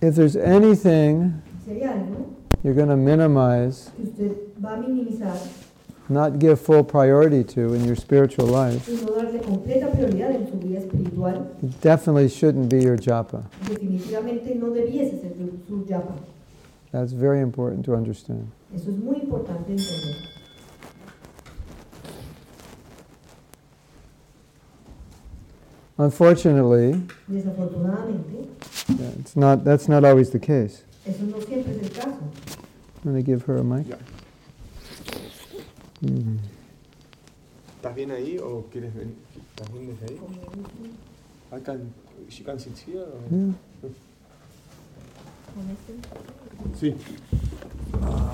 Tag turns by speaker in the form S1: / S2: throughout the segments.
S1: if there's anything
S2: Si hay algo
S1: you're going to minimize,
S2: que usted va a minimizar
S1: not give full priority to in your spiritual life,
S2: y no darle completa prioridad en su vida espiritual,
S1: it definitely shouldn't be your japa.
S2: definitivamente no debiese ser su, su yapa.
S1: That's very important to understand.
S2: Eso es muy importante entender.
S1: Unfortunately,
S2: Desafortunadamente,
S1: it's not, that's not always the case.
S2: eso no siempre es el caso.
S1: I'm going to give her a mic.
S3: Ya.
S1: Mhm.
S3: ¿Estás bien ahí o quieres venir? ¿Estás bien desde ahí? I can, she can sit here. or-
S1: Yeah.
S3: Sí.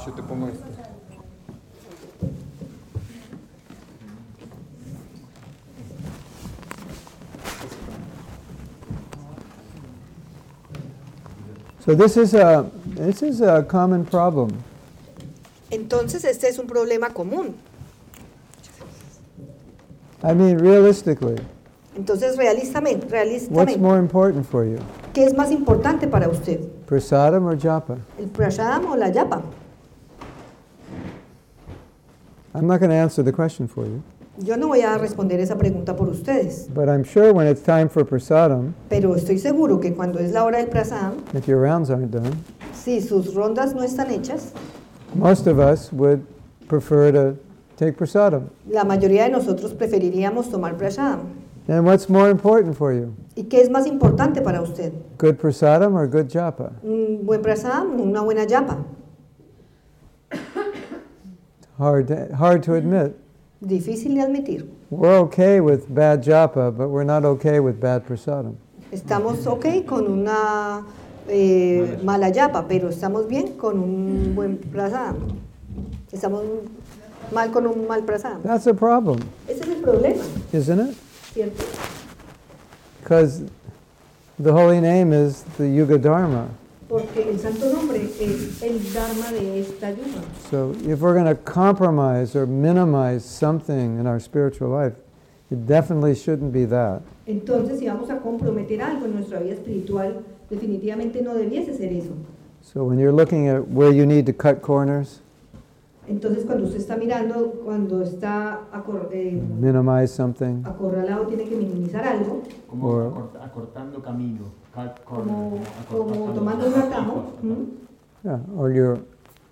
S3: Yo te pongo esto.
S1: So this is a this is a common problem.
S4: Entonces, este es un problema común.
S1: I mean, realistically,
S4: Entonces, realistamente,
S1: what's
S4: realistamente
S1: more important for you,
S4: ¿qué es más importante para usted?
S1: prasadam or japa?
S4: ¿El prashadam o la yapa?
S1: I'm not going to answer the question for you,
S4: Yo no voy a responder esa pregunta por ustedes,
S1: but I'm sure when it's time for prasadam,
S4: pero estoy seguro que cuando es la hora del prashadam,
S1: if your rounds aren't done,
S4: si sus rondas no están hechas,
S1: most of us would prefer to take prasadam.
S4: la mayoría de nosotros preferiríamos tomar prashadam.
S1: And what's more important for you,
S4: ¿Y qué es más importante para usted?
S1: good prasadam or good japa?
S4: ¿Un buen prashadam o una buena yapa?
S1: Hard to, hard to admit.
S4: Difícil de admitir.
S1: We're okay with bad japa, but we're not okay with bad prasadam.
S4: Estamos ok con una eh, mala yapa, pero estamos bien con un buen prazada. Estamos mal con un mal prazada.
S1: That's a problem,
S4: Ese es el problema,
S1: isn't it?
S4: ¿cierto?
S1: Because the holy name is the Yuga Dharma.
S2: Porque el santo nombre es el Dharma de esta yuma.
S1: So if we're going to compromise or minimize something in our spiritual life, it definitely shouldn't be that.
S2: Entonces, si vamos a comprometer algo en nuestra vida espiritual, definitivamente no debiese ser eso.
S1: So when you're looking at where you need to cut corners,
S2: Entonces, cuando usted está mirando, cuando está acor- eh,
S1: minimize something,
S2: acorralado, tiene que minimizar algo,
S5: Como
S1: Or-
S5: acorta- acortando camino. cut
S2: como,
S5: corners,
S2: como
S5: acortando-
S2: tomando un atajo, ¿m?
S1: yeah, or you're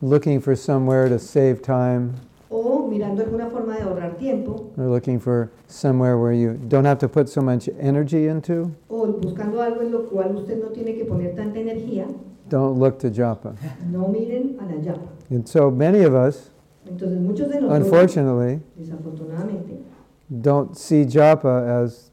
S1: looking for somewhere to save time,
S2: o mirando alguna forma de ahorrar tiempo,
S1: or looking for somewhere where you don't have to put so much energy into,
S2: o buscando algo en lo cual usted no tiene que poner tanta energía,
S1: don't look to japa.
S2: no miren a la llama.
S1: And so many of us,
S2: Entonces, muchos de nosotros,
S1: unfortunately,
S2: desafortunadamente,
S1: don't see japa as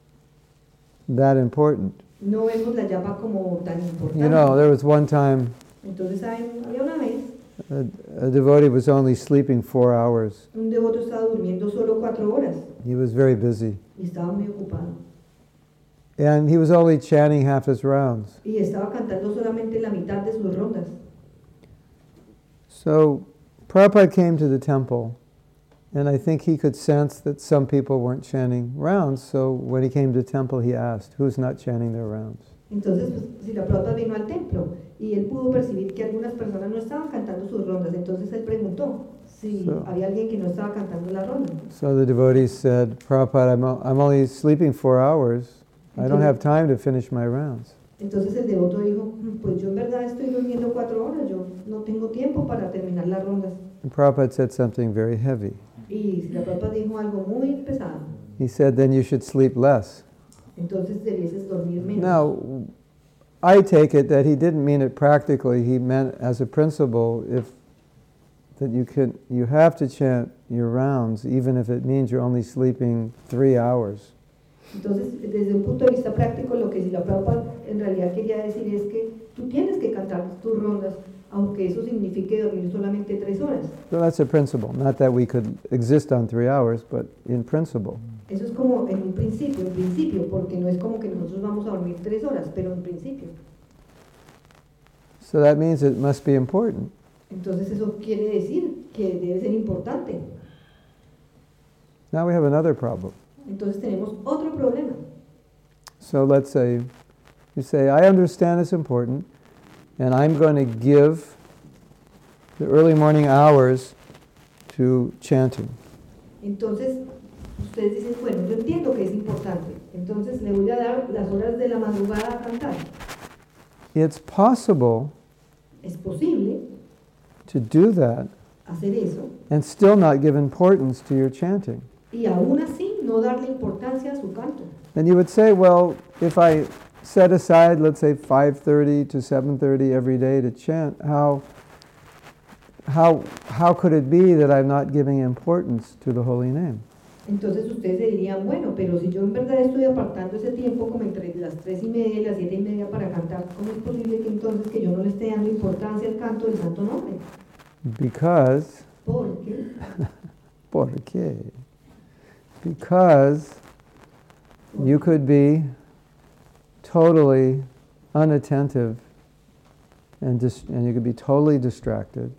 S1: that important.
S2: no vemos la llama como tan importante.
S1: You know, there was one time
S2: Entonces, ¿saben? había una vez
S1: a, a devotee was only sleeping four hours.
S2: un devoto estaba durmiendo solo cuatro horas
S1: He was very busy.
S2: y estaba muy ocupado.
S1: And he was only chanting half his rounds.
S2: Y estaba cantando solamente la mitad de sus rondas.
S1: So Prabhupada came to the temple, and I think he could sense that some people weren't chanting rounds. So when he came to the temple, he asked, Who's not chanting their rounds?
S2: Entonces, pues, si la prota vino al templo y él pudo percibir que algunas personas no estaban cantando sus rondas, entonces él preguntó si
S1: So-
S2: había alguien que no estaba cantando la ronda.
S1: So the devotee said, Prabhupada, I'm, o- I'm only sleeping four hours. I don't have time to finish my rounds.
S2: Entonces el devoto dijo, "Mm, pues yo en verdad estoy durmiendo cuatro horas, yo no tengo tiempo para terminar las rondas.
S1: And Prabhupada said something very heavy.
S2: Y si la prota dijo algo muy pesado,
S1: He said, Then you should sleep less.
S2: entonces debieses dormir menos.
S1: Now, I take it that he didn't mean it practically. He meant as a principle, if that you can, you have to chant your rounds, even if it means you're only sleeping three hours.
S2: Entonces, desde un punto de vista práctico, lo que si la en realidad quería decir es que tú tienes que cantar tus rondas, aunque eso signifique dormir solamente tres horas.
S1: So that's a principle. Not that we could exist on three hours, but in principle.
S2: Eso es como en un principio, en principio, porque no es como que nosotros vamos a dormir tres horas, pero en principio.
S1: So that means it must be important.
S2: Entonces eso quiere decir que debe ser importante.
S1: Now we have another problem.
S2: Entonces tenemos otro problema.
S1: So let's say you say, I understand it's important, And I'm going to give the early morning hours to chanting.
S2: Entonces, ustedes dicen, bueno, yo entiendo que es importante, entonces le voy a dar las horas de la madrugada a cantar.
S1: It's possible
S2: Es posible
S1: to do that
S2: hacer eso
S1: and still not give importance to your chanting.
S2: y aún así no darle importancia a su canto.
S1: And you would say, well, if I set aside, let's say, 5:30 to 7:30 every day to chant, how how how could it be that I'm not giving importance to the holy name?
S2: Entonces ustedes se dirían, bueno, pero si yo en verdad estoy apartando ese tiempo como entre las tres y media y las siete y media para cantar, ¿cómo es posible que entonces que yo no le esté dando importancia al canto del santo nombre?
S1: Because
S2: Porque
S1: porque because you could be totally unattentive and dis- and you could be totally distracted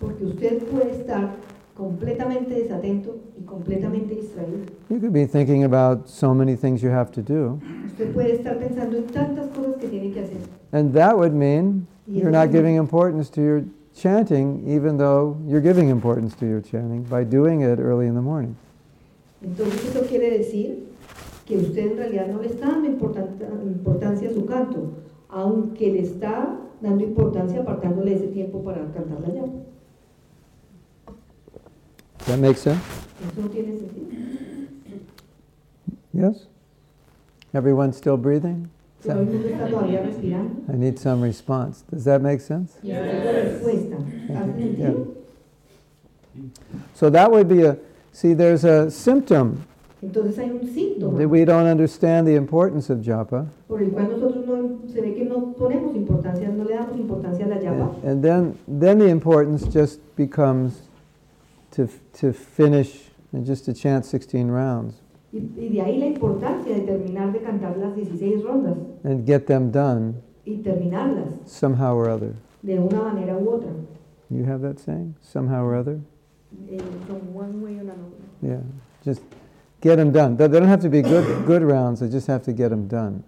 S2: Porque usted puede estar completamente desatento y completamente distraído.
S1: You could be thinking about so many things you have to do,
S2: Usted puede estar pensando en tantas cosas que tiene que hacer.
S1: and that would mean
S2: Y
S1: you're
S2: eso
S1: not
S2: significa-
S1: giving importance to your chanting, even though you're giving importance to your chanting by doing it early in the morning.
S2: Entonces eso quiere decir que usted en realidad no le está dando importan- importancia a su canto, aunque le está dando importancia apartándole ese tiempo para cantar la llama.
S1: Does that make sense?
S2: Eso no tiene sentido.
S1: Yes? Everyone still breathing? Is
S2: Todo el
S1: that-
S2: mundo está todavía respirando.
S1: I need some response. Does that make sense?
S2: Y esa es la respuesta. ¿Hace sentido?
S1: So that would be a, see, there's a symptom
S2: Entonces hay un
S1: that
S2: síntoma
S1: we don't understand the importance of japa,
S2: por el cual nosotros no, se ve que no ponemos importancia, no le damos importancia a la llama.
S1: and, and then, then the importance just becomes to, f- to finish and just to chant 16 rounds.
S2: Y, y de ahí la importancia de terminar de cantar las 16 rondas
S1: and get them done
S2: y terminarlas
S1: somehow or other.
S2: de una manera u otra.
S1: You have that saying? Somehow or other?
S2: Eh, from one way or another.
S1: Yeah. Just get them done. They they don't have to be good, good rounds, they just have to get them done.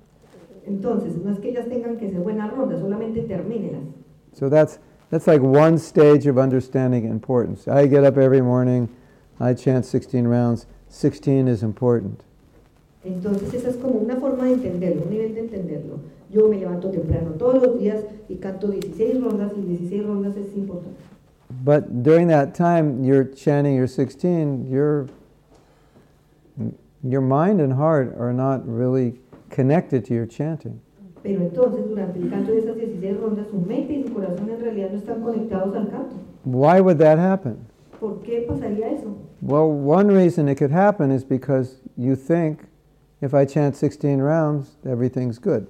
S2: Entonces, no es que ellas tengan que ser buenas rondas, solamente termínelas.
S1: So that's, that's like one stage of understanding importance. I get up every morning, I chant 16 rounds. 16 is important.
S2: Entonces, esa es como una forma de entenderlo, un nivel de entenderlo. Yo me levanto temprano todos los días y canto 16 rondas y 16 rondas es importante.
S1: But during that time, you're chanting your 16, your, your mind and heart are not really connected to your chanting.
S2: Pero entonces, durante el canto de esas 16 rondas, su mente y su corazón en realidad no están conectados al canto.
S1: Why would that happen?
S2: ¿Por qué pasaría eso?
S1: Well, one reason it could happen is because you think if I chant 16 rounds, everything's good.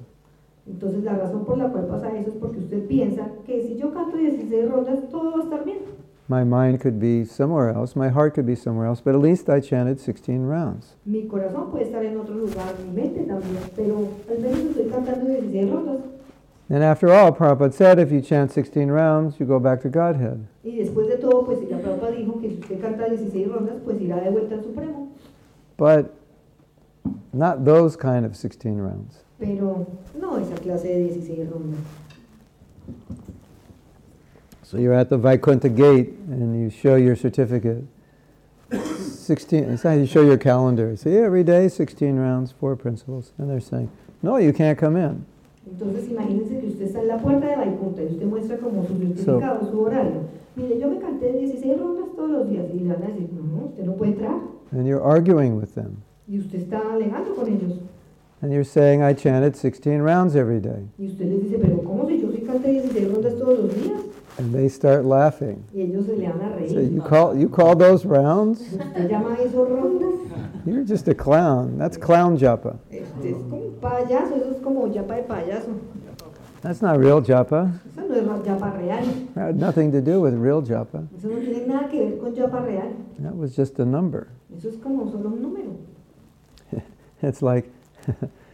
S2: Entonces la razón por la cual pasa eso es porque usted piensa que si yo canto 16 rondas todo va a estar bien.
S1: My mind could be somewhere else, my heart could be somewhere else, but at least I chanted 16 rounds.
S2: Mi corazón puede estar en otro lugar, mi mente también, pero al menos estoy cantando 16 rondas.
S1: And after all, Prabhupada said if you chant 16 rounds, you go back to Godhead.
S2: Y después de todo, pues si la Prabhupada dijo que si usted canta 16 rondas, pues irá de vuelta al Supremo.
S1: But not those kind of 16 rounds.
S2: Pero no esa clase de 16 rondas.
S1: So you're at the Vaikuntha gate and you show your certificate. 16, it's like you show your calendar. You say, "Yeah, every day 16 rounds, four principles. And they're saying, no, you can't come in.
S2: Entonces imagínense que usted está en la puerta de Vaikunta y usted muestra como su certificado, su horario. Mire, yo me canté 16 rondas todos los días y le van a decir, no, usted no puede entrar.
S1: And you're arguing with them.
S2: Y usted está alejando con ellos.
S1: And you're saying, I chanted 16 rounds every day.
S2: Y usted les dice, pero ¿cómo si yo sí canté 16 rondas todos los días?
S1: And they start laughing.
S2: Y ellos se le van a reír.
S1: So you call, you call those rounds?
S2: ¿Usted llama eso rondas?
S1: You're just a clown. That's clown japa.
S2: Este es como un payaso, eso es como yapa de payaso.
S1: That's not real japa.
S2: Eso no es la yapa real.
S1: That had nothing to do with real japa.
S2: Eso no tiene nada que ver con yapa real.
S1: That was just a number.
S2: Eso es como solo un número.
S1: It's like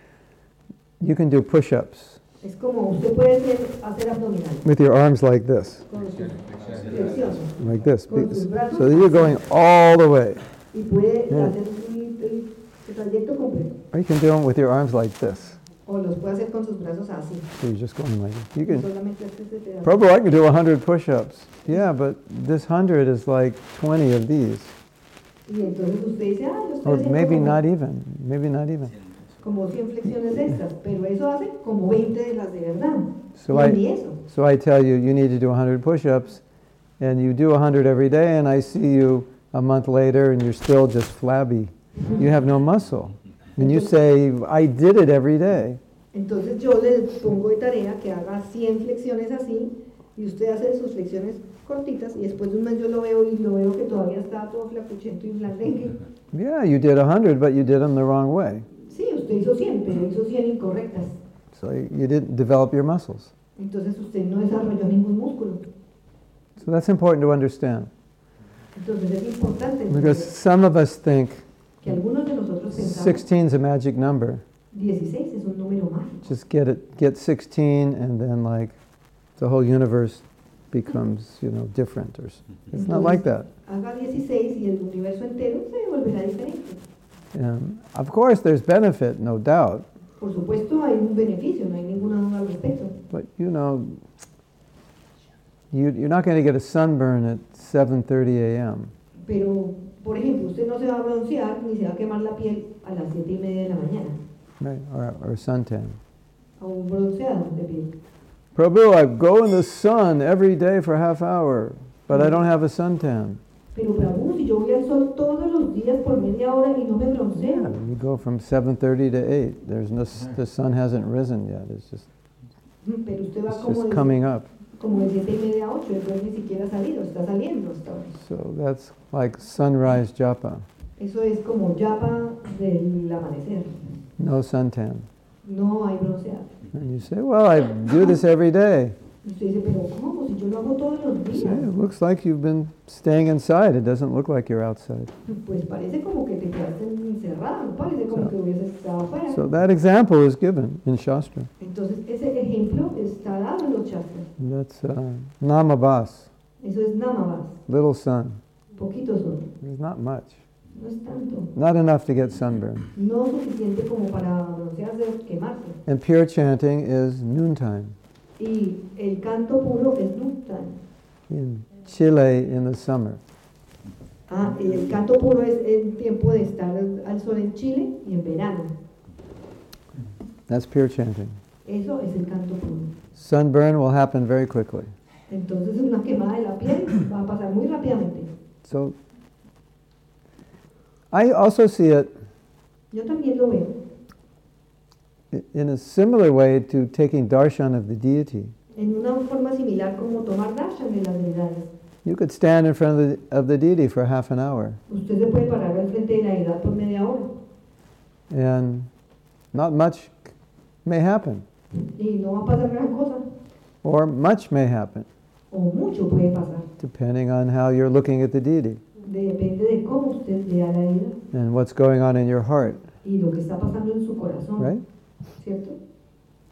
S1: you can do push ups
S2: Es como usted puede hacer, hacer abdominales
S1: with your arms like this,
S2: con sus flexiones.
S1: like this. So you're going all the way.
S2: Y puede
S1: Yeah.
S2: hacer un, el- el trayecto completo.
S1: Or you can do them with your arms like this.
S2: O los puede hacer con sus brazos así.
S1: So you're just going like you can.
S2: Solamente haces este pedazo.
S1: Prabhu, I can do 100 push-ups. Yeah, but this hundred is like 20 of these,
S2: Y entonces usted dice, ah, yo estoy
S1: or
S2: haciendo
S1: maybe
S2: como-
S1: not even. Maybe not even.
S2: como 100 flexiones de estas, pero eso hace como 20 de las de verdad.
S1: So
S2: y
S1: I.
S2: ni eso.
S1: So I tell you, you need to do 100 push ups, and you do 100 every day, and I see you a month later, and you're still just flabby. You have no muscle. And you say, I did it every day.
S2: Entonces yo le pongo de tarea que haga 100 flexiones así y usted hace sus flexiones cortitas y después de un mes yo lo veo y lo veo que todavía está todo flacuchento y flandengue.
S1: Yeah, you did 100, but you did them the wrong way.
S2: Sí, usted hizo 100, pero hizo 100 incorrectas.
S1: So you you didn't develop your muscles.
S2: Entonces usted no desarrolló ningún músculo.
S1: So that's important to understand
S2: Entonces es importante
S1: because some of us think
S2: que algunos de nosotros pensamos
S1: 16 is a magic number.
S2: 16 es un número mágico.
S1: Just get it, get 16, and then like the whole universe becomes, you know, different. Or s- it's not like that.
S2: Haga 16 y el universo entero se volverá diferente.
S1: Um, of course, there's benefit, no doubt,
S2: Por supuesto hay un beneficio, no hay ninguna duda al respecto.
S1: but you know, you, you're not going to get a sunburn at 7:30 a.m.
S2: Pero, por ejemplo, usted no se va a broncear ni se va a quemar la piel a las 7 y media de la mañana,
S1: Right, or, or suntan.
S2: a un bronceado de piel.
S1: Prabhu, I go in the sun every day for a half hour, but I don't have a suntan.
S2: Pero, Prabhu, si yo voy al sol todos los días por media hora y no me
S1: Yeah,
S2: bronceo,
S1: you go from 7:30 to 8. There's no, s- the sun hasn't risen yet. It's just
S2: mm, pero usted va
S1: it's
S2: como
S1: just
S2: de,
S1: coming up.
S2: como de 7 y media a 8, después ni siquiera ha salido, está saliendo hasta ahora.
S1: So that's like sunrise japa,
S2: Eso es como yapa del amanecer,
S1: no suntan.
S2: no hay bronceado.
S1: And you say, well, I do this every day.
S2: Y usted dice, pero ¿cómo? Si yo lo hago todos los
S1: See,
S2: días.
S1: it looks like you've been staying inside. It doesn't look like you're outside.
S2: Pues parece como que te quedaste encerrado, no parece como
S1: So-
S2: que hubieses estado afuera.
S1: So that example is given in Shastra.
S2: Entonces, ese ejemplo está dado en los chakras.
S1: That's uh, Namabas,
S2: Eso es Namavas,
S1: little sun.
S2: poquito son,
S1: There's not much.
S2: no es tanto,
S1: Not enough to get sunburn.
S2: no suficiente como para broncearse o quemarse.
S1: And pure chanting is noontime.
S2: Y el canto puro es Nuptan.
S1: In Chile in the summer.
S2: Ah, y el canto puro es el tiempo de estar al sol en Chile y en verano.
S1: That's pure chanting.
S2: Eso es el canto puro.
S1: Sunburn will happen very quickly.
S2: Entonces, una quemada de la piel va a pasar muy rápidamente.
S1: So I also see it
S2: Yo también lo veo
S1: i- in a similar way to taking darshan of the deity.
S2: en una forma similar como tomar darshan de las deidades.
S1: You could stand in front of the, of the deity for half an hour.
S2: Usted se puede parar al frente de la deidad por media hora
S1: and not much may happen,
S2: y no va a pasar gran cosa.
S1: or much may happen,
S2: o mucho puede pasar.
S1: depending on how you're looking at the deity
S2: Depende de cómo usted vea la vida
S1: and what's going on in your heart,
S2: y lo que está pasando en su corazón,
S1: right?
S2: ¿cierto?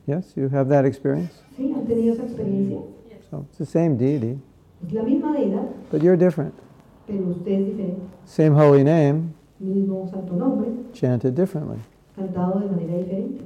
S1: Yes, you have that experience.
S2: Sí, han tenido esa experiencia.
S1: So it's the same deity,
S2: Es la misma deidad,
S1: but you're different.
S2: pero usted es diferente.
S1: Same holy name,
S2: Mismo santo nombre,
S1: chanted differently.
S2: cantado de manera diferente.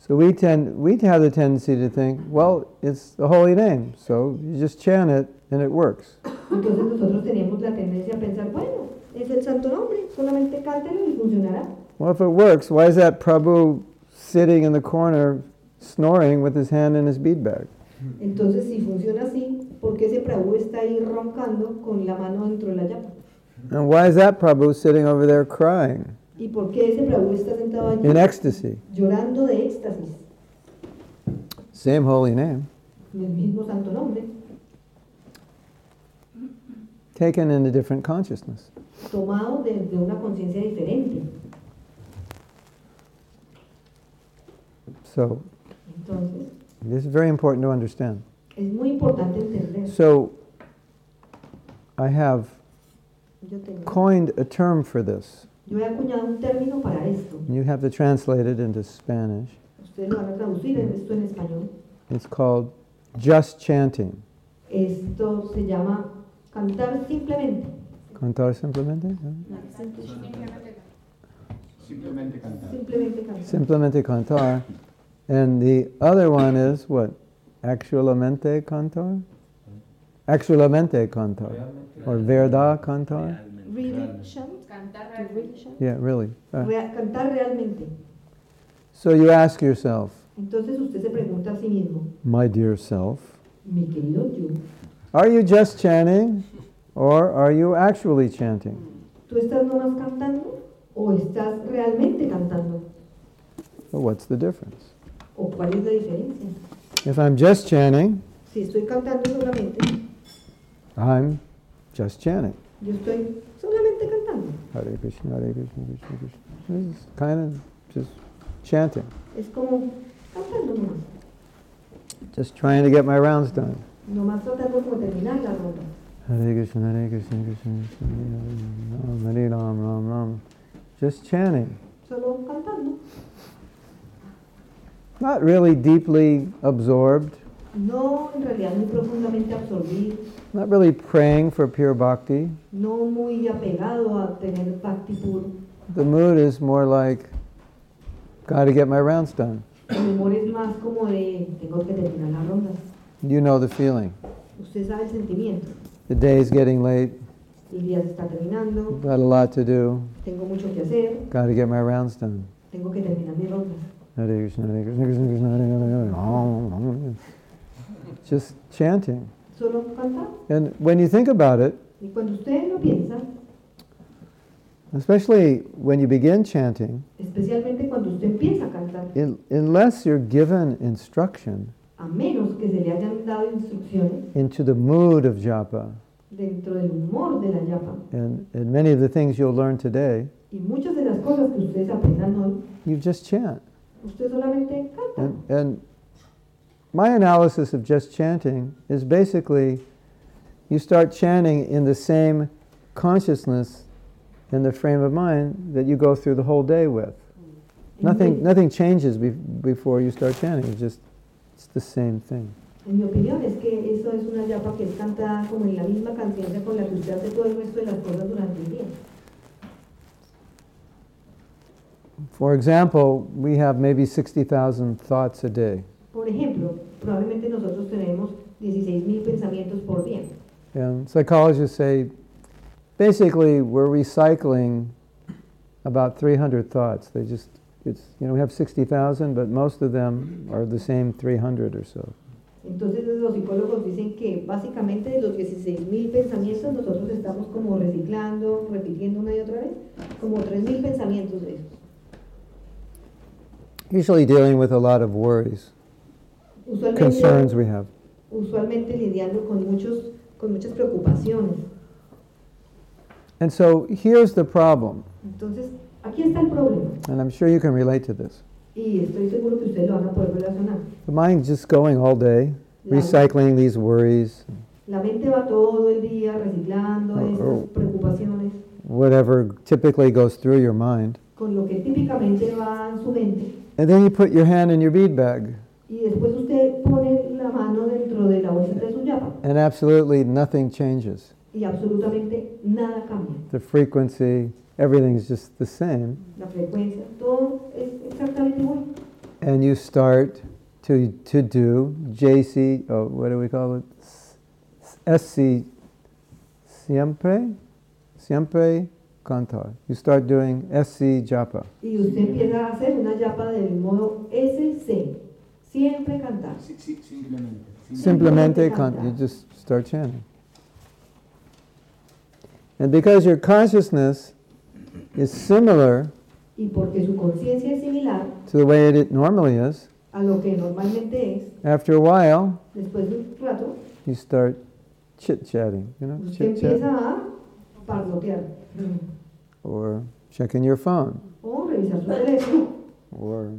S1: So we tend, we have the tendency to think, well, it's the holy name, so you just chant it and it works.
S2: Entonces nosotros tenemos la tendencia a pensar, bueno, es el santo nombre, solamente cántelo y funcionará.
S1: Well, if it works, why is that Prabhu sitting in the corner snoring with his hand in his bead bag?
S2: Entonces si funciona así, ¿por qué ese Prabhu está ahí roncando con la mano dentro de la llama?
S1: And why is that Prabhu sitting over there crying
S2: ¿Y por qué ese Prabhu está sentado allí
S1: in ecstasy?
S2: llorando de éxtasis?
S1: Same holy name.
S2: El mismo santo nombre,
S1: Taken in a different consciousness.
S2: tomado desde una conciencia diferente.
S1: So,
S2: Entonces,
S1: this is very important to understand.
S2: es muy importante entender.
S1: So, I have
S2: Yo, tengo,
S1: coined a term for this.
S2: yo he acuñado un término para esto.
S1: and You have to translate it into Spanish.
S2: Ustedes lo van a traducir en esto en español.
S1: It's called just chanting.
S2: Esto se llama cantar simplemente.
S1: Contar simplemente? ¿no?
S5: Simplemente cantar.
S2: Simplemente cantar.
S1: Simplemente cantar. And the other one is what? Actualmente cantar? Actualmente cantar. Or verdad cantar?
S2: Really chant.
S6: Cantar
S2: to really
S6: realmente.
S2: chant.
S1: Yeah, really. Uh,
S2: Rea- cantar realmente.
S1: so you ask yourself,
S2: Entonces usted se pregunta a sí mismo,
S1: my dear self,
S2: mi querido yo,
S1: are you just chanting or are you actually chanting?
S2: ¿tú estás nomás cantando o estás realmente cantando?
S1: Well, what's the difference?
S2: ¿O cuál es la diferencia?
S1: If I'm just chanting,
S2: Si estoy cantando solamente,
S1: I'm just chanting.
S2: yo estoy solamente cantando.
S1: Hare Krishna, Hare Krishna, Krishna Krishna. This is kind of just chanting,
S2: Es como cantando nomás,
S1: just trying to get my rounds done.
S2: nomás tratando como de terminar la ronda.
S1: Hare Krishna, Hare Krishna, Krishna Krishna, Hare Ram, Hare Ram, Ram Ram. Just chanting,
S2: Solo cantando.
S1: not really deeply absorbed,
S2: No en realidad muy profundamente absorbido,
S1: not really praying for pure bhakti.
S2: no muy apegado a tener bhakti puro.
S1: The mood is more like, got to get my rounds done.
S2: El humor es más como de tengo que terminar la ronda.
S1: You know the feeling.
S2: Usted sabe el sentimiento.
S1: The day's getting late,
S2: El día se está terminando,
S1: got a lot to do,
S2: tengo mucho que hacer,
S1: got to get my rounds done.
S2: tengo que terminar mi ronda.
S1: Hare Krishna, Hare Krishna, Krishna Krishna, Hare Hare, Hare Ram, Ram, Ram. Just chanting.
S2: Solo cantar.
S1: And when you think about it,
S2: Y cuando usted lo piensa,
S1: especially when you begin chanting,
S2: especialmente cuando usted empieza a cantar,
S1: In, unless you're given instruction
S2: a menos que se le hayan dado instrucciones
S1: into the mood of japa,
S2: dentro del humor de la yapa,
S1: and, and many of the things you'll learn today,
S2: y muchas de las cosas que ustedes aprendan hoy,
S1: you just chant.
S2: usted solamente canta.
S1: And, and my analysis of just chanting is basically you start chanting in the same consciousness and the frame of mind that you go through the whole day with.
S2: En mi-
S1: Nothing, nothing changes be, before you start chanting, it's just it's the same thing.
S2: En mi opinión es que eso es una yapa que es cantada como en la misma conciencia con la que usted hace todo el resto de las cosas durante el día.
S1: For example, we have maybe 60,000 thoughts a day.
S2: Por ejemplo, probablemente nosotros tenemos 16.000 pensamientos por día.
S1: And psychologists say basically we're recycling about 300 thoughts. They just, it's, you know, we have 60,000, but most of them are the same 300 or so.
S2: Entonces los psicólogos dicen que básicamente de los 16.000 pensamientos nosotros estamos como reciclando, repitiendo una y otra vez, como 3.000 pensamientos de esos.
S1: Usually dealing with a lot of worries, concerns
S2: Usualmente,
S1: we have.
S2: usualmente lidiando con, muchos, con muchas preocupaciones.
S1: And so here's the problem,
S2: Entonces, aquí está el problema
S1: and I'm sure you can relate to this.
S2: y estoy seguro que ustedes lo van a poder relacionar.
S1: The mind's just going all day,
S2: La-
S1: recycling these worries,
S2: La mente va todo el día reciclando
S1: Oh,
S2: estas
S1: oh.
S2: preocupaciones
S1: whatever typically goes through your mind.
S2: con lo que típicamente va en su mente.
S1: And then you put your hand in your bead bag,
S2: Y después usted pone la mano dentro de la bolsita de su yapa
S1: and absolutely nothing changes.
S2: y absolutamente nada cambia.
S1: the frequency, everything's just the same.
S2: La frecuencia, todo es exactamente igual.
S1: And you start to, to do JC, oh, what do we call it? S- SC, siempre, siempre cantar. You start doing SC japa.
S2: Y usted empieza a hacer una yapa del modo SC. Siempre cantar.
S5: Sí, sí, simplemente.
S2: Sim-
S1: Simplemente cantar. You just start chanting. And because your consciousness is similar
S2: Y porque su conciencia es similar
S1: to the way it normally is,
S2: a lo que normalmente es,
S1: after a while,
S2: después de un rato,
S1: you start chit chatting, you know,
S2: usted
S1: chit chat,
S2: empieza a parlotear.
S1: or checking your phone,
S2: O revisar su teléfono,
S1: or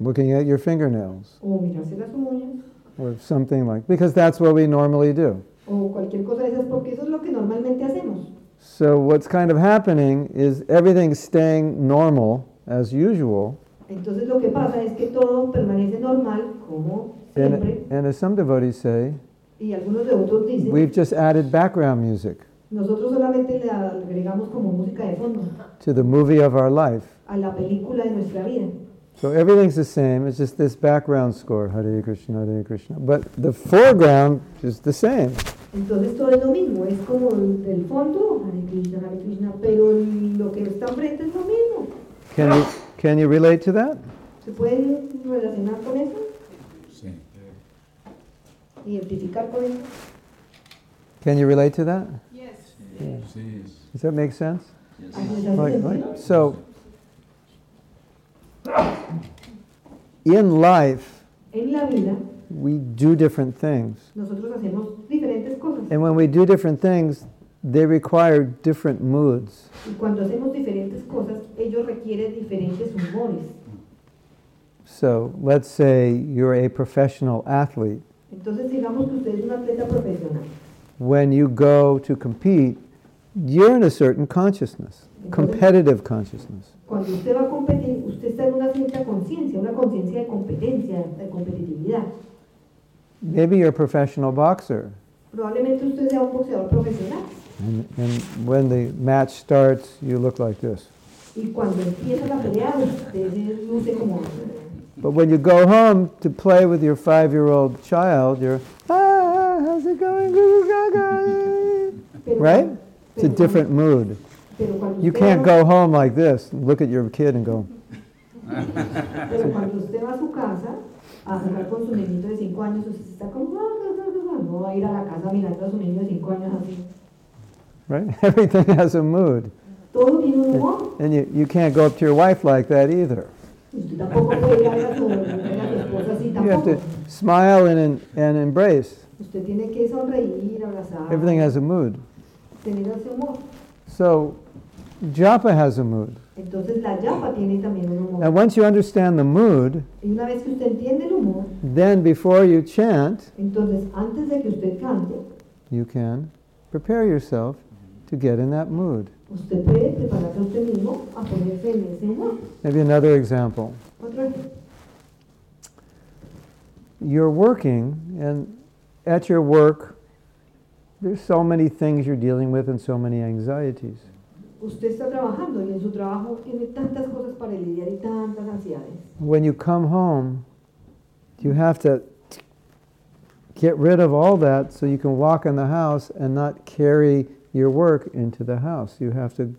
S1: looking at your fingernails,
S2: o mirarse las uñas,
S1: or something like because that's what we normally do.
S2: o cualquier cosa de esas, porque eso es lo que normalmente hacemos.
S1: So what's kind of happening is everything's staying normal as usual,
S2: Entonces lo que pasa es que todo permanece normal, como
S1: and,
S2: siempre,
S1: and as some devotees say,
S2: y algunos de otros dicen,
S1: we've just added background music.
S2: Nosotros solamente le agregamos como música de fondo
S1: to the movie of our life.
S2: a la película de nuestra vida.
S1: So everything's the same, it's just this background score, Hare Krishna, Hare Krishna. But the foreground is the same.
S2: Entonces todo es lo mismo, es como el, el fondo, Hare Krishna, Hare Krishna, pero el- lo que está enfrente es lo mismo.
S1: Can you, can you relate to that?
S2: ¿Se pueden relacionar con eso?
S5: Sí.
S2: ¿Identificar con eso?
S1: Can you relate to that?
S7: Yes.
S5: Sí.
S1: Does that make sense?
S2: Así es, así
S1: Right,
S2: es.
S1: right. So, in life,
S2: En la vida
S1: we do different things.
S2: nosotros hacemos diferentes cosas
S1: And when we do different things, they require different moods.
S2: y cuando hacemos diferentes cosas ellos requieren diferentes humores.
S1: So, let's say you're a professional athlete.
S2: Entonces digamos que usted es un atleta profesional.
S1: When you go to compete, you're in a certain consciousness, competitive consciousness.
S2: Cuando usted va a competir, usted está en una cierta conciencia, una conciencia de competencia, de competitividad.
S1: Maybe you're a professional boxer,
S2: Probablemente usted sea un boxeador profesional
S1: and, and when the match starts, you look like this.
S2: y cuando empieza la pelea usted se luce como...
S1: But when you go home to play with your five year old child, you're, ah, how's it going, Guru Gaga?
S2: Pero,
S1: Right? It's a
S2: pero-
S1: different mood.
S2: pero cuando
S1: You
S2: usted
S1: can't
S2: va-
S1: go home like this and look at your kid and go,
S2: Pero cuando usted va a su casa a jugar con su niñito de 5 años, usted está como... "Ah, ah, ah, ah", No va a ir a la casa mirando a su niño de 5 años así.
S1: right? Everything has a mood.
S2: Todo tiene un humor.
S1: And you, you can't go up to your wife like that either.
S2: Usted tampoco puede ir a ver a su, a ver a su esposa así
S1: You have
S2: tampoco.
S1: to smile and, and embrace.
S2: Usted tiene que sonreír, abrazar,
S1: Everything has a mood.
S2: tener ese humor.
S1: So, japa has a mood.
S2: Entonces la yapa tiene también un humor.
S1: And once you understand the mood,
S2: Y una vez que usted entiende el humor,
S1: then before you chant,
S2: entonces antes de que usted cante,
S1: you can prepare yourself to get in that mood.
S2: usted puede prepararse a usted mismo a ponerse en ese humor.
S1: Maybe another example.
S2: Otro ejemplo.
S1: You're working, and at your work, there's so many things you're dealing with and so many anxieties.
S2: Usted está trabajando y en su trabajo tiene tantas cosas para lidiar y tantas ansiedades.
S1: When you come home, you have to get rid of all that so you can walk in the house and not carry your work into the house. You have to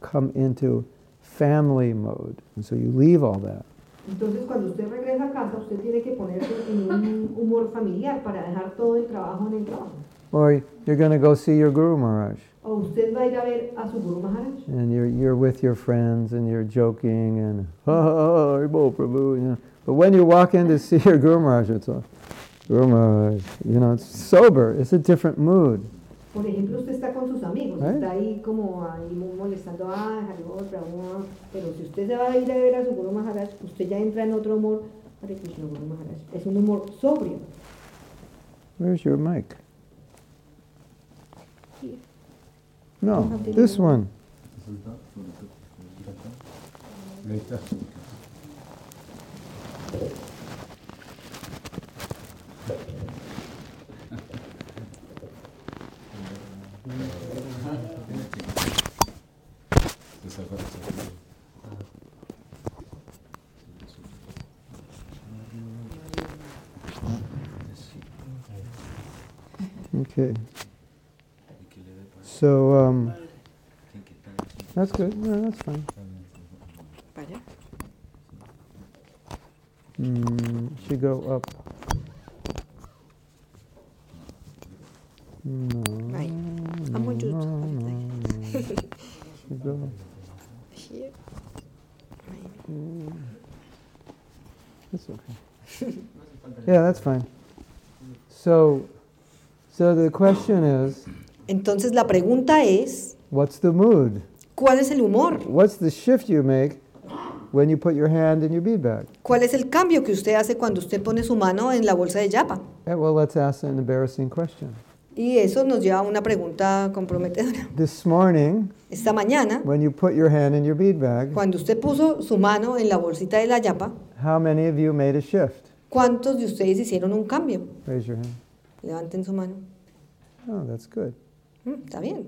S1: come into family mode. And so you leave all that.
S2: Entonces cuando usted regresa a casa, usted tiene que ponerse en un humor familiar para dejar todo el trabajo en el trabajo.
S1: Or you're going to go see your Guru Maharaj.
S2: O usted va a ir a ver a su Guru Maharaj.
S1: and you're, you're with your friends and you're joking and oh, Haribo Prabhu, you know. But when you walk in to see your Guru Maharaj, it's like, Guru Maharaj, you know, it's sober. It's a different mood.
S2: Por ejemplo, usted está con sus amigos,
S1: ¿Eh?
S2: está ahí como ahí molestando, ah, Haribo, Brahma", pero si usted se va a ir a ver a su Guru Maharaj, usted ya entra en otro humor. Hare Krishna, Guru Maharaj. Es un humor sobrio.
S1: Where's your mic?
S2: Here.
S1: No, this one.
S5: Resulta, resulta, resulta. Ahí está. Se zafó, se zafó.
S1: Okay. So, um, that's good. No, that's fine.
S7: Vaya.
S1: Mm, should go up. No.
S7: Right.
S1: I'm
S7: I'm going to do
S1: Should go.
S7: Here. Right.
S1: That's okay. yeah, that's fine. So, so the question is,
S8: Entonces la pregunta es,
S1: what's the mood?
S8: ¿cuál es el humor?
S1: What's the shift you make when you put your hand in your bead bag?
S8: ¿Cuál es el cambio que usted hace cuando usted pone su mano en la bolsa de yapa?
S1: Yeah, well, let's ask an embarrassing question.
S8: Y eso nos lleva a una pregunta comprometedora.
S1: This morning,
S8: Esta mañana,
S1: when you put your hand in your bead bag,
S8: cuando usted puso su mano en la bolsita de la yapa,
S1: how many of you made a shift?
S8: ¿cuántos de ustedes hicieron un cambio?
S1: Raise your hand.
S8: Levanten su mano.
S1: Oh, that's good.
S2: Mm, Está bien.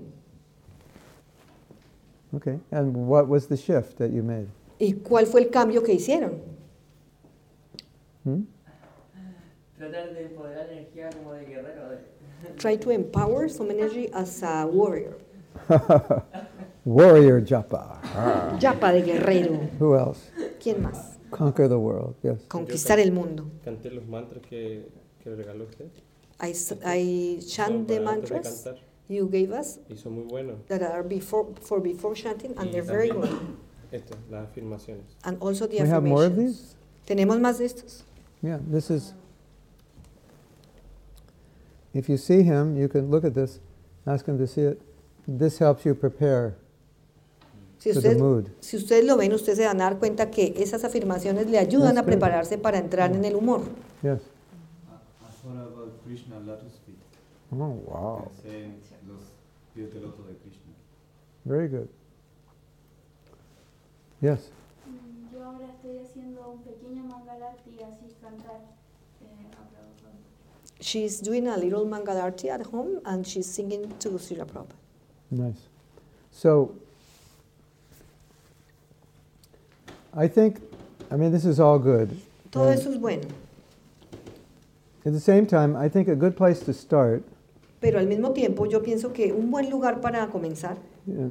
S1: Okay. And what was the shift that you made?
S2: ¿Y cuál fue el cambio que hicieron?
S1: Hmm?
S9: Tratar de empoderar energía como de guerrero. de-
S2: Try to empower some energy as a warrior.
S1: Warrior japa.
S2: Yapa de guerrero.
S1: Who else?
S2: ¿Quién más?
S1: Conquer the world. Yes.
S2: Conquistar el mundo.
S10: Canté los mantras que, que le regaló usted.
S2: I, s- I chant
S10: Son
S2: the
S10: para antes de
S2: mantras
S10: cantar,
S2: you gave us
S10: Y son muy buenos.
S2: that are before, for before chanting, and
S10: Y
S2: they're very
S10: también-
S2: good.
S10: Esto, Este, las afirmaciones.
S2: And also the
S1: We have more of
S2: affirmations.
S1: these?
S2: ¿Tenemos más de estos?
S1: Yeah, this is. If you see him, you can look at this, ask him to see it. This helps you prepare
S2: Si
S1: to the
S2: ustedes
S1: mood.
S2: Si ustedes lo ven, ustedes se van a dar cuenta que esas afirmaciones le ayudan
S1: That's
S2: a
S1: good. Mm.
S2: prepararse para entrar en el humor.
S1: Yes.
S11: I thought about Krishna Lotus Feet.
S1: Oh, wow.
S11: Pensé en los pies del loto de Krishna.
S1: Very good. Yes.
S12: Mm, Yo ahora estoy haciendo un pequeño mangalati así cantar. Eh, aplauso.
S2: She's doing a little Mangalarti at home and she's singing to Srila Prabhupada.
S1: Nice. So, I think, I mean, this is all good.
S2: Todo
S1: And
S2: eso es bueno,
S1: At the same time, I think a good place to start
S2: pero al mismo tiempo yo pienso que un buen lugar para comenzar
S1: uh,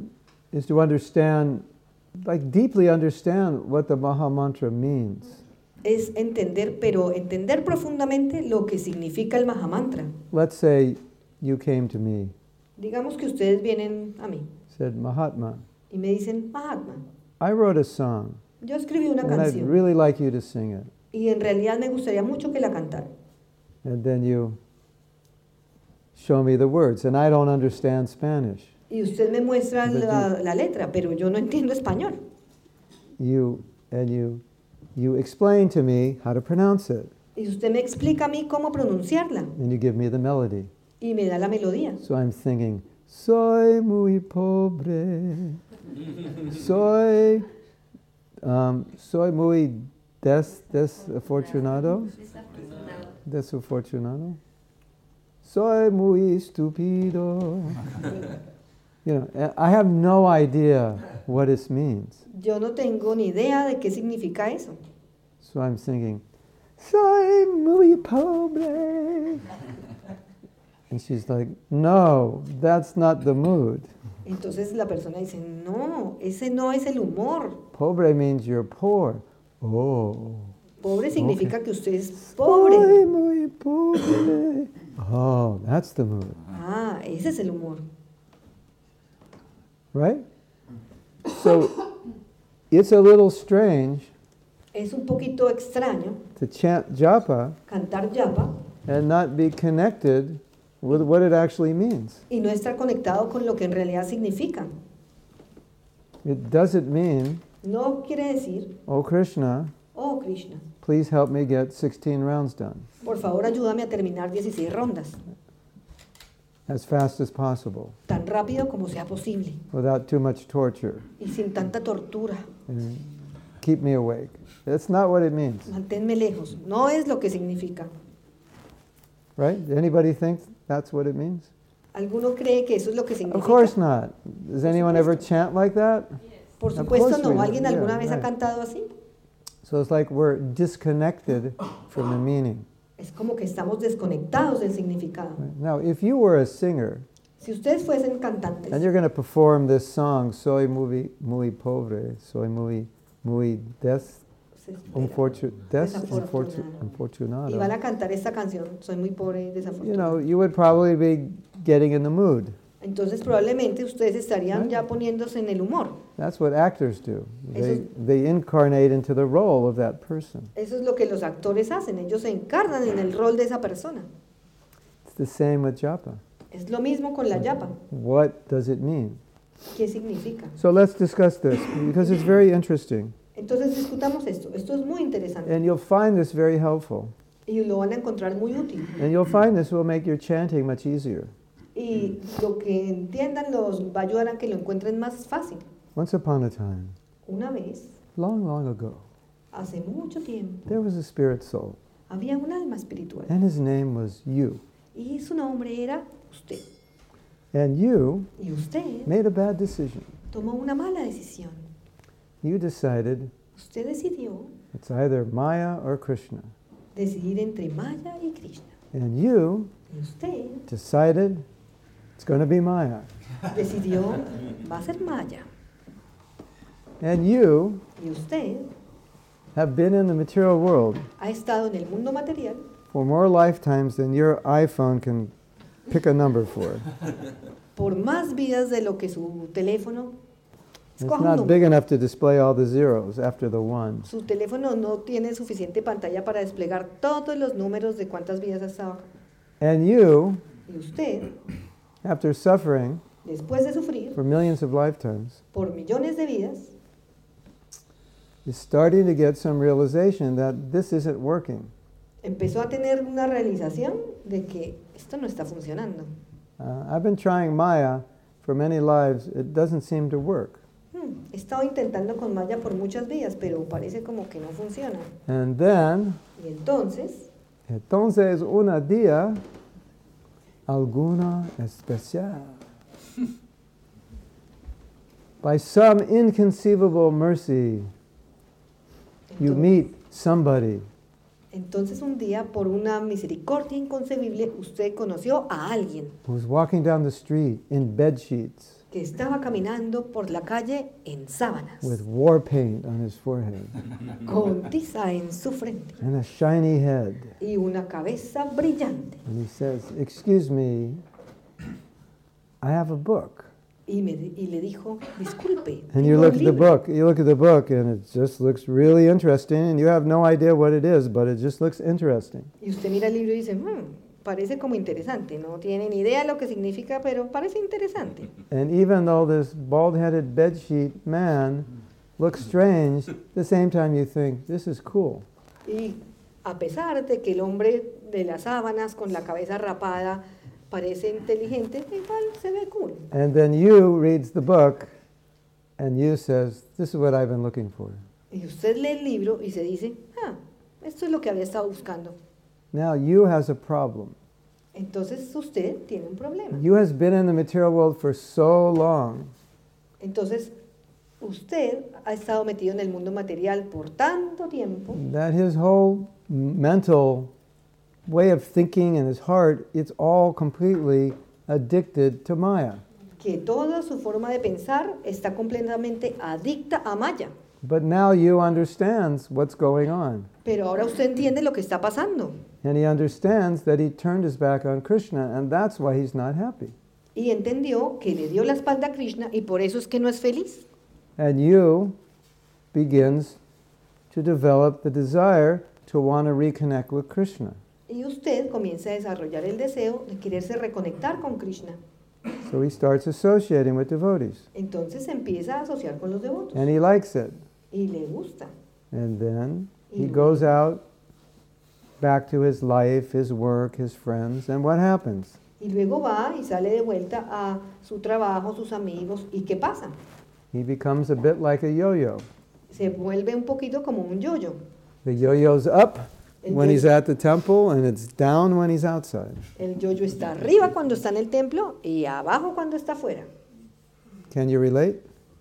S1: is to understand, like deeply understand what the Maha Mantra means.
S2: es entender, pero entender profundamente lo que significa el Mahamantra.
S1: Let's say you came to me,
S2: Digamos que ustedes vienen a mí
S1: said, Mahatma,
S2: y me dicen, Mahatma,
S1: I wrote a song,
S2: yo escribí una
S1: and I'd
S2: canción
S1: really like you to sing it.
S2: y en realidad me gustaría mucho que la cantaran.
S1: And then you show me the words, and I don't understand Spanish.
S2: Y usted me muestra
S1: But
S2: la, la letra, pero yo no entiendo español.
S1: You and you you explain to me how to pronounce it,
S2: Y usted me explica a mí cómo pronunciarla
S1: and you give me the melody.
S2: y me da la melodía.
S1: So I'm thinking, soy muy pobre, soy, um, soy muy des, desafortunado, desafortunado, soy muy estúpido. you know, and I have no idea what this means.
S2: Yo no tengo ni idea de qué significa eso.
S1: So I'm singing, soy muy pobre. and she's like, no, that's not the mood.
S2: Entonces la persona dice, no, ese no es el humor.
S1: Pobre means you're poor. Oh.
S2: Pobre significa que usted es pobre.
S1: Soy muy pobre. oh, that's the mood,
S2: Ah, ese es el humor.
S1: right? So it's a little strange
S2: Es un poquito extraño
S1: to chant japa
S2: cantar yapa
S1: and not be connected with what it actually means.
S2: y no estar conectado con lo que en realidad significa.
S1: It doesn't mean,
S2: No quiere decir,
S1: oh Krishna,
S2: oh Krishna,
S1: please help me get 16 rounds done
S2: por favor ayúdame a terminar 16 rondas,
S1: as fast as possible
S2: tan rápido como sea posible
S1: without too much torture
S2: y sin tanta tortura.
S1: and keep me awake. That's not what it means,
S2: Manténme lejos. No es lo que significa.
S1: right? Anybody think that's what it means?
S2: ¿Alguno cree que eso es lo que
S1: Of
S2: significa?
S1: course not. Does anyone ever chant like that?
S2: Por
S1: Of
S2: supuesto
S1: course we
S2: no.
S1: do.
S2: ¿Alguien alguna
S1: Yeah,
S2: vez ha
S1: right.
S2: cantado así?
S1: So it's like we're disconnected from the meaning.
S2: Es como que estamos desconectados del significado.
S1: right? Now, if you were a singer
S2: Si ustedes fuesen
S1: and
S2: cantantes
S1: you're going to perform this song, Soy muy, muy pobre, soy muy, muy des,
S2: se esperan,
S1: unfortu- des unfortu-
S2: Desafortunado.
S1: unfortunado.
S2: y van a cantar esta canción, soy muy pobre y
S1: you know,
S2: desafortunado.
S1: you would probably be getting in the mood.
S2: Entonces probablemente ustedes estarían
S1: Right.
S2: ya poniéndose en el humor.
S1: That's what actors do. They,
S2: Eso-
S1: they incarnate into the role of that person.
S2: Eso es lo que los actores hacen. Ellos se encarnan en el rol de esa persona.
S1: It's the same with japa.
S2: Es lo mismo con la yapa.
S1: What does it mean?
S2: ¿Qué significa?
S1: So let's discuss this because it's very interesting.
S2: Entonces discutamos esto. Esto es muy interesante
S1: And you'll find this very helpful.
S2: y lo van a encontrar muy útil.
S1: And you'll find this will make your chanting much easier.
S2: Y lo que entiendan los va a ayudar a que lo encuentren más fácil.
S1: Once upon a time,
S2: Una vez,
S1: long, long ago,
S2: hace mucho tiempo,
S1: there was a spirit soul,
S2: había un alma espiritual
S1: and his name was You.
S2: y su nombre era usted.
S1: And you
S2: Y usted
S1: made a bad decision.
S2: tomó una mala decisión.
S1: You decided
S2: Usted decidió
S1: it's either Maya or Krishna.
S2: decidir entre Maya y Krishna.
S1: And you
S2: Y usted
S1: decided it's going to be Maya.
S2: decidió, va a ser Maya.
S1: And you
S2: Y usted
S1: have been in the material world
S2: ha estado en el mundo material
S1: for more lifetimes than your iPhone can pick a number for.
S2: por más vidas de lo que su teléfono.
S1: It's
S2: Escoja un
S1: not big
S2: número.
S1: enough to display all the zeros after the one.
S2: Su teléfono no tiene suficiente pantalla para desplegar todos los números de cuántas vidas ha estado.
S1: And you,
S2: Y usted,
S1: after suffering
S2: después de sufrir
S1: for millions of lifetimes,
S2: por millones de vidas,
S1: is starting to get some realization that this isn't working.
S2: empezó a tener una realización de que esto no está funcionando.
S1: Uh, I've been trying Maya for many lives. It doesn't seem to work.
S2: Hmm, he estado intentando con Maya por muchas vidas, pero parece como que no funciona.
S1: And then,
S2: Y entonces,
S1: entonces una día, alguna especial. By some inconceivable mercy, you
S2: Entonces-
S1: meet somebody
S2: entonces un día, por una misericordia inconcebible, usted conoció a alguien
S1: who's walking down the street in bed sheets
S2: que estaba caminando por la calle en sábanas,
S1: with war paint on his forehead
S2: con tiza en su frente
S1: and a shiny head.
S2: y una cabeza brillante.
S1: And he says, Excuse me, I have a book.
S2: Y, me, di- y le dijo, disculpe,
S1: And you
S2: tengo un
S1: look at the
S2: libro".
S1: book, you look at the book, and it just looks really interesting, and you have no idea what it is, but it just looks interesting.
S2: y usted mira el libro y dice, "Hmm, parece como interesante, no tiene ni idea lo que significa, pero parece interesante.
S1: And even though this bald headed bedsheet man looks strange, the same time you think, This is cool.
S2: Y a pesar de que el hombre de las sábanas con la cabeza rapada parece inteligente, igual se ve cool.
S1: And then you reads the book, and you says, This is what I've been looking for.
S2: Y usted lee el libro y se dice, ah, esto es lo que había estado buscando.
S1: Now you has a problem.
S2: Entonces usted tiene un problema.
S1: You has been in the material world for so long
S2: Entonces usted ha estado metido en el mundo material por tanto tiempo
S1: that his whole mental way of thinking and his heart it's all completely addicted to maya
S2: que toda su forma de pensar está completamente adicta a Maya.
S1: but now you understands what's going on
S2: Pero ahora usted entiende lo que está pasando
S1: and he understands that he turned his back on krishna and that's why he's not happy
S2: y entendió que le dio la espalda a Krishna y por eso es que no es feliz.
S1: and you begins to develop the desire to want to reconnect with krishna
S2: Y usted comienza a desarrollar el deseo de quererse reconectar con Krishna.
S1: so he starts associating with devotees
S2: Entonces se empieza a asociar con los devotos
S1: and he likes it
S2: y le gusta.
S1: And then he
S2: Mm.
S1: goes out back to his life, his work, his friends, and what happens?
S2: Y luego va y sale de vuelta a su trabajo, sus amigos. ¿Y qué pasa?
S1: He becomes a bit like a yo yo.
S2: Se vuelve un poquito como un yoyo.
S1: The yo yo's up
S2: El
S1: when he's
S2: yo-
S1: at the temple, and it's down when he's outside.
S2: El yoyo está arriba cuando está en el templo y abajo cuando está afuera.
S1: Can you relate?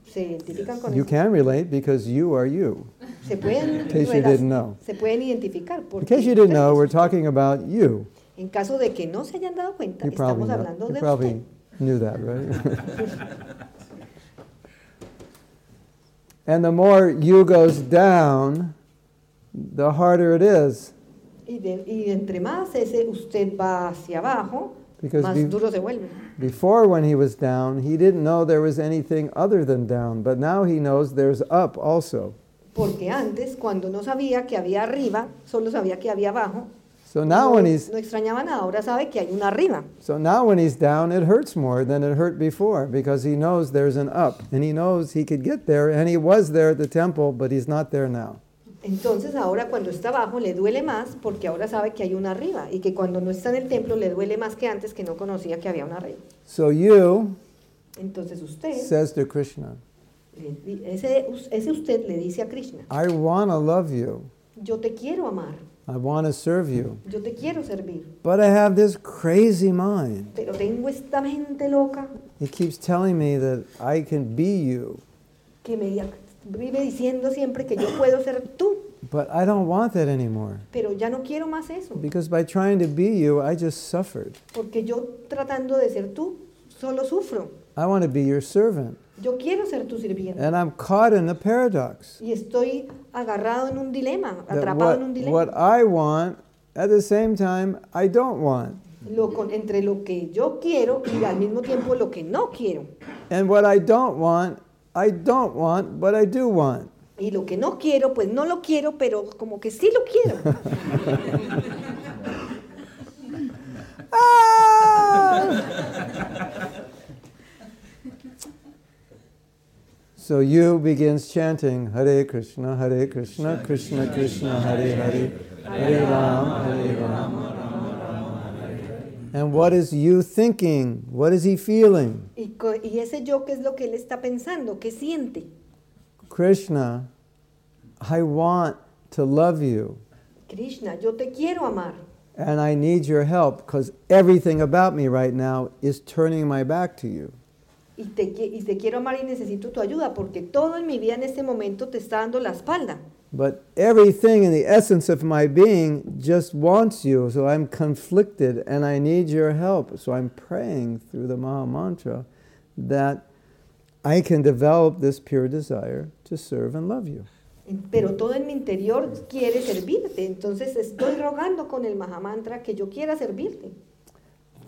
S2: Se identifican con
S1: You
S2: eso.
S1: can relate because you are you.
S2: Se pueden,
S1: In case you
S2: relac-
S1: didn't know.
S2: se pueden identificar.
S1: In
S2: Porque
S1: case you didn't know, we're talking about you.
S2: en caso de que no se hayan dado cuenta,
S1: You probably,
S2: estamos
S1: know-
S2: hablando
S1: you
S2: de usted.
S1: probably knew that, right? and the more you goes down, the harder it is.
S2: Y, de- y entre más ese usted va hacia abajo,
S1: Because
S2: más
S1: we've-
S2: duro se vuelve.
S1: Before, when he was down, he didn't know there was anything other than down, but now he knows there's up also.
S2: Porque antes, cuando no sabía que había arriba, solo sabía que había abajo.
S1: So now,
S2: no,
S1: when he's
S2: no extrañaba nada, ahora sabe que hay una arriba.
S1: so now when he's down, it hurts more than it hurt before because he knows there's an up, and he knows he could get there, and he was there at the temple, but he's not there now.
S2: Entonces ahora cuando está abajo le duele más porque ahora sabe que hay una arriba y que cuando no está en el templo le duele más que antes que no conocía que había una arriba.
S1: So you
S2: Entonces usted,
S1: says to Krishna,
S2: le di- ese, ese usted le dice a Krishna,
S1: "I want to love you,
S2: yo te quiero amar,
S1: I want to serve you.
S2: Yo te quiero servir,
S1: But I have this crazy mind.
S2: pero tengo esta mente loca
S1: It keeps telling me that I can be you,
S2: que me di- vive diciendo siempre que yo puedo ser tú,
S1: but I don't want that anymore.
S2: pero ya no quiero más eso,
S1: Because by trying to be you, I just suffered.
S2: porque yo tratando de ser tú solo sufro.
S1: I want to be your servant.
S2: Yo quiero ser tu sirviente
S1: And I'm caught in the paradox
S2: y estoy agarrado en un dilema,
S1: that
S2: atrapado
S1: what,
S2: en un dilema.
S1: what I want, at the same time, I don't want.
S2: Lo con- entre lo que yo quiero y al mismo tiempo lo que no quiero.
S1: And what I don't want, I don't want, but I do want.
S2: Y lo que no quiero, pues no lo quiero, pero como que sí lo quiero.
S1: ¡Ah! So you begins chanting Hare Krishna, Hare Krishna, Krishna Krishna, Hare Hare, Hare Rama, Hare Rama. And what is you thinking? What is he feeling?
S2: Y, co- y ese yo, ¿qué es lo que él está pensando? ¿Qué siente?
S1: Krishna, I want to love you
S2: Krishna, yo te quiero amar
S1: and I need your help because everything about me right now is turning my back to you.
S2: y te, qui- y te quiero amar y necesito tu ayuda porque todo en mi vida en este momento te está dando la espalda.
S1: But everything in the essence of my being just wants you, so I'm conflicted and I need your help. So I'm praying through the Maha Mantra that I can develop this pure desire to serve and love you.
S2: En-
S1: Mm.
S2: Pero todo en mi interior quiere servirte. Entonces estoy rogando con el Mahamantra que yo quiera servirte.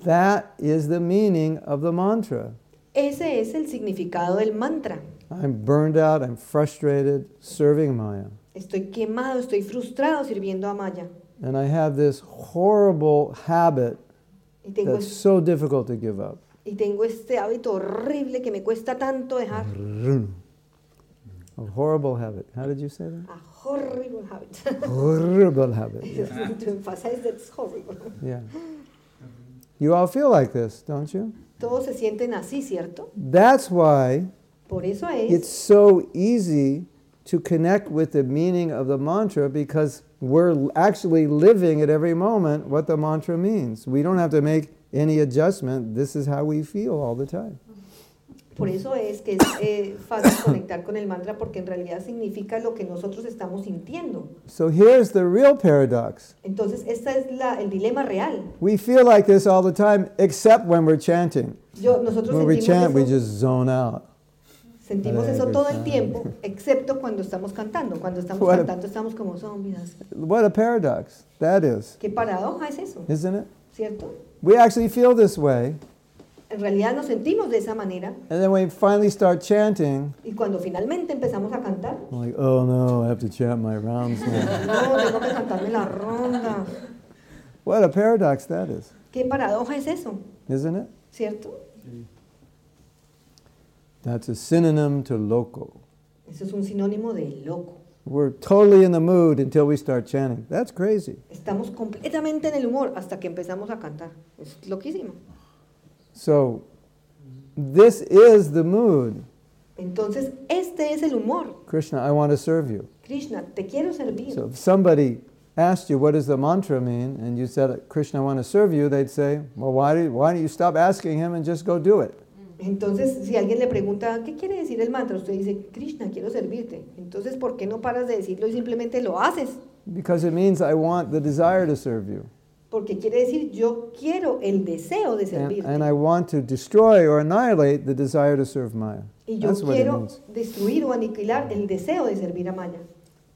S1: That is the meaning of the mantra.
S2: Ese es el significado del mantra.
S1: I'm burned out, I'm frustrated, serving Maya.
S2: Estoy quemado, estoy frustrado sirviendo a Maya.
S1: And I have this horrible habit
S2: Y tengo,
S1: that's so difficult to give up.
S2: y tengo este hábito horrible que me cuesta tanto dejar.
S1: A horrible habit. How did you say that?
S2: A horrible habit.
S1: Horrible habit. yeah.
S2: to emphasize that it's horrible.
S1: Yeah. You all feel like this, don't you?
S2: Todos se sienten así, ¿cierto?
S1: That's why
S2: Por eso es,
S1: it's so easy to connect with the meaning of the mantra because we're l- actually living at every moment what the mantra means. We don't have to make any adjustment. This is how we feel all the time.
S2: por eso es que es eh, fácil conectar con el mantra porque en realidad significa lo que nosotros estamos sintiendo.
S1: So here's the real paradox.
S2: Entonces, este es la- el dilema real.
S1: We feel like this all the time except when we're chanting.
S2: Yo, nosotros
S1: When we chant,
S2: sentimos,
S1: we
S2: eso,
S1: just zone out.
S2: sentimos eso
S1: Hare
S2: todo
S1: Krishna.
S2: el tiempo, excepto cuando estamos cantando. Cuando estamos
S1: What a-
S2: cantando estamos como zombies. así.
S1: What a paradox that is,
S2: Qué paradoja es eso,
S1: isn't it?
S2: ¿cierto?
S1: We actually feel this way
S2: En realidad nos sentimos de esa manera
S1: And then when we finally start chanting,
S2: y cuando finalmente empezamos a cantar,
S1: I'm like, oh no, I have to chant my rounds now.
S2: no, tengo que cantarme la ronda.
S1: what a paradox that is,
S2: Qué paradoja es eso,
S1: isn't it?
S2: ¿cierto?
S1: That's a synonym to loco.
S2: Eso es un sinónimo de loco.
S1: We're totally in the mood until we start chanting. That's crazy.
S2: Estamos completamente en el humor hasta que empezamos a cantar. Es loquísimo.
S1: So, this is the mood.
S2: Entonces, este es el humor.
S1: Krishna, I want to serve you.
S2: Krishna, te quiero servir.
S1: So, if somebody asked you, what does the mantra mean? And you said, Krishna, I want to serve you, they'd say, well, why, do, why don't you stop asking him and just go do it?
S2: Entonces, si alguien le pregunta, ¿qué quiere decir el mantra? Usted dice, Krishna, quiero servirte. Entonces, ¿por qué no paras de decirlo y simplemente lo haces?
S1: Because it means I want the desire to serve you.
S2: Porque quiere decir, yo quiero el deseo de
S1: and,
S2: servirte.
S1: and I want to destroy or annihilate the desire to serve Maya.
S2: y yo
S1: That's what it
S2: quiero
S1: means.
S2: destruir o aniquilar el deseo de servir a Maya.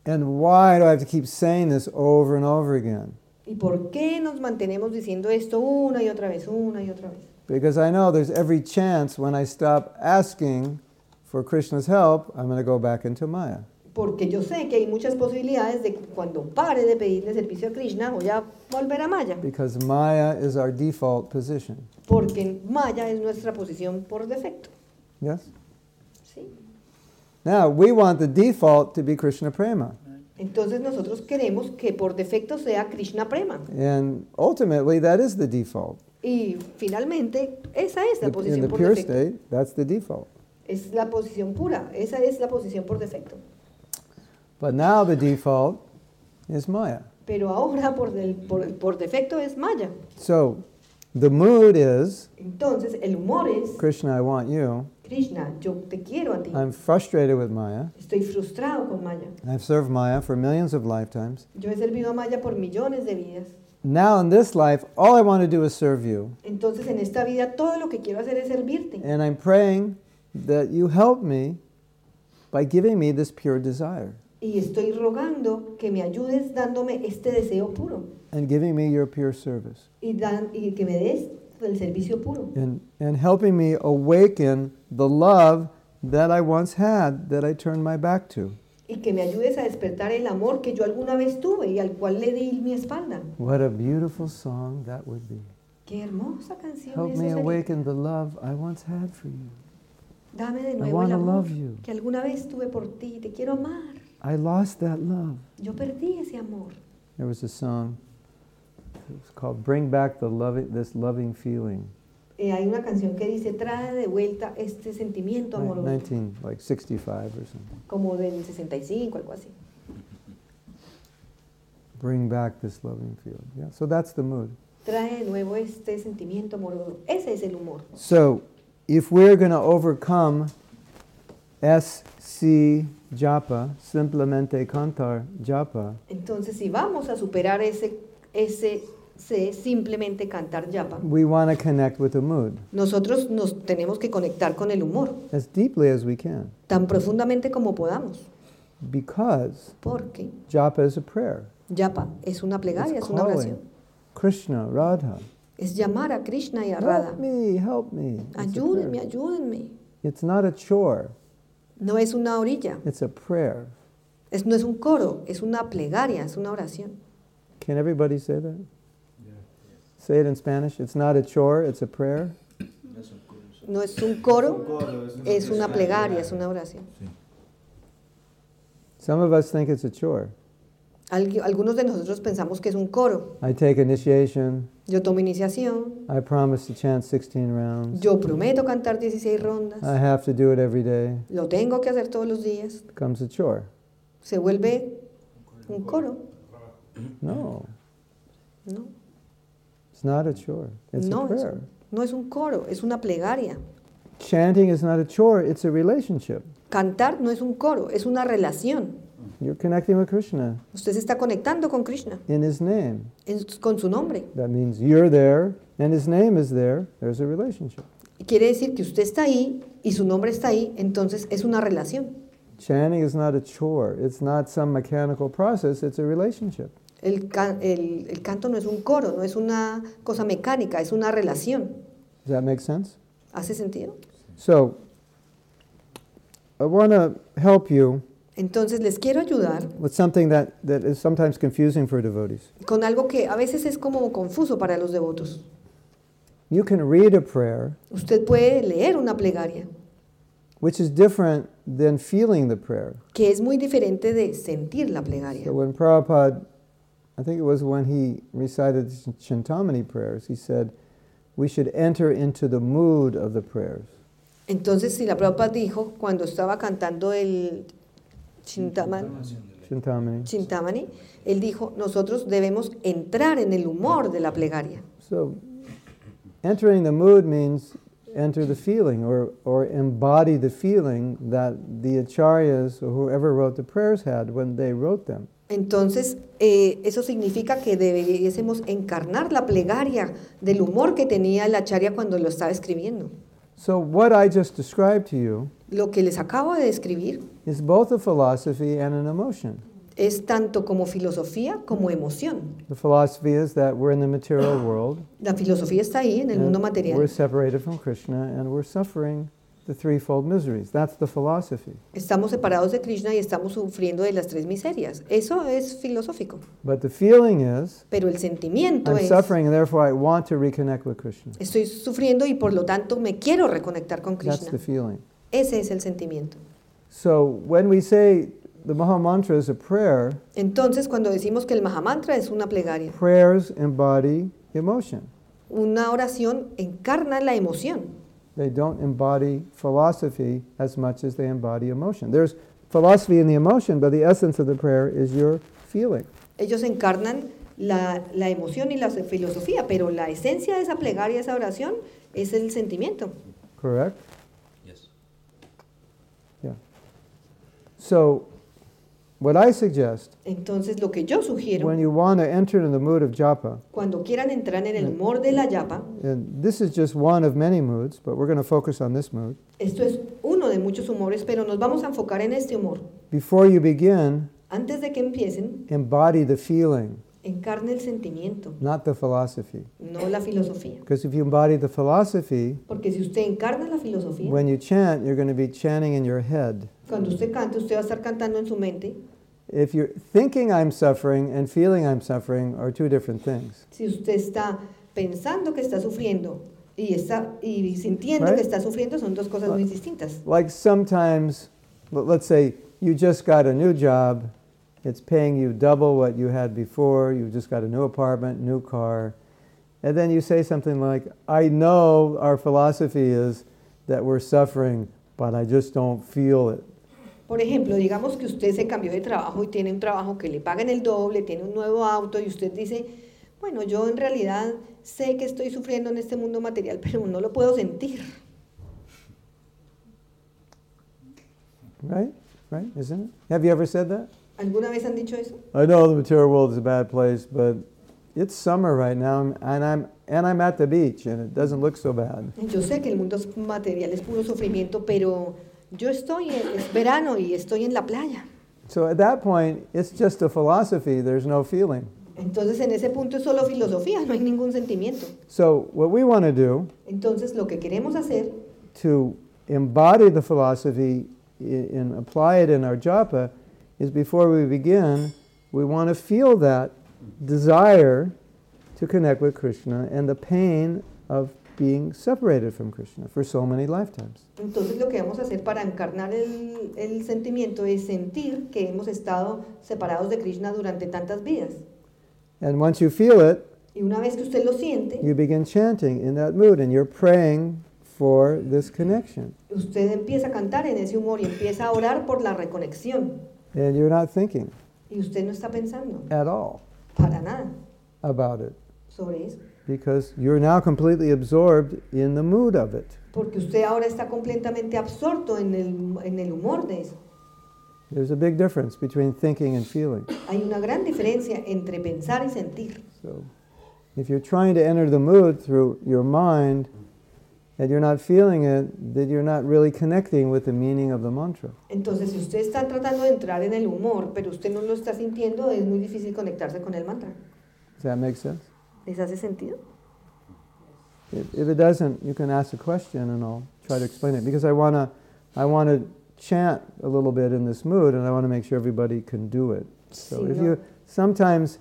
S1: And why do I have to keep saying this over and over again?
S2: ¿Y por qué nos mantenemos diciendo esto una y otra vez, una y otra vez?
S1: Because I know there's every chance when I stop asking for Krishna's help, I'm going to go back into Maya.
S2: Porque yo sé que hay muchas posibilidades de que cuando pare de pedirle servicio a Krishna voy a volver a Maya.
S1: Because Maya is our default position.
S2: Porque Maya es nuestra posición por defecto.
S1: Yes?
S2: ¿sí?
S1: Now, we want the default to be Krishna Prema.
S2: Entonces nosotros queremos que por defecto sea Krishna Prema.
S1: And ultimately, that is the default.
S2: Y finalmente, esa es la
S1: In
S2: posición
S1: the
S2: por
S1: pure
S2: defecto.
S1: state, that's the default.
S2: Es la posición pura. Esa es la posición por defecto.
S1: But now the default is Maya.
S2: pero ahora por, del- por- por defecto es Maya.
S1: So the mood is
S2: Entonces el humor es,
S1: Krishna, I want you.
S2: Krishna, yo te quiero a ti.
S1: I'm frustrated with Maya.
S2: Estoy frustrado con Maya.
S1: I've served Maya for millions of lifetimes.
S2: Yo he servido a Maya por millones de vidas.
S1: Now in this life, all I want to do is serve you.
S2: Entonces en esta vida todo lo que quiero hacer es servirte.
S1: And I'm praying that you help me by giving me this pure desire
S2: Y estoy rogando que me ayudes dándome este deseo puro
S1: and giving me your pure service
S2: y, dan- y que me des el servicio puro.
S1: and, and helping me awaken the love that I once had that I turned my back to.
S2: Y que me ayudes a despertar el amor que yo alguna vez tuve y al cual le di mi espalda.
S1: What a beautiful song that would be.
S2: Qué hermosa canción
S1: Help
S2: es
S1: me
S2: esa.
S1: awaken the love I once had for you.
S2: Dame de
S1: I
S2: nuevo el
S1: wanna
S2: amor
S1: love you.
S2: que alguna vez tuve por ti. Te quiero amar.
S1: I lost that love.
S2: Yo perdí ese amor.
S1: There was a song. It was called "Bring Back the Loving This Loving Feeling."
S2: Eh, hay una canción que dice, trae de vuelta este sentimiento
S1: Ni-
S2: amoroso,
S1: Nineteen, like sixty-five or something.
S2: como del 65, algo así.
S1: Bring back this loving feeling. Yeah. So that's the mood.
S2: Trae de nuevo este sentimiento amoroso. Ese es el humor.
S1: So, if we're going to overcome SC japa, simplemente cantar japa,
S2: Entonces, si vamos a superar ese, ese C, simplemente cantar yapa,
S1: we want to connect with the mood
S2: nosotros nos tenemos que conectar con el humor,
S1: as deeply as we can,
S2: tan profundamente como podamos,
S1: because
S2: porque
S1: japa is a prayer.
S2: yapa es una plegaria,
S1: It's
S2: es una oración.
S1: calling Krishna, Radha.
S2: Es llamar a Krishna y a
S1: Help
S2: Radha.
S1: me, help me. It's a
S2: Ayúdenme,
S1: prayer.
S2: ayúdenme.
S1: It's not a chore.
S2: No es una orilla,
S1: It's a prayer.
S2: es, no es un coro, es una plegaria, es una oración.
S1: Can everybody say that? Say it in Spanish. It's not a chore, it's a prayer.
S2: No es un coro,
S11: coro, es una
S2: es una
S11: plegaria.
S2: plegaria, es una oración.
S1: Some of us think it's a chore.
S2: Algu- Algunos de nosotros pensamos que es un coro.
S1: I take initiation.
S2: Yo tomo iniciación,
S1: I promise to chant 16 rounds.
S2: yo prometo cantar 16 rondas.
S1: I have to do it every day.
S2: Lo tengo que hacer todos los días.
S1: Becomes a chore.
S2: Se vuelve un coro,
S1: No,
S2: ¿no?
S1: it's not a chore. It's
S2: No,
S1: a
S2: es-
S1: prayer.
S2: No es un coro, es una plegaria.
S1: Chanting is not a chore, it's a relationship.
S2: Cantar no es un coro, es una relación.
S1: You're connecting with Krishna
S2: Usted se está conectando con Krishna,
S1: in His name.
S2: en- con su nombre.
S1: That means you're there and His name is there. There's a relationship.
S2: Quiere decir que usted está ahí y su nombre está ahí, entonces es una relación.
S1: Chanting is not a chore. It's not some mechanical process. It's a relationship.
S2: El, ca- el- el canto no es un coro, no es una cosa mecánica, es una relación.
S1: Does that make sense?
S2: ¿Hace sentido?
S1: So, I want to help you
S2: Entonces les quiero ayudar
S1: with something that, that is sometimes confusing for devotees.
S2: con algo que a veces es como confuso para los devotos.
S1: You can read a prayer,
S2: Usted puede leer una plegaria,
S1: which is different than feeling the prayer.
S2: que es muy diferente de sentir la plegaria.
S1: So, when Prabhupada, I think it was when he recited the Chintamani prayers, he said, we should enter into the mood of the prayers.
S2: Entonces, si la Prabhupada dijo cuando estaba cantando el Chintaman-
S1: Chintamani.
S2: Chintamani, él dijo, nosotros debemos entrar en el humor de la plegaria.
S1: So, entering the mood means enter the feeling or, or embody the feeling that the acharyas or whoever wrote the prayers had when they wrote them.
S2: Entonces, eh, eso significa que debiésemos encarnar la plegaria del humor que tenía el acharya cuando lo estaba escribiendo.
S1: So, what I just described to you
S2: Lo que les acabo de describir
S1: is both a philosophy and an emotion.
S2: es tanto como filosofía como emoción.
S1: The philosophy is that we're in the material world,
S2: La filosofía está ahí en el mundo
S1: and we're
S2: material.
S1: separated from Krishna, and we're suffering the threefold miseries. That's the philosophy.
S2: Estamos separados de Krishna y estamos sufriendo de las tres miserias. Eso es filosófico.
S1: But the feeling is,
S2: Pero el sentimiento
S1: I'm
S2: es,
S1: suffering, and therefore I want to reconnect with Krishna.
S2: estoy sufriendo y por lo tanto me quiero reconectar con
S1: That's the
S2: Krishna.
S1: feeling.
S2: Ese es el sentimiento.
S1: So when we say the Maha Mantra is a prayer,
S2: Entonces, cuando decimos que el Mahamantra es una plegaria,
S1: prayers embody emotion.
S2: una oración encarna la emoción.
S1: They don't embody philosophy as much as they embody emotion. There's philosophy in the emotion, but the essence of the prayer is your feeling.
S2: ellos encarnan la, la emoción y la filosofía, pero la esencia de esa plegaria, esa oración, es el sentimiento.
S1: correct?
S13: Yes.
S1: Yeah. So, what I suggest,
S2: Entonces, lo que yo sugiero,
S1: when you want to enter into the mood of japa,
S2: cuando quieran entrar en el humor de la yapa,
S1: and this is just one of many moods, but we're going to focus on this mood.
S2: esto es uno de muchos humores, pero nos vamos a enfocar en este humor.
S1: Before you begin,
S2: Antes de que empiecen,
S1: embody the feeling,
S2: encarne el sentimiento,
S1: not the philosophy.
S2: no la filosofía.
S1: Because if you embody the philosophy,
S2: Porque si usted encarna la filosofía,
S1: when you chant, you're going to be chanting in your head.
S2: cuando usted cante, usted va a estar cantando en su mente.
S1: If you're thinking I'm suffering and feeling I'm suffering are two different things.
S2: Si usted está pensando que está sufriendo y, está, y sintiendo
S1: Right.
S2: que está sufriendo, son dos cosas muy distintas.
S1: Like sometimes, let- let's say you just got a new job, it's paying you double what you had before, you just got a new apartment, new car, and then you say something like, I know our philosophy is that we're suffering, but I just don't feel it.
S2: Por ejemplo, digamos que usted se cambió de trabajo y tiene un trabajo que le pagan el doble, tiene un nuevo auto y usted dice, bueno, yo en realidad sé que estoy sufriendo en este mundo material, pero no lo puedo sentir.
S1: Right? Right? Isn't it? Have you ever said that?
S2: ¿Alguna vez han dicho eso?
S1: I know the material world is a bad place, but it's summer right now, and I'm and I'm at the beach, and it doesn't look so bad.
S2: Yo sé que el mundo es- material es puro sufrimiento, pero yo estoy, en- es verano y estoy en la playa.
S1: So at that point, it's just a philosophy. There's no feeling.
S2: Entonces en ese punto es solo filosofía, no hay ningún sentimiento.
S1: So what we want to do
S2: Entonces lo que queremos hacer
S1: to embody the philosophy i- and apply it in our japa is before we begin, we want to feel that desire to connect with Krishna and the pain of being separated from Krishna for so many lifetimes.
S2: Entonces lo que vamos a hacer para encarnar el, el sentimiento es sentir que hemos estado separados de Krishna durante tantas vidas.
S1: And once you feel it,
S2: Y una vez que usted lo siente,
S1: you begin chanting in that mood and you're praying for this connection.
S2: usted empieza a cantar en ese humor y empieza a orar por la reconexión.
S1: And you're not thinking
S2: Y usted no está pensando
S1: at all
S2: para nada
S1: about it
S2: sobre eso,
S1: because you're now completely absorbed in the mood of it.
S2: porque usted ahora está completamente absorto en el, en el humor de eso.
S1: There's a big difference between thinking and feeling.
S2: Hay una gran diferencia entre pensar y sentir.
S1: So if you're trying to enter the mood through your mind and you're not feeling it, then you're not really connecting with the meaning of the mantra.
S2: Entonces, si usted está tratando de entrar en el humor, pero usted no lo está sintiendo, es muy difícil conectarse con el mantra.
S1: Does that make sense?
S2: ¿Les hace sentido?
S1: If, if it doesn't, you can ask a question and I'll try to explain it because I want to I want to chant a little bit in this mood and I want to make sure everybody can do it. So if you sometimes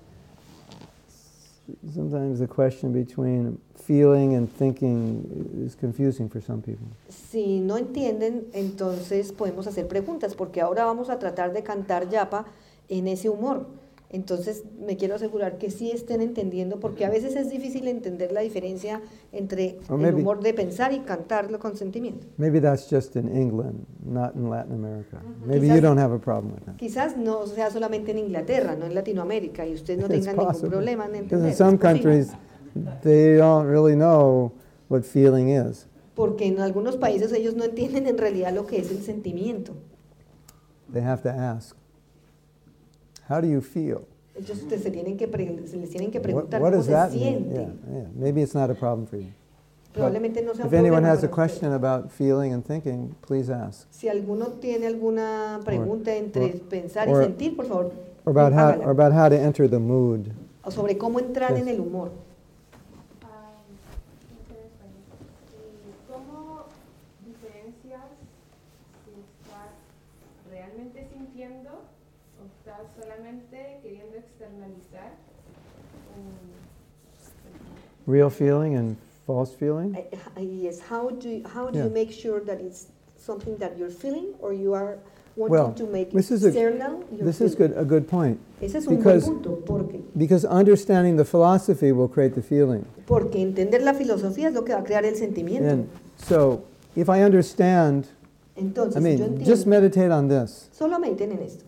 S1: sometimes the question between feeling and thinking i- is confusing for some people.
S2: Si no entienden, entonces podemos hacer preguntas, porque ahora vamos a tratar de cantar yapa en ese humor. Entonces, me quiero asegurar que sí estén entendiendo, porque a veces es difícil entender la diferencia entre
S1: O
S2: el
S1: maybe-
S2: humor de pensar y cantarlo con sentimiento.
S1: Maybe that's just in England, not in Latin America. Maybe
S2: Mm-hmm. Quizás-
S1: you don't have a problem with that.
S2: Quizás no sea solamente en Inglaterra, no en Latinoamérica, y ustedes no
S1: It's
S2: tengan ningún
S1: possible.
S2: problema en
S1: Because
S2: entender.
S1: in
S2: es
S1: some
S2: posible.
S1: countries they don't really know what feeling is.
S2: Porque en algunos países ellos no entienden en realidad lo que es el sentimiento.
S1: They have to ask, how do you feel?
S2: Ellos te- se, tienen que pre- se les tienen que
S1: What,
S2: preguntar
S1: what
S2: cómo
S1: does
S2: se
S1: that mean?
S2: siente.
S1: Yeah, yeah. Maybe it's not a problem for you. But
S2: Probablemente no sea un
S1: if anyone
S2: problema
S1: has a
S2: para ustedes.
S1: question about feeling and thinking, please ask.
S2: Si alguno tiene alguna pregunta entre
S1: or-
S2: pensar
S1: or-
S2: y sentir, por favor,
S1: Or about how,
S2: hágala.
S1: or about how to enter the mood.
S2: O sobre cómo entrar
S1: Yes.
S2: en el humor.
S14: Eh, ¿Cómo diferencias si estás realmente sintiendo o estás solamente queriendo externalizar?
S1: Real feeling and false feeling.
S2: Eh, eh, Yes, how do you, how do
S1: Yeah.
S2: you make sure that it's something that you're feeling or you are wanting
S1: Well,
S2: to make
S1: this is a-
S2: external your
S1: This is
S2: feeling?
S1: good, a good point.
S2: Ese es un
S1: Because,
S2: buen punto, porque,
S1: because understanding the philosophy will create the feeling.
S2: porque entender la filosofía es lo que va a crear el sentimiento.
S1: And so if I understand,
S2: Entonces,
S1: I
S2: yo
S1: mean,
S2: entiendo,
S1: just meditate on this.
S2: solo mediten en esto.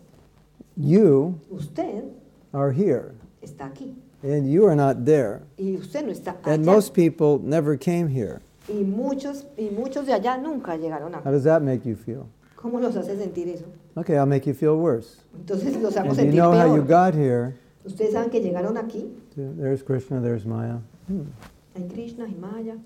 S1: You
S2: Usted
S1: are here,
S2: está aquí.
S1: and you are not there.
S2: Y usted no está
S1: And
S2: allá.
S1: most people never came here.
S2: Y muchos, y muchos de allá nunca llegaron
S1: How
S2: acá.
S1: does that make you feel?
S2: ¿Cómo los hace sentir eso?
S1: Okay, I'll make you feel worse.
S2: Entonces los hago
S1: And you
S2: sentir
S1: know how you
S2: peor.
S1: got here.
S2: Ustedes saben que llegaron aquí.
S1: There's Krishna, there's Maya. Hmm.
S2: Hay Krishna, hay Maya.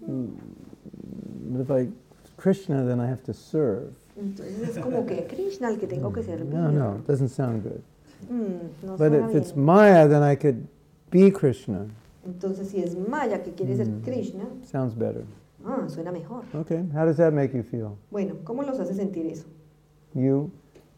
S1: But if I Krishna, then I have to serve.
S2: Entonces es como que Krishna el que tengo que servir.
S1: No, no, it doesn't sound good.
S2: Mm, no
S1: But
S2: suena
S1: if it's
S2: bien.
S1: Maya, then I could be Krishna.
S2: Entonces si es Maya que quiere ser
S1: Mm.
S2: Krishna,
S1: Sounds better.
S2: ah, suena mejor.
S1: Okay, how does that make you feel?
S2: Bueno, ¿cómo los hace sentir eso?
S1: You,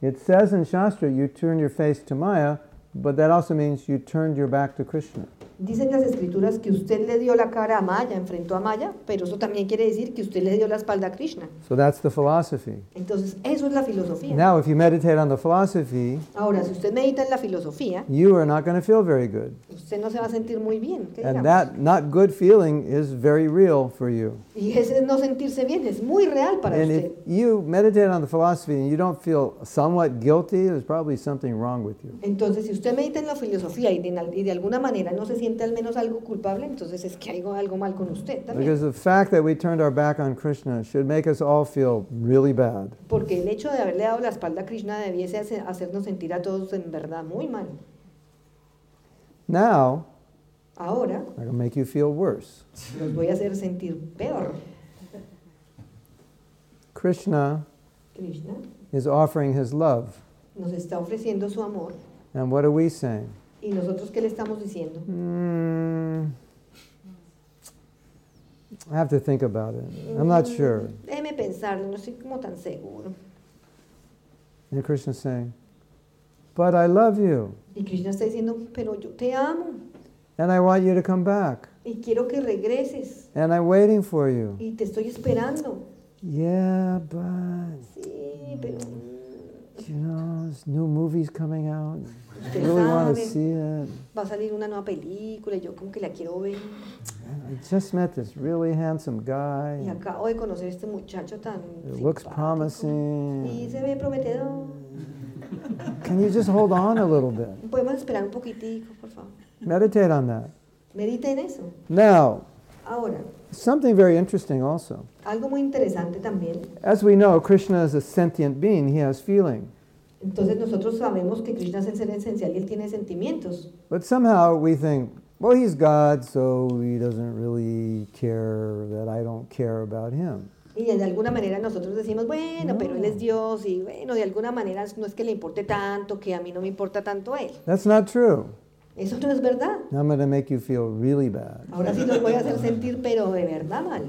S1: it says in Shastra, you turn your face to Maya, but that also means you turned your back to Krishna.
S2: Dicen las escrituras que usted le dio la cara a Maya, enfrentó a Maya, pero eso también quiere decir que usted le dio la espalda a Krishna.
S1: So that's the philosophy.
S2: Entonces, eso es la filosofía.
S1: Now, if you meditate on the philosophy,
S2: Ahora, si usted medita en la filosofía,
S1: you are not going to feel very good.
S2: usted no se va a sentir muy bien. ¿qué
S1: And
S2: digamos?
S1: that not good feeling is very real for you.
S2: Y ese no sentirse bien es muy real para
S1: And if
S2: usted.
S1: you meditate on the philosophy and you don't feel somewhat guilty, there's probably something wrong with you.
S2: Entonces, si usted medita en la filosofía y de, en al- y de alguna manera no se siente al menos algo culpable, entonces es que hay algo, algo mal con usted también.
S1: Because the fact that we turned our back on Krishna should make us all feel really bad.
S2: Porque el hecho de haberle dado la espalda a Krishna debiese hace- hacernos sentir a todos en verdad muy mal.
S1: Now,
S2: Ahora
S1: I'm going to make you feel worse.
S2: los voy a hacer sentir peor.
S1: Krishna
S2: Krishna
S1: is offering his love.
S2: nos está ofreciendo su amor
S1: And what are we saying?
S2: y nosotros qué le estamos diciendo.
S1: Hmm. I have to think about it. I'm not sure.
S2: Mm, Déjeme pensarlo, no estoy como tan seguro.
S1: And Krishna's saying, But I love you,
S2: Y Krishna está diciendo, pero yo te amo
S1: and I want you to come back,
S2: y quiero que regreses
S1: and I'm waiting for you.
S2: y te estoy esperando.
S1: Yeah, but
S2: Sí, pero
S1: you know, this new movie's coming out. I
S2: Te
S1: really want to
S2: saben.
S1: see it.
S2: va a salir una nueva película y yo como que la quiero ver.
S1: I just met this really handsome guy.
S2: Y acabo de conocer a este muchacho tan
S1: It looks
S2: simpático. Y
S1: promising.
S2: se ve prometedor.
S1: Can you just hold on a little bit?
S2: Podemos esperar un poquitico, por favor.
S1: Meditate on that.
S2: Medita en eso.
S1: Now,
S2: Ahora,
S1: something very interesting also.
S2: algo muy interesante también.
S1: As we know, Krishna is a sentient being, he has feeling.
S2: Entonces nosotros sabemos que Krishna es el ser esencial y él tiene sentimientos.
S1: But somehow we think, well, he's God, so he doesn't really care that I don't care about him.
S2: Y de alguna manera nosotros decimos, bueno, pero él es Dios y bueno, de alguna manera no es que le importe tanto, que a mí no me importa tanto a él.
S1: That's not true.
S2: Eso no es verdad.
S1: Now I'm going to make you feel really bad.
S2: Ahora sí los voy a hacer sentir, pero de verdad mal.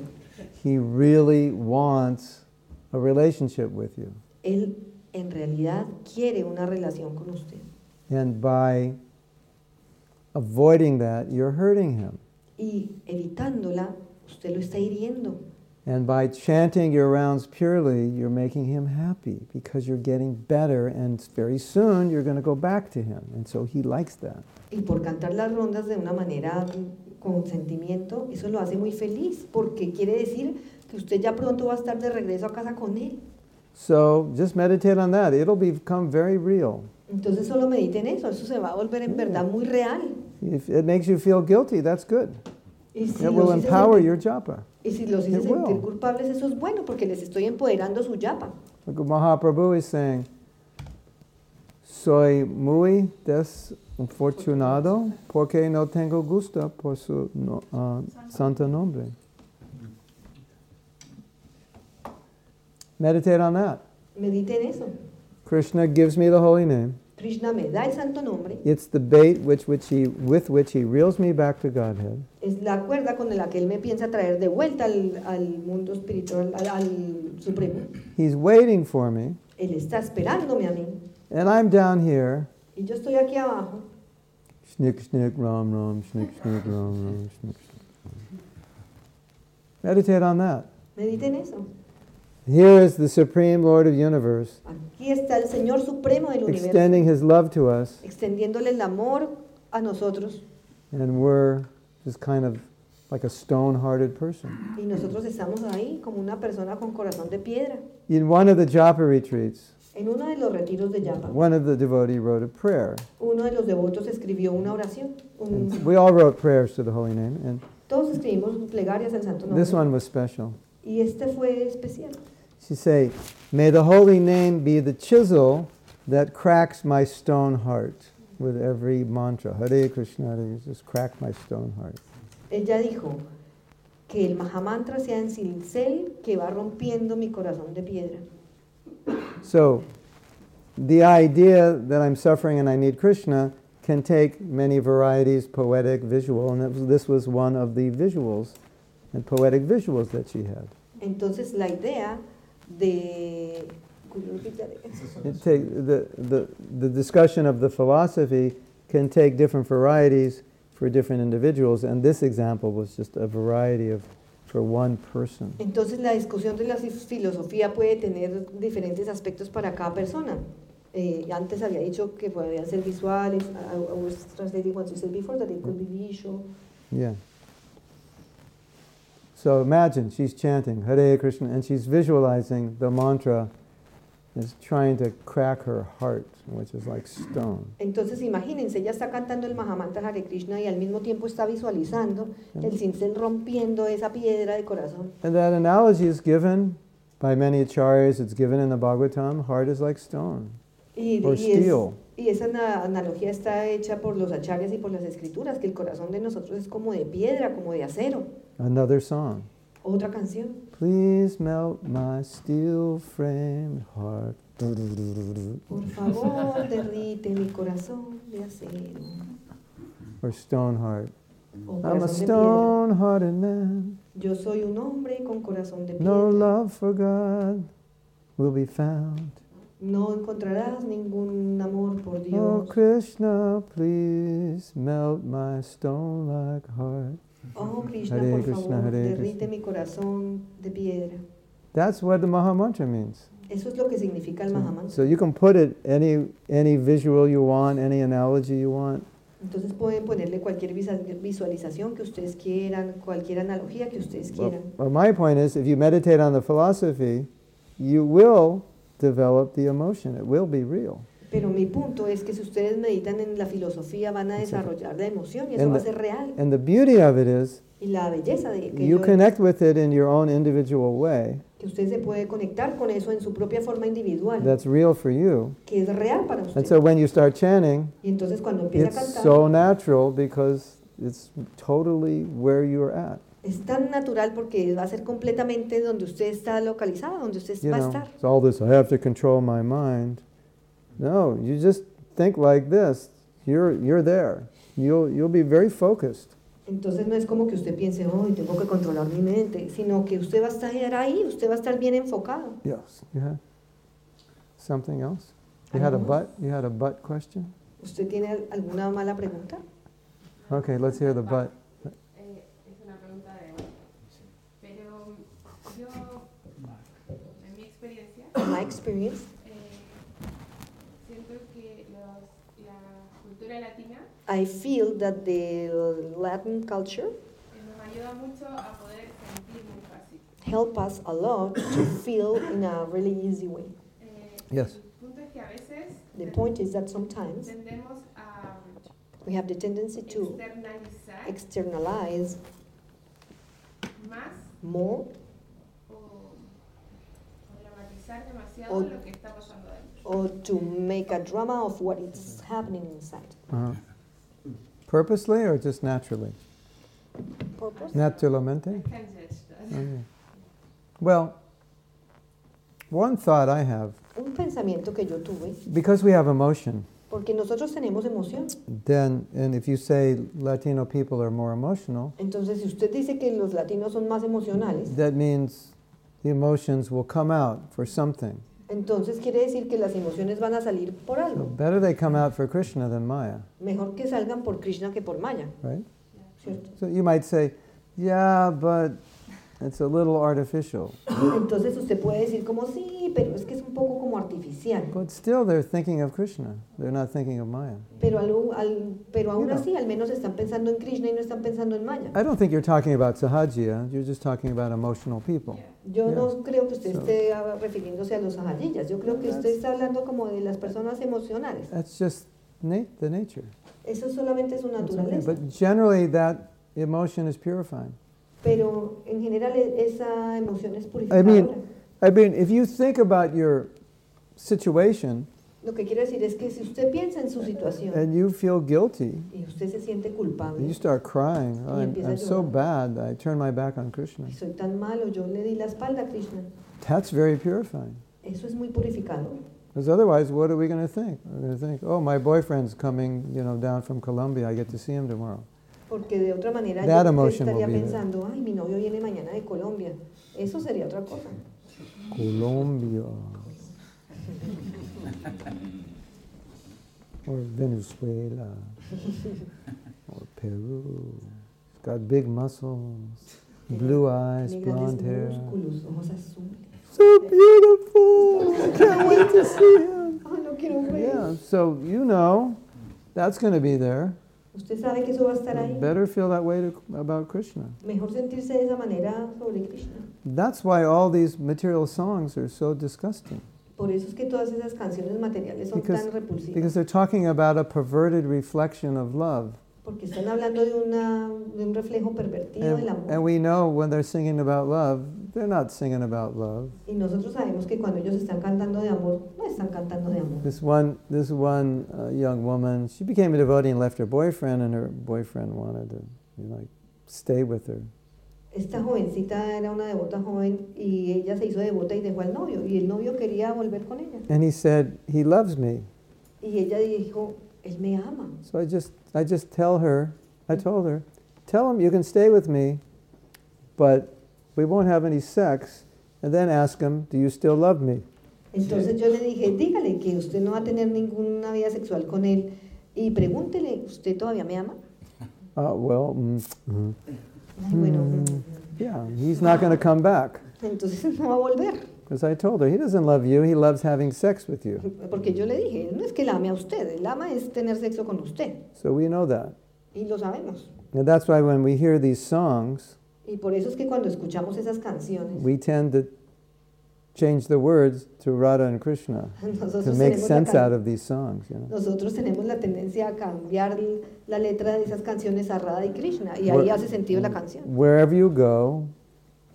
S1: He really wants a relationship with you.
S2: Él en realidad quiere una relación con usted.
S1: And by avoiding that, you're hurting him.
S2: Y evitándola, usted lo está hiriendo.
S1: And by chanting your rounds purely, you're making him happy because you're getting better, and very soon you're going to go back to him. And so he likes that.
S2: Y por cantar las rondas de una manera mm, con sentimiento, eso lo hace muy feliz, porque quiere decir que usted ya pronto va a estar de regreso a casa con él.
S1: So just meditate on that. It'll become very real.
S2: Entonces solo mediten en eso, eso se va a volver
S1: Mm.
S2: en verdad muy real.
S1: If it makes you feel guilty, that's good.
S2: Y si,
S1: It will
S2: los hice
S1: empower
S2: sentir,
S1: your japa.
S2: y si los hice
S1: It
S2: sentir
S1: will.
S2: culpables, eso es bueno, porque les estoy empoderando su yapa.
S1: Look what Mahaprabhu is saying. Soy muy desafortunado porque no tengo gusto por su no, ah, santo nombre. Meditate on that.
S2: Mediten en eso.
S1: Krishna gives me the holy name.
S2: Krishna me da el santo nombre,
S1: It's the bait which, which he, with which he reels me back to Godhead.
S2: es la cuerda con la que él me piensa traer de vuelta al, al mundo espiritual, al, al supremo.
S1: He's waiting for me,
S2: Él está esperándome a mí,
S1: and I'm down here.
S2: y yo estoy aquí abajo.
S1: Snick, snick, ram, ram, snick, snick, ram, ram, snick, snick. ram. Meditate on that.
S2: Mediten eso.
S1: Here is the Supreme Lord of Universe
S2: Aquí está el Señor Supremo del Universo,
S1: extending his love to us,
S2: extendiéndole el amor a nosotros
S1: and we're just kind of like a stone hearted person.
S2: y nosotros estamos ahí como una persona con corazón de piedra.
S1: In one of the japa retreats,
S2: En uno de los retiros de Yapa,
S1: One of the devotee wrote a prayer.
S2: uno de los devotos escribió una oración. un-
S1: And we all wrote prayers to the holy name, and
S2: todos escribimos plegarias al Santo
S1: this
S2: Nombre.
S1: one was special.
S2: Y este fue especial.
S1: She say, "May the holy name be the chisel that cracks my stone heart." With every mantra, Hare Krishna, Hare Krishna, just crack my stone heart.
S2: Ella dijo que el Mahamantra sea en cincel que va rompiendo mi corazón de piedra.
S1: So, the idea that I'm suffering and I need Krishna can take many varieties, poetic, visual, and that was- this was one of the visuals and poetic visuals that she had.
S2: Entonces la idea de... could you repeat that again?
S1: It take, the, the, the discussion of the philosophy can take different varieties for different individuals, and this example was just a variety of, for one person.
S2: Entonces la discusión de la fi- filosofía puede tener diferentes aspectos para cada persona. Eh, antes había dicho que podían ser visuales, I, I was translating what you said before, that it could be visual.
S1: Yeah. So imagine she's chanting Hare Krishna and she's visualizing the mantra is trying to crack her heart, which is like stone.
S2: Entonces imagínense, ella está cantando el Mahamantra Hare Krishna y al mismo tiempo está visualizando el cincel rompiendo esa piedra de corazón.
S1: And that analogy is given by many acharyas, it's given in the Bhagavatam, heart is like stone.
S2: Y,
S1: Or
S2: y es-
S1: steel.
S2: y esa ana- analogía está hecha por los acharyas y por las escrituras, que el corazón de nosotros es como de piedra, como de acero.
S1: Another song.
S2: Otra canción.
S1: Please melt my steel framed heart.
S2: Por favor, derrite mi corazón de acero.
S1: Or stone heart.
S2: O
S1: I'm a
S2: corazón de piedra.
S1: stone hearted man.
S2: Yo soy un hombre con corazón de piedra.
S1: No love for God will be found.
S2: No encontrarás ningún amor por
S1: Oh
S2: Dios.
S1: Krishna, please melt my stone like heart.
S2: Oh Krishna,
S1: Hare
S2: por
S1: Krishna,
S2: favor,
S1: Hare
S2: derrite
S1: Krishna.
S2: mi corazón de piedra.
S1: That's what the Maha Mantra means.
S2: Eso es lo que significa el Mahamantra.
S1: So you can put it any any visual you want, any analogy you want.
S2: Entonces pueden ponerle cualquier visa- visualización que ustedes quieran, cualquier analogía que ustedes
S1: But,
S2: quieran.
S1: but my point is, if you meditate on the philosophy, you will develop the emotion. It will be real.
S2: Pero mi punto es que si ustedes meditan en la filosofía van a desarrollar la emoción y eso
S1: And
S2: va a
S1: the-
S2: ser real.
S1: And the beauty of it is,
S2: Y la belleza de que,
S1: you
S2: yo-
S1: connect with it in your own individual way.
S2: que usted se puede conectar con eso en su propia forma individual,
S1: That's real for you.
S2: que es real para
S1: And
S2: usted.
S1: so when you start chanting,
S2: y entonces cuando empieza a
S1: It's
S2: cantar,
S1: so natural because it's totally where you're at.
S2: es tan natural porque va a ser completamente donde usted está localizado, donde usted
S1: You
S2: va a
S1: know,
S2: estar.
S1: it's all this, I have to control my mind. No, you just think like this. You're, you're there. You'll, you'll be very focused.
S2: Entonces no es como que usted piense, hoy tengo que controlar mi mente, sino que usted va a estar ahí, usted va a estar bien enfocado.
S1: Yes. You had something else? You had a
S2: Algo más.
S1: butt? You had a butt question?
S2: ¿Usted tiene al- alguna mala pregunta?
S1: Okay, let's hear the butt.
S14: Eh, es una pregunta de Pero yo, en mi experiencia,
S2: My experience.
S14: eh, siento que los- la cultura latina
S2: I feel that the Latin culture
S14: eh, nos ayuda mucho a poder sentir muy fácil.
S2: help us a lot to feel in a really easy way.
S14: Eh,
S1: Yes.
S14: El punto es que a veces
S2: The point is that sometimes
S14: tendemos a
S2: we have the tendency to
S14: externalizar
S2: externalize
S14: más
S2: more
S14: o, o dramatizar demasiado
S2: O-
S14: lo que está pasando dentro.
S2: or to make a drama of what is happening inside.
S1: Uh-huh. Purposely or just naturally?
S2: Purpose?
S1: Naturalmente?
S14: I can't judge that.
S1: Okay. Well, one thought I have
S2: Un pensamiento que yo tuve,
S1: because we have emotion.
S2: porque nosotros tenemos emoción.
S1: then and if you say Latino people are more emotional,
S2: Entonces, si usted dice que los latinos son más emocionales,
S1: that means the emotions will come out for something.
S2: entonces quiere decir que las emociones van a salir por
S1: So
S2: algo.
S1: better they come out for Krishna than Maya,
S2: Mejor que salgan por Krishna que por Maya,
S1: right?
S2: ¿cierto?
S1: So you might say, yeah, but it's a little artificial.
S2: Ah, Entonces usted puede decir como sí, pero es que es un poco como artificial.
S1: But still, they're thinking of Krishna. They're not thinking of Maya.
S2: Pero, algo- al- pero aún así, al menos están pensando en Krishna y no están pensando en Maya.
S1: I don't think you're talking about Sahajiya. You're just talking about emotional people.
S2: Yo
S1: Yeah.
S2: no creo que usted
S1: So-
S2: esté ah, refiriéndose a los ajayillas. Yo creo que usted está hablando como de las personas emocionales.
S1: That's just na- the nature.
S2: Eso solamente es su
S1: That's okay.
S2: naturaleza.
S1: But generally, that emotion is purifying.
S2: Pero en general e- esa emoción es purificadora.
S1: I mean, I mean, if you think about your situation
S2: Lo que quiero decir es que si usted piensa en su situación
S1: and you feel guilty,
S2: y usted se siente
S1: and
S2: culpable,
S1: you start crying, oh,
S2: Y
S1: I'm,
S2: empieza
S1: I'm
S2: a
S1: so
S2: llorar.
S1: bad, I turn my back on Krishna.
S2: y soy tan malo, yo le di la espalda a Krishna,
S1: That's very purifying.
S2: eso es muy purificador.
S1: Because otherwise, what are we going to think? We're going to think, oh, my boyfriend's coming, you know, down from Colombia. I get to see him tomorrow.
S2: Porque de otra manera
S1: That
S2: yo
S1: emotion will
S2: estaría
S1: be there.
S2: pensando, ay, mi novio viene mañana de Colombia. Eso sería otra cosa.
S1: Colombia. or Venezuela. or Peru. He's got big muscles, blue eyes,
S2: Tiene grandes
S1: blonde hair.
S2: músculos, ojos azules.
S1: So beautiful. I can't wait to see him.
S2: Ay, Ah, no quiero ver.
S1: Yeah, so you know, that's going to be there.
S2: Usted sabe que eso va a estar ahí.
S1: Better feel that way to, about Krishna.
S2: Mejor sentirse de esa manera sobre Krishna.
S1: That's why all these material songs are so disgusting.
S2: Por eso es que todas esas canciones materiales son
S1: Because-
S2: tan repulsivas.
S1: Because they're talking about a perverted reflection of love.
S2: porque están hablando de, una, de un reflejo pervertido del
S1: And,
S2: amor.
S1: and we know when they're singing about love, they're not singing about love.
S2: y nosotros sabemos que cuando ellos están cantando de amor, no están cantando de amor.
S1: This one, this one uh, young woman, she became a devotee and left her boyfriend, and her boyfriend wanted to, you know, like, stay with her.
S2: Esta jovencita era una devota joven y ella se hizo devota y dejó al novio. Y el novio quería volver con ella.
S1: And he said, "He loves me."
S2: Y ella dijo, él me ama.
S1: So I just, I just tell her, I told her, tell him you can stay with me, but we won't have any sex. And then ask him, do you still love me?
S2: Entonces yo le dije, dígale que usted no va a tener ninguna vida sexual con él y pregúntele, ¿usted todavía me ama?
S1: Uh, well, mm, mm.
S2: Ay, bueno,
S1: Mm. yeah, he's not going to come back.
S2: entonces no va a volver.
S1: Because I told her, he doesn't love you, he loves having sex with you.
S2: Porque yo le dije, no es que la ame a usted, el ama es tener sexo con usted.
S1: So we know that.
S2: Y lo sabemos.
S1: And that's why when we hear these songs,
S2: Y por eso es que cuando escuchamos esas canciones,
S1: we tend to change the words to Radha and Krishna to
S2: nosotros
S1: make
S2: tenemos, la
S1: sense
S2: can-
S1: out of these songs, you know.
S2: nosotros tenemos la tendencia a cambiar l- la letra de esas canciones a Radha y Krishna. Y ahí
S1: Bueno.
S2: hace sentido la canción.
S1: Wherever you go,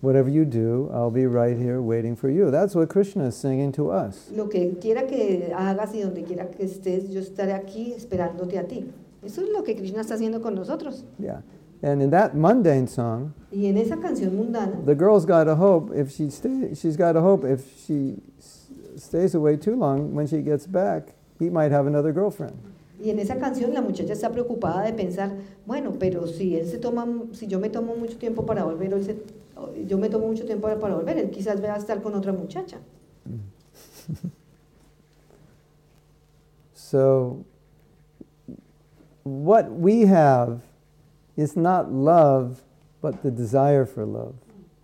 S1: whatever you do, I'll be right here waiting for you. That's what Krishna is singing to us.
S2: Lo que quiera que hagas y donde quiera que estés, yo estaré aquí esperándote a ti. Eso es lo que Krishna está haciendo con nosotros.
S1: Yeah. And in that mundane song,
S2: Y en esa canción mundana,
S1: the girl's got a hope if she stay, she's got a hope if she s- stays away too long when she gets back, he might have another girlfriend.
S2: y en esa canción la muchacha está preocupada de pensar, bueno, pero si él se toma, si yo me tomo mucho tiempo para volver, o él se- o yo me tomo mucho tiempo para volver, él quizás va a estar con otra muchacha.
S1: So what we have is not love but the desire for love.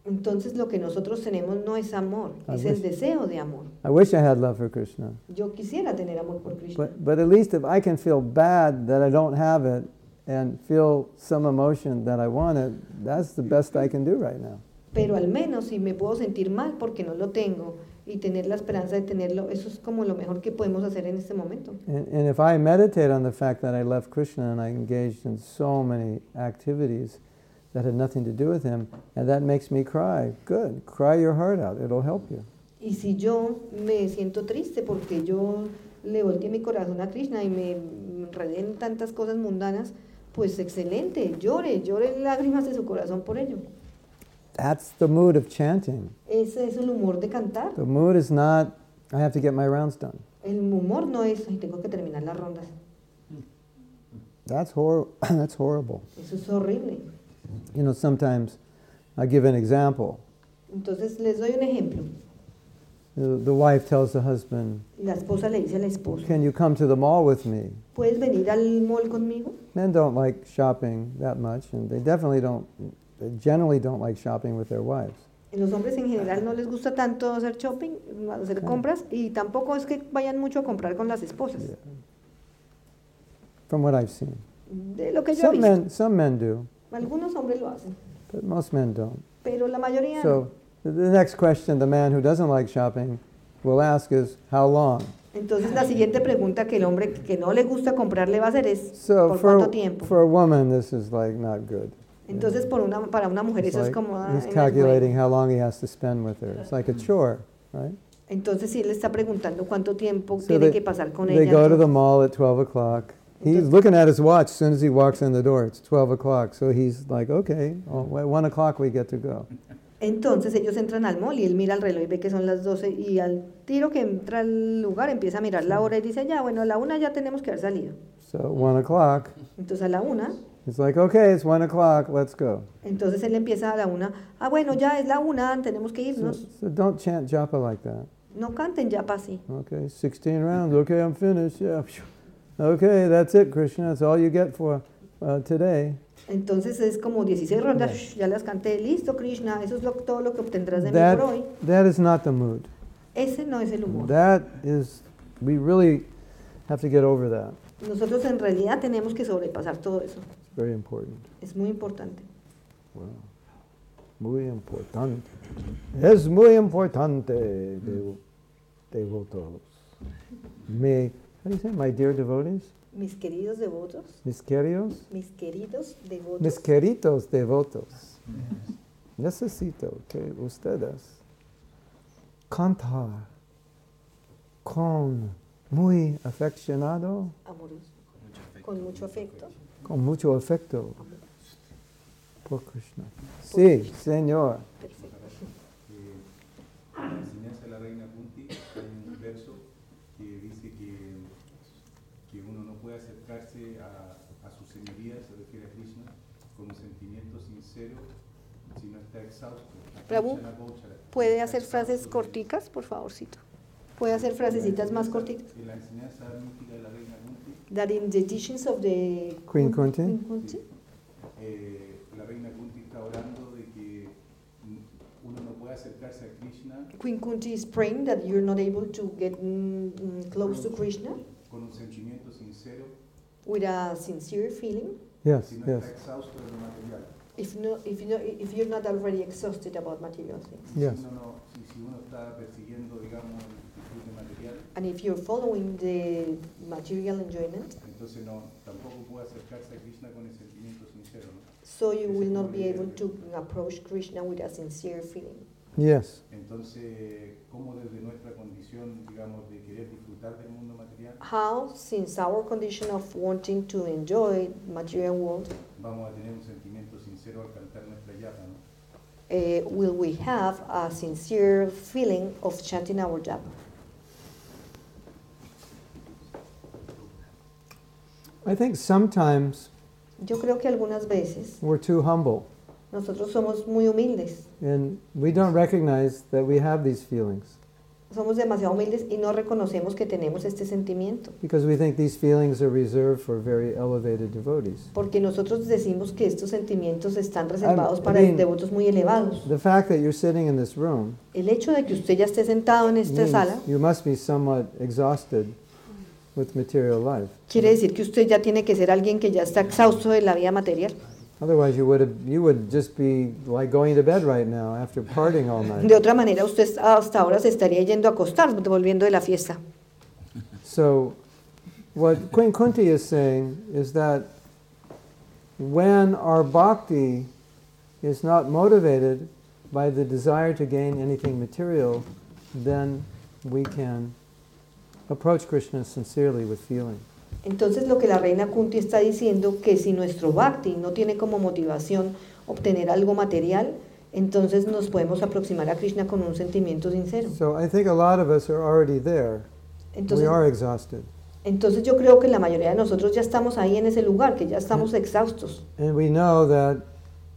S2: Entonces lo que nosotros tenemos no es amor,
S1: Ah,
S2: es
S1: pues.
S2: el deseo de amor.
S1: I wish I had love for Krishna.
S2: Yo quisiera tener amor por Krishna,
S1: But, but at least if I can feel bad that I don't have it and feel some emotion that I want it, that's the best I can do right now.
S2: pero al menos si me puedo sentir mal porque no lo tengo y tener la esperanza de tenerlo, eso es como lo mejor que podemos hacer en este momento.
S1: And, and if I meditate on the fact that I left Krishna and I engaged in so many activities that had nothing to do with him, and that makes me cry, good. Cry your heart out, it'll help you.
S2: Y si yo me siento triste porque yo le volteé mi corazón a Krishna y me enredé en tantas cosas mundanas, pues excelente, llore, llore lágrimas de su corazón por ello.
S1: That's the mood of chanting.
S2: Ese es el humor de cantar.
S1: The mood is not, I have to get my rounds done.
S2: El humor no es, ay, tengo que terminar las rondas.
S1: That's, hor- that's horrible.
S2: Eso es horrible.
S1: You know, sometimes I'll give an example.
S2: Entonces les doy un ejemplo.
S1: The the wife tells the husband,
S2: La esposa le dice al esposo,
S1: Can you come to the mall with me?
S2: ¿puedes venir al mall conmigo?
S1: Men don't like shopping that much, and they definitely don't, generally don't like shopping with their wives.
S2: Los hombres en general no les gusta tanto hacer shopping, hacer
S1: Claro.
S2: compras, y tampoco es que vayan mucho a comprar con las esposas,
S1: Yeah. From what I've seen.
S2: de lo que yo he
S1: Some
S2: visto.
S1: men, some men do,
S2: Algunos hombres lo hacen,
S1: but most men don't.
S2: pero la mayoría no.
S1: So the the next question the man who doesn't like shopping will ask is, how long?
S2: Entonces la siguiente pregunta que el hombre que no le gusta comprar le va a hacer es,
S1: So
S2: ¿por cuánto
S1: for,
S2: tiempo?
S1: for a woman, this is like not good.
S2: Entonces por una, para una mujer
S1: It's
S2: eso es Mm.
S1: like
S2: como...
S1: he's
S2: ah, en las nueve.
S1: calculating how long he has to spend with her. It's like a chore, right?
S2: Entonces si él le está preguntando cuánto tiempo
S1: So
S2: tiene
S1: they-
S2: que pasar con
S1: They
S2: ella.
S1: go to the
S2: entonces-
S1: mall at 12 o'clock. He's
S2: Entonces-
S1: looking at his watch as soon as he walks in the door. It's 12 o'clock. So he's like, okay, oh, at 1 o'clock we get to go.
S2: Entonces ellos entran al mall y él mira el reloj y ve que son las 12 y al tiro que entra al lugar empieza a mirar la hora y dice, ya, bueno, a la una ya tenemos que haber salido.
S1: So at 1 o'clock,
S2: Entonces a la una,
S1: he's like, okay, it's 1 o'clock, let's go.
S2: entonces él empieza a la una, ah, bueno, ya es la una, tenemos que
S1: So,
S2: irnos.
S1: so don't chant japa like that.
S2: No canten ya así.
S1: Okay, 16 rounds. Okay, I'm finished. Yeah. phew. Okay, that's it, Krishna. That's all you get for uh, today.
S2: Entonces es como 16 rondas, shh, ya las canté, listo Krishna, eso es lo- todo lo que obtendrás de mí por hoy.
S1: That, that is not the mood.
S2: Ese no es el humor.
S1: That is, we really have to get over that.
S2: Nosotros en realidad tenemos que sobrepasar todo eso.
S1: It's very important.
S2: Es muy importante.
S1: Wow. Muy importante. Es muy importante, devo- devotos. Me, how do you say, my dear devotees?
S2: Mis queridos devotos,
S1: Mis queridos?
S2: mis queridos devotos.
S1: Mis queridos devotos, necesito que ustedes cantar con muy afeccionado,
S2: amoroso, con mucho afecto.
S1: con mucho afecto por Krishna. Sí, Señor.
S2: Perfecto.
S11: Eh, la enseñanza de la reina Kunti hay un verso que dice que, que uno no puede acercarse a, a su señoría, se refiere a Krishna, con un sentimiento sincero si no está exhausto.
S2: Prabhu,
S11: Apuchana, apuchana.
S2: ¿Puede
S11: Está
S2: hacer
S11: exhausto
S2: frases
S11: de-
S2: corticas, por favorcito? ¿Puede hacer frasecitas más cortitas?
S11: En la enseñanza mística de la reina Kunti,
S2: That in the teachings of the
S1: Queen Kunti.
S2: Queen Kunti,
S11: eh, la reina Kunti está hablando de que mm, uno no puede acercarse a Krishna
S2: Queen Kunti is praying that you're not able to get mm, mm, close to Krishna
S11: con un sentimiento sincero
S2: with a sincere feeling
S1: Yes,
S11: si no
S1: yes,
S11: está exhausto de lo material.
S2: if no, if you if you're not already exhausted about material things
S1: yes.
S11: Si uno, no- si- si uno está persiguiendo, digamos, el disfrute material,
S2: and if you're following the material enjoyment
S11: entonces no, tampoco puede acercarse a Krishna con el sentimiento sincero. ¿no?
S2: so you will not be able to approach Krishna with a sincere feeling
S1: Yes.
S11: Entonces, ¿cómo desde nuestra condición, digamos, de querer disfrutar del mundo material,
S2: how since our condition of wanting to enjoy material world
S11: vamos a tener un sentimiento sincero al cantar nuestra yapa? ¿no?
S2: eh, will we have a sincere feeling of chanting our japa
S1: I think sometimes
S2: yo creo que algunas veces
S1: we're too humble
S2: nosotros somos muy humildes
S1: and we don't recognize that we have these feelings
S2: somos demasiado humildes y no reconocemos que tenemos este sentimiento
S1: because we think these feelings are reserved for very elevated devotees.
S2: porque nosotros decimos que estos sentimientos están
S1: I
S2: reservados para
S1: mean-
S2: devotos muy elevados.
S1: The fact that you're sitting in this room
S2: El hecho de que usted ya esté sentado en esta
S1: means
S2: sala
S1: You must be somewhat exhausted with material life.
S2: quiere decir que usted ya tiene que ser alguien que ya está exhausto de la vida material.
S1: Otherwise, you would have, you would just be like going to bed right now after partying all
S2: De
S1: night.
S2: otra manera, usted hasta ahora se estaría yendo a acostar, volviendo de la fiesta.
S1: So, what Queen Kunti is saying is that when our bhakti is not motivated by the desire to gain anything material, then we can approach Krishna sincerely with feeling.
S2: Entonces, lo que la reina Kunti está diciendo que si nuestro bhakti no tiene como motivación obtener algo material, entonces nos podemos aproximar a Krishna con un sentimiento sincero.
S1: So, I think a lot of us are already there. we
S2: Entonces,
S1: are exhausted.
S2: Entonces yo creo que la mayoría de nosotros ya estamos ahí en ese lugar, que ya
S1: Mm.
S2: estamos exhaustos.
S1: And we know that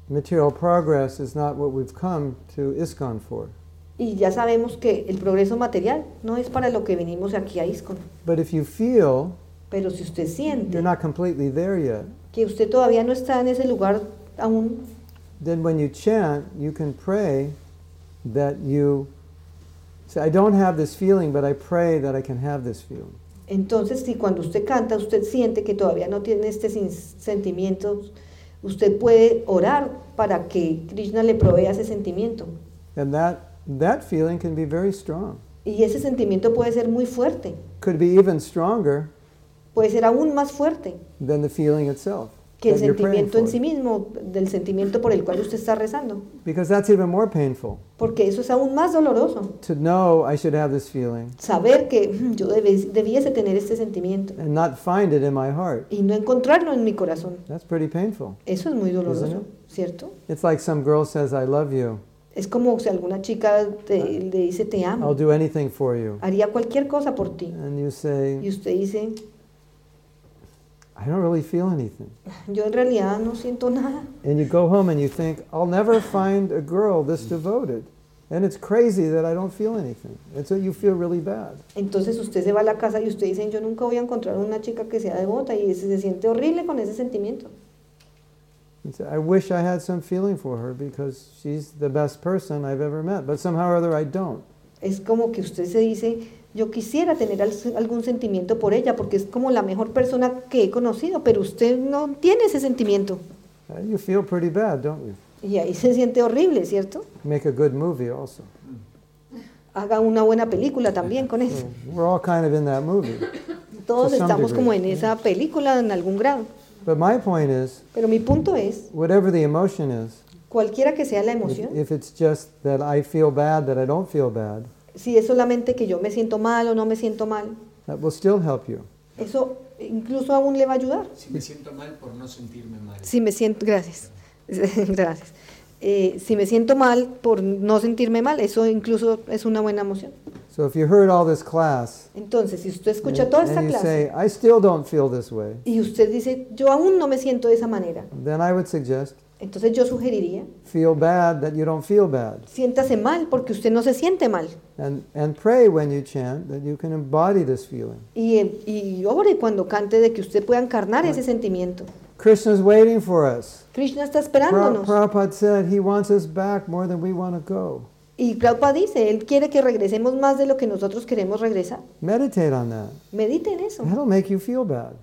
S1: material progress is not what we've come to ISKCON for.
S2: Y ya sabemos que el progreso material no es para lo que venimos aquí a ISCON.
S1: But if you feel
S2: Pero si usted siente
S1: you're not completely there yet,
S2: que usted todavía no está en ese lugar aún,
S1: then when you chant, you can pray that you say, I don't have this feeling, but I pray that I can have this feeling.
S2: Entonces, si cuando usted canta, usted siente que todavía no tiene este sin- sentimiento, usted puede orar para que Krishna le provea ese sentimiento.
S1: And that, that feeling can be very strong.
S2: Y ese sentimiento puede ser muy fuerte,
S1: Could be even stronger
S2: puede ser aún más fuerte
S1: than the feeling itself.
S2: que el
S1: that you're praying
S2: sentimiento en
S1: for.
S2: sí mismo, del sentimiento por el cual usted está rezando,
S1: Because that's even more painful
S2: porque eso es aún más doloroso.
S1: to know I should have this feeling
S2: Saber que "Mm, yo debes- debiese tener este sentimiento
S1: and not find it in my heart.
S2: y no encontrarlo en mi corazón,
S1: That's pretty painful.
S2: eso es muy
S1: Isn't
S2: doloroso,
S1: it?
S2: ¿cierto?
S1: It's like some girl says, I love you.
S2: Es como si alguna chica te-
S1: Ah.
S2: le dice te
S1: I'll
S2: amo,
S1: do anything for you.
S2: haría cualquier cosa por ti.
S1: And you
S2: Y
S1: say,
S2: usted dice,
S1: I don't really feel anything.
S2: yo en realidad no siento nada.
S1: And you go home and you think, I'll never find a girl this devoted. And it's crazy that I don't feel anything. And so you feel really bad.
S2: Entonces usted se va a la casa y usted dice, yo nunca voy a encontrar una chica que sea devota y se, se siente horrible con ese sentimiento.
S1: You say, I wish I had some feeling for her because she's the best person I've ever met. But somehow or other, I don't.
S2: Es como que usted se dice, yo quisiera tener al- algún sentimiento por ella porque es como la mejor persona que he conocido, pero usted no tiene ese sentimiento.
S1: Uh, You feel pretty bad, don't you?
S2: Y ahí se siente horrible, ¿cierto?
S1: Make a good movie also.
S2: Haga una buena película también con eso.
S1: So we're all kind of in that movie.
S2: Todos
S1: To some
S2: estamos como en
S1: degree,
S2: esa película en algún grado.
S1: But my point is,
S2: Pero mi punto es,
S1: whatever the emotion is,
S2: cualquiera que sea la
S1: if,
S2: emoción,
S1: if it's just that I feel bad, that I don't feel bad,
S2: si es solamente que yo me siento mal o no me siento mal,
S1: that will still help you.
S2: eso incluso aún le va a ayudar.
S13: Si me siento mal por no sentirme mal.
S2: Si me siento, gracias, gracias. Eh, si me siento mal por no sentirme mal, eso incluso es una buena emoción.
S1: So if you heard all this class,
S2: Entonces, si usted
S1: and,
S2: escucha toda esta
S1: and you
S2: clase
S1: say, I still don't feel this way,
S2: y usted dice, yo aún no me siento de esa manera,
S1: then I would suggest
S2: entonces yo sugeriría,
S1: feel bad that you don't feel bad.
S2: siéntase mal porque usted no se siente mal
S1: And, and pray when you chant that you can embody this feeling.
S2: y, eh, y ore cuando cante de que usted pueda encarnar ese sentimiento.
S1: Krishna's waiting for us.
S2: Krishna está
S1: Pra-
S2: esperándonos.
S1: Prabhupada said he wants us back more than we want to go.
S2: Y Prabhupada dice, él quiere que regresemos más de lo que nosotros queremos regresar.
S1: Meditate on that.
S2: Medite en eso.
S1: That'll make you feel bad.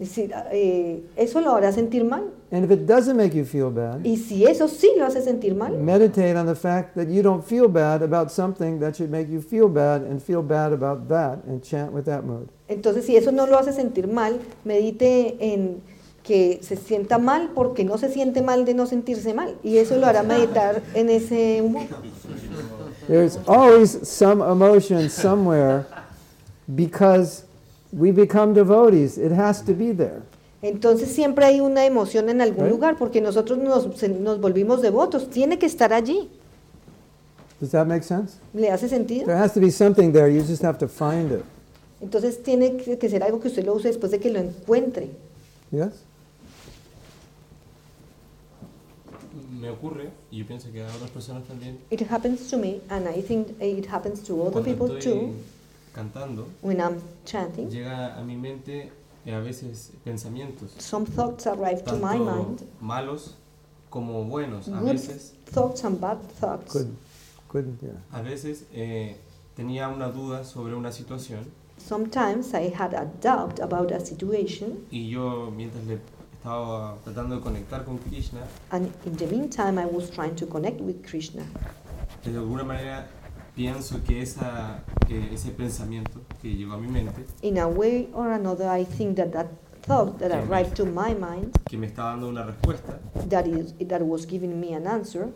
S2: Es decir, eh, eso lo hará sentir mal.
S1: And if it doesn't make you feel bad,
S2: Y si eso sí lo hace sentir mal,
S1: meditate on the fact that you don't feel bad about something that should make you feel bad and feel bad about that and chant with that mood.
S2: entonces si eso no lo hace sentir mal, medite en que se sienta mal porque no se siente mal de no sentirse mal. Y eso lo hará meditar en ese humor.
S1: There's always some emotion somewhere because we become devotees. It has to be there.
S2: Entonces siempre hay una emoción en algún
S1: Right.
S2: lugar porque nosotros nos, se- nos volvimos devotos. Tiene que estar allí.
S1: Does that make sense?
S2: ¿Le hace sentido?
S1: There has to be something there. You just have to find it.
S2: Entonces tiene que que ser algo que usted lo use después de que lo encuentre.
S1: Yes?
S10: Me ocurre, y yo pienso que a otras personas también,
S2: It happens to me and I think it happens to other
S10: cuando
S2: people
S10: estoy
S2: too
S10: cantando,
S2: when I'm chanting.
S10: llega a mi mente eh, a veces pensamientos,
S2: Some thoughts arrive to my
S10: tanto
S2: mind,
S10: malos como buenos. A
S2: Good.
S10: veces,
S2: thoughts and bad thoughts.
S1: Good. Good. Yeah.
S10: a veces eh, tenía una duda sobre una situación
S2: Sometimes I had a doubt about a situation,
S10: y yo mientras le estaba tratando de conectar con Krishna,
S2: and in the meantime, I was trying to connect with Krishna.
S10: de alguna manera pienso que esa, que ese pensamiento que llegó a mi mente,
S2: In a way or another, I think that that thought that arrived to my mind,
S10: que me está dando una respuesta,
S2: that is, that was giving me an answer,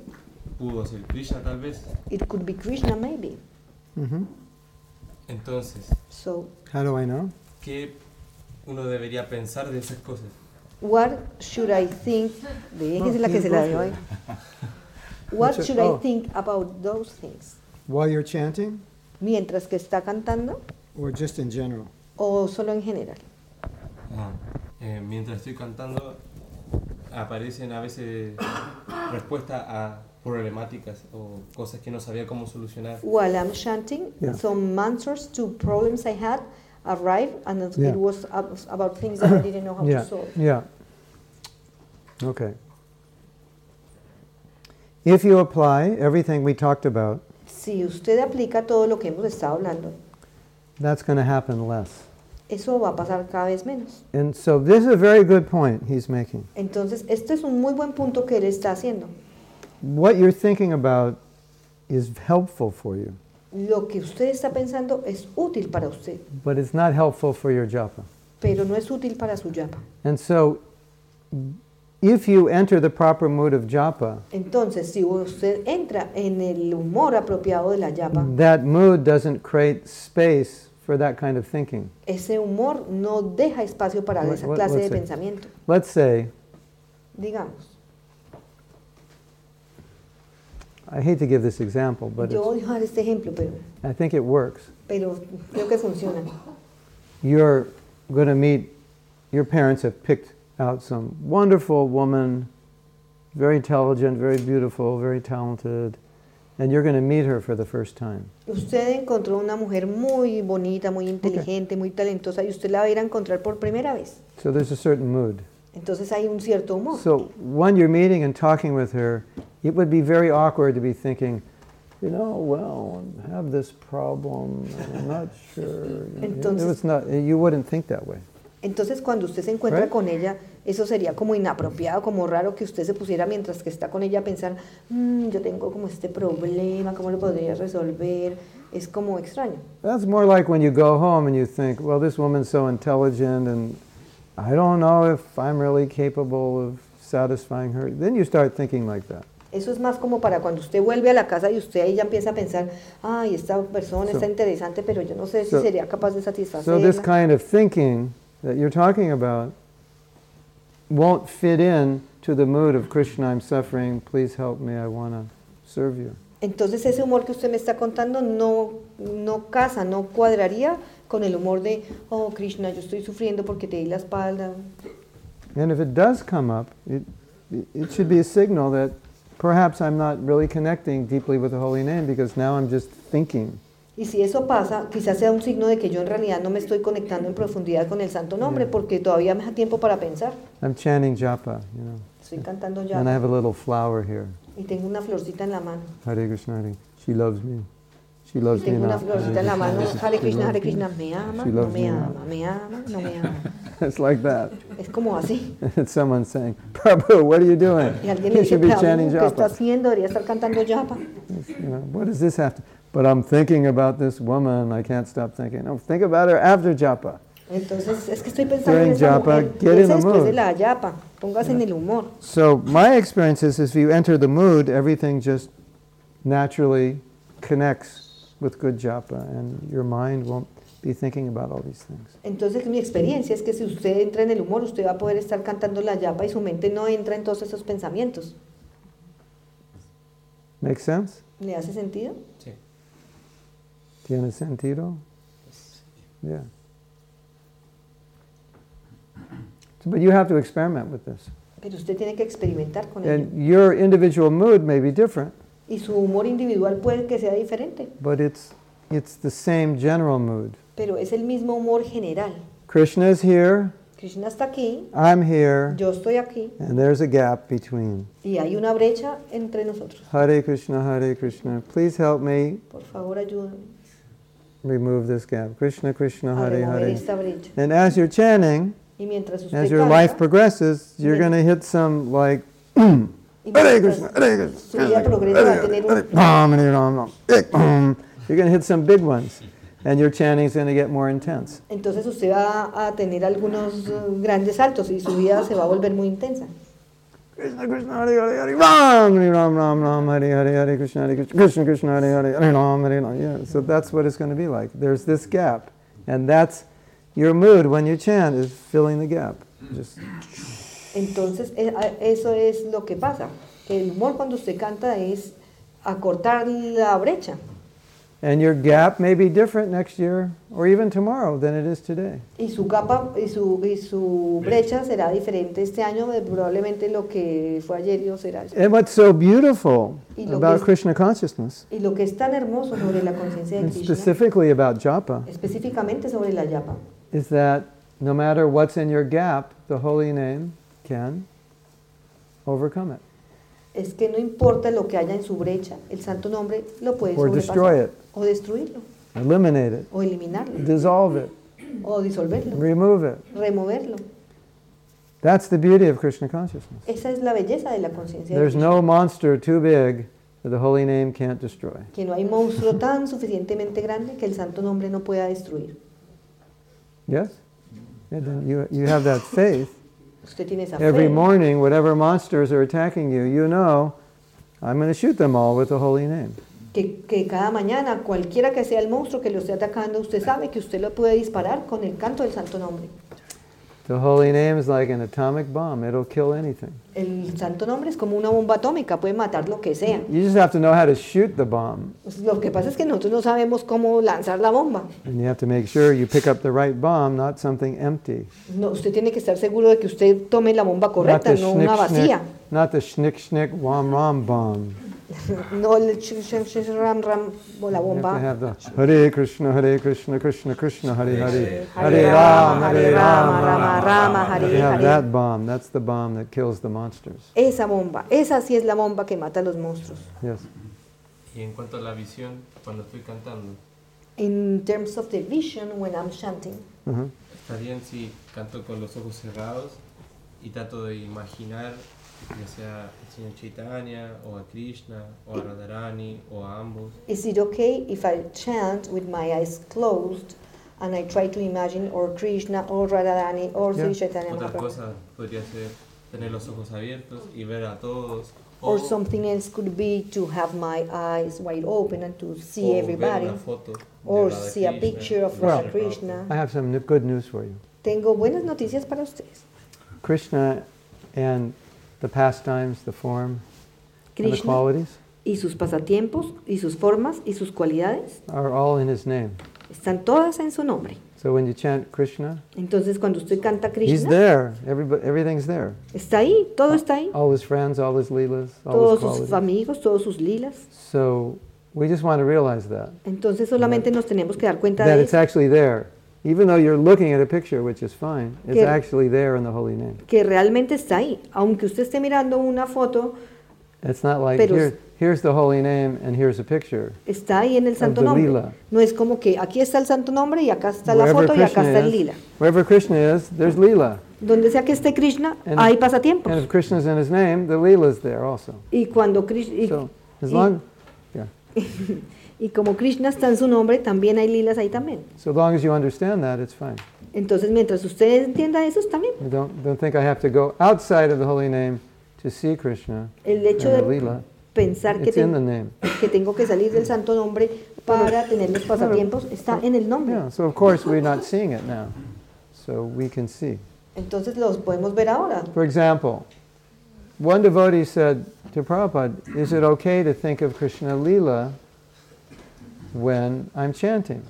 S10: pudo ser Krishna tal vez.
S2: it could be Krishna maybe.
S1: hmm
S10: Entonces,
S2: So,
S1: How do I know?
S10: ¿qué uno debería pensar de esas cosas?
S2: what should I think? Ve,
S1: No,
S2: es la que
S1: you
S2: se
S1: go
S2: la
S1: for
S2: dio
S1: it.
S2: ahí. What
S1: Mucho-
S2: should I
S1: oh.
S2: think about those things?
S1: While you're chanting
S2: Mientras que está cantando
S1: or just in general?
S2: o solo en general.
S10: Ah, eh, mientras estoy cantando, aparecen a veces respuestas a problemáticas o cosas que no sabía cómo solucionar.
S2: while I'm chanting,
S1: Yeah.
S2: some answers to problems I had arrived, and it
S1: Yeah.
S2: it was ab- about things that I didn't know how
S1: Yeah.
S2: to solve.
S1: Yeah. Okay. If you apply everything we talked about,
S2: Si usted aplica todo lo que hemos estado hablando,
S1: that's going to happen less.
S2: eso va a pasar cada vez menos.
S1: And so this is a very good point he's making.
S2: Entonces, este es un muy buen punto que él está haciendo.
S1: What you're thinking about is helpful for you,
S2: Lo que usted está pensando es útil para usted,
S1: but it's not helpful for your japa.
S2: pero no es útil para su yapa.
S1: And so if you enter the proper mood of japa,
S2: Entonces, si usted entra en el humor apropiado de la yapa,
S1: that mood doesn't create space for that kind of thinking.
S2: ese humor no deja espacio para
S1: What-
S2: esa
S1: what-
S2: clase de
S1: what's it?
S2: pensamiento.
S1: Let's say,
S2: Digamos,
S1: I hate to give this example, but
S2: yo
S1: it's,
S2: voy a dar este ejemplo, pero,
S1: I think it works.
S2: pero creo que funciona.
S1: You're going to meet, your parents have picked out some wonderful woman, very intelligent, very beautiful, very talented, and you're going to meet her for the first time.
S2: Usted encontró una mujer muy bonita, muy inteligente, muy talentosa y usted la va a ir a encontrar por primera vez.
S1: So there's a certain mood.
S2: Entonces hay un cierto humor.
S1: So when you're meeting and talking with her, it would be very awkward to be thinking, you know, well, I have this problem, and I'm not sure. you know, it- it
S2: Entonces-
S1: was not, you wouldn't think that way.
S2: Entonces cuando usted se encuentra
S1: Right.
S2: con ella, eso sería como inapropiado, como raro que usted se pusiera mientras que está con ella a pensar, "Mm, yo tengo como este problema, ¿cómo lo podría resolver? Es como extraño.
S1: That's more like when you go home and you think, well, this woman's so intelligent, and I don't know if I'm really capable of satisfying her. Then you start thinking like that.
S2: Eso es más como para cuando usted vuelve a la casa y usted ahí ya empieza a pensar, ay, esta persona
S1: So-
S2: está interesante, pero yo no sé si
S1: so-
S2: sería capaz de
S1: So this
S2: satisfacerla.
S1: kind of thinking that you're talking about won't fit in to the mood of Krishna, I'm suffering, please help me, I want to serve you.
S2: Entonces ese humor que usted me está contando no, no casa, no cuadraría con el humor de, oh Krishna, yo estoy sufriendo porque te di la espalda.
S1: And if it does come up, it, it- it should be a signal that perhaps I'm not really connecting deeply with the holy name because now I'm just thinking.
S2: Y si eso pasa, quizás sea un signo de que yo en realidad no me estoy conectando en profundidad con el santo nombre, porque todavía me da tiempo para pensar.
S1: I'm chanting japa, you know.
S2: Estoy cantando
S1: And I
S2: ya
S1: have a little flower here.
S2: y tengo una florcita en la mano.
S1: Hare Krishna, Hare- She loves me. She loves me
S2: Tengo una
S1: now.
S2: florcita en la mano, Hare Krishna, Hare
S1: loves me.
S2: Krishna, me ama,
S1: She
S2: no
S1: loves
S2: me
S1: me
S2: ama, me ama, no me ama.
S1: It's like that.
S2: Es como así.
S1: It's someone saying, Prabhu, what are you doing?
S2: Y alguien
S1: You
S2: le dice,
S1: should be
S2: "Prabhu,
S1: chanting
S2: ¿qué está
S1: japa.
S2: haciendo? Debería estar cantando yapa.
S1: You know, what does this have to? But I'm thinking about this woman. I can't stop thinking. No, think about her after japa.
S2: Entonces, es que estoy pensando
S1: During
S2: en esa
S1: japa,
S2: mujer.
S1: get in
S2: Piensa
S1: the
S2: después de
S1: mood.
S2: la yapa, póngase en el humor.
S1: So my experience is, if you enter the mood, everything just naturally connects with good japa, and your mind won't be thinking about all these things.
S2: Entonces mi experiencia es que si usted entra en el humor, usted va a poder estar cantando la yapa y su mente no entra en todos esos pensamientos.
S1: Make sense?
S2: ¿Le hace sentido?
S1: Tiene sentido? Yeah. So, but you have to experiment with this.
S2: Pero usted tiene que experimentar con ello.
S1: And your individual mood may be different,
S2: Y su humor individual puede que sea diferente,
S1: but it's, it's the same general mood.
S2: pero es el mismo humor general.
S1: Krishna's here,
S2: Krishna está aquí,
S1: I'm here,
S2: yo estoy aquí,
S1: and there's a gap between.
S2: y hay una brecha entre nosotros.
S1: Hare Krishna, Hare Krishna. Please help me
S2: Por favor, ayúdame
S1: remove this gap. Krishna, Krishna,
S2: a
S1: Hare
S2: remover
S1: Hare.
S2: esta brecha.
S1: And as you're chanting,
S2: Y mientras usted
S1: as your life
S2: canta,
S1: progresses, you're going to hit some like Hare
S2: y
S1: Krishna,
S2: mientras
S1: Hare Krishna.
S2: su vida progresa, va a tener un
S1: Om and Om Om. Ik Om. You're going to hit some big ones, and your chanting's going to get more intense.
S2: Entonces usted va a tener algunos eh, grandes saltos y su vida se va a volver muy intensa.
S1: Krishna Krishna Hare Hare Hare Ram Hare Ram Ram Ram Hare Hare Hare Krishna Hare Krishna Krishna Krishna Hare Hare Hare Ram Hare Ram. Yeah, so that's what it's going to be like. There's this gap, and that's your mood when you chant is filling the gap. Just
S2: Entonces e- a- eso es lo que pasa. que El humor cuando usted canta es acortar la brecha.
S1: and your gap may be different next year or even tomorrow than it is today.
S2: Y su capa y su, y su brecha será diferente este año de probablemente lo que fue ayer y no será. este. eso.
S1: And what's so beautiful
S2: Y lo que
S1: about
S2: es-
S1: Krishna consciousness,
S2: Y lo que es tan hermoso sobre la conciencia de
S1: and
S2: Krishna,
S1: specifically about japa,
S2: específicamente sobre la yapa,
S1: is that no matter what's in your gap, the holy name can overcome it.
S2: es que no importa lo que haya en su brecha, el santo nombre lo puede
S1: Or destroy
S2: sobrepasar
S1: it.
S2: o destruirlo
S1: eliminate it,
S2: o eliminarlo
S1: dissolve it,
S2: o disolverlo,
S1: remove it.
S2: removerlo.
S1: That's the beauty of Krishna consciousness.
S2: Esa es la belleza de la conciencia. de
S1: There's
S2: Krishna,
S1: no monster too big that the holy name can't destroy.
S2: Que no hay monstruo tan suficientemente grande que el santo nombre no pueda destruir.
S1: Yes? And then you, you have that faith.
S2: Usted tiene esa fe.
S1: Every morning, whatever monsters are attacking you, you know, I'm going to shoot them all with the holy name.
S2: que, que cada mañana, cualquiera que sea el monstruo que lo esté atacando, usted sabe que usted lo puede disparar con el canto del santo nombre.
S1: The holy name is like an atomic bomb, it'll kill anything.
S2: El santo nombre es como una bomba atómica, puede matar lo que sea.
S1: You just have to know how to shoot the bomb,
S2: Pues Lo que pasa es que nosotros no sabemos cómo lanzar la bomba.
S1: and you have to make sure you pick up the right bomb, not something empty.
S2: No, usted tiene que estar seguro de que usted tome la bomba correcta,
S1: not the
S2: no una vacía.
S1: schnick, not the schnick schnick wom rom bomb.
S2: No el ch- ch- ch- ram ram o la
S1: You have to
S2: bomba.
S1: have the Hare Krishna, Hare Krishna, Krishna Krishna, Hare Hare,
S2: Hare Rama, Hare Rama, Rama Rama,
S1: You
S2: Hare
S1: have
S2: Hare.
S1: that bomb. That's the bomb that kills the monsters.
S2: Esa bomba, esa sí es la bomba que mata a los monstruos.
S1: Yes.
S10: Y en cuanto a la visión, cuando estoy cantando,
S2: In terms of the vision when I'm chanting,
S1: Uh-huh.
S10: está bien si canto con los ojos cerrados y trato de imaginar, ya sea al señor Chaitanya, o a Krishna, o a Radharani, o a ambos.
S2: Is it okay if I chant with my eyes closed and I try to imagine or Krishna or Radharani or Sri Chaitanya
S10: Otras
S2: Mahaprabhu?
S10: cosas podría ser tener los ojos abiertos y ver a todos.
S2: Or something else could be to have my eyes wide open and to
S10: o
S2: see
S10: ver
S2: everybody
S10: una foto de
S2: or
S10: Radha
S2: see a
S10: Krishna,
S2: picture of
S10: de
S2: Radha
S10: Radha
S2: Krishna.
S1: I have some n- good news for you.
S2: Tengo buenas noticias para ustedes.
S1: Krishna and the pastimes, the form, and the
S2: Krishna.
S1: qualities
S2: Y sus pasatiempos, y sus formas, y sus cualidades
S1: are all in His name.
S2: están todas en su nombre.
S1: So when you chant Krishna,
S2: Entonces cuando usted canta
S1: He's
S2: Krishna,
S1: there. Everybody, everything's there.
S2: está ahí, todo está ahí.
S1: All His friends, all His leelas, all His
S2: Todos sus
S1: qualities.
S2: amigos, todos sus lilas.
S1: So we just want to realize that.
S2: Entonces solamente nos tenemos que dar cuenta
S1: that
S2: de
S1: it's
S2: eso.
S1: actually there. Even though you're looking at a picture, which is fine, it's
S2: Que-
S1: actually there in the holy name.
S2: que realmente está ahí. Aunque usted esté mirando una foto,
S1: It's not like
S2: Pero-
S1: here, here's the holy name and here's a picture.
S2: está ahí en el santo
S1: the
S2: nombre.
S1: lila.
S2: No es como que aquí está el santo nombre y acá está la foto y acá está el lila.
S1: is, wherever Krishna is, there's lila.
S2: Donde sea que esté Krishna,
S1: And-
S2: hay pasatiempo.
S1: And if Krishna's in his name, the lila's there also.
S2: Y cuando Krishna y,
S1: So as
S2: y-
S1: long, yeah.
S2: y como Krishna está en su nombre, también hay lilas ahí también.
S1: So long as you understand that, it's fine.
S2: Entonces, mientras usted entienda eso, está bien.
S1: You don't don't think I have to go outside of the holy name to see Krishna
S2: El hecho
S1: and the
S2: de
S1: lila.
S2: pensar que,
S1: It's in
S2: ten-
S1: the name.
S2: que tengo que salir del santo nombre para tener los pasatiempos está en el nombre.
S1: Yeah. So of course we're not seeing it now, so we can see.
S2: Entonces los podemos ver ahora.
S1: For example, one devotee said to Prabhupada, Is it okay to think of Krishna Lila when I'm chanting?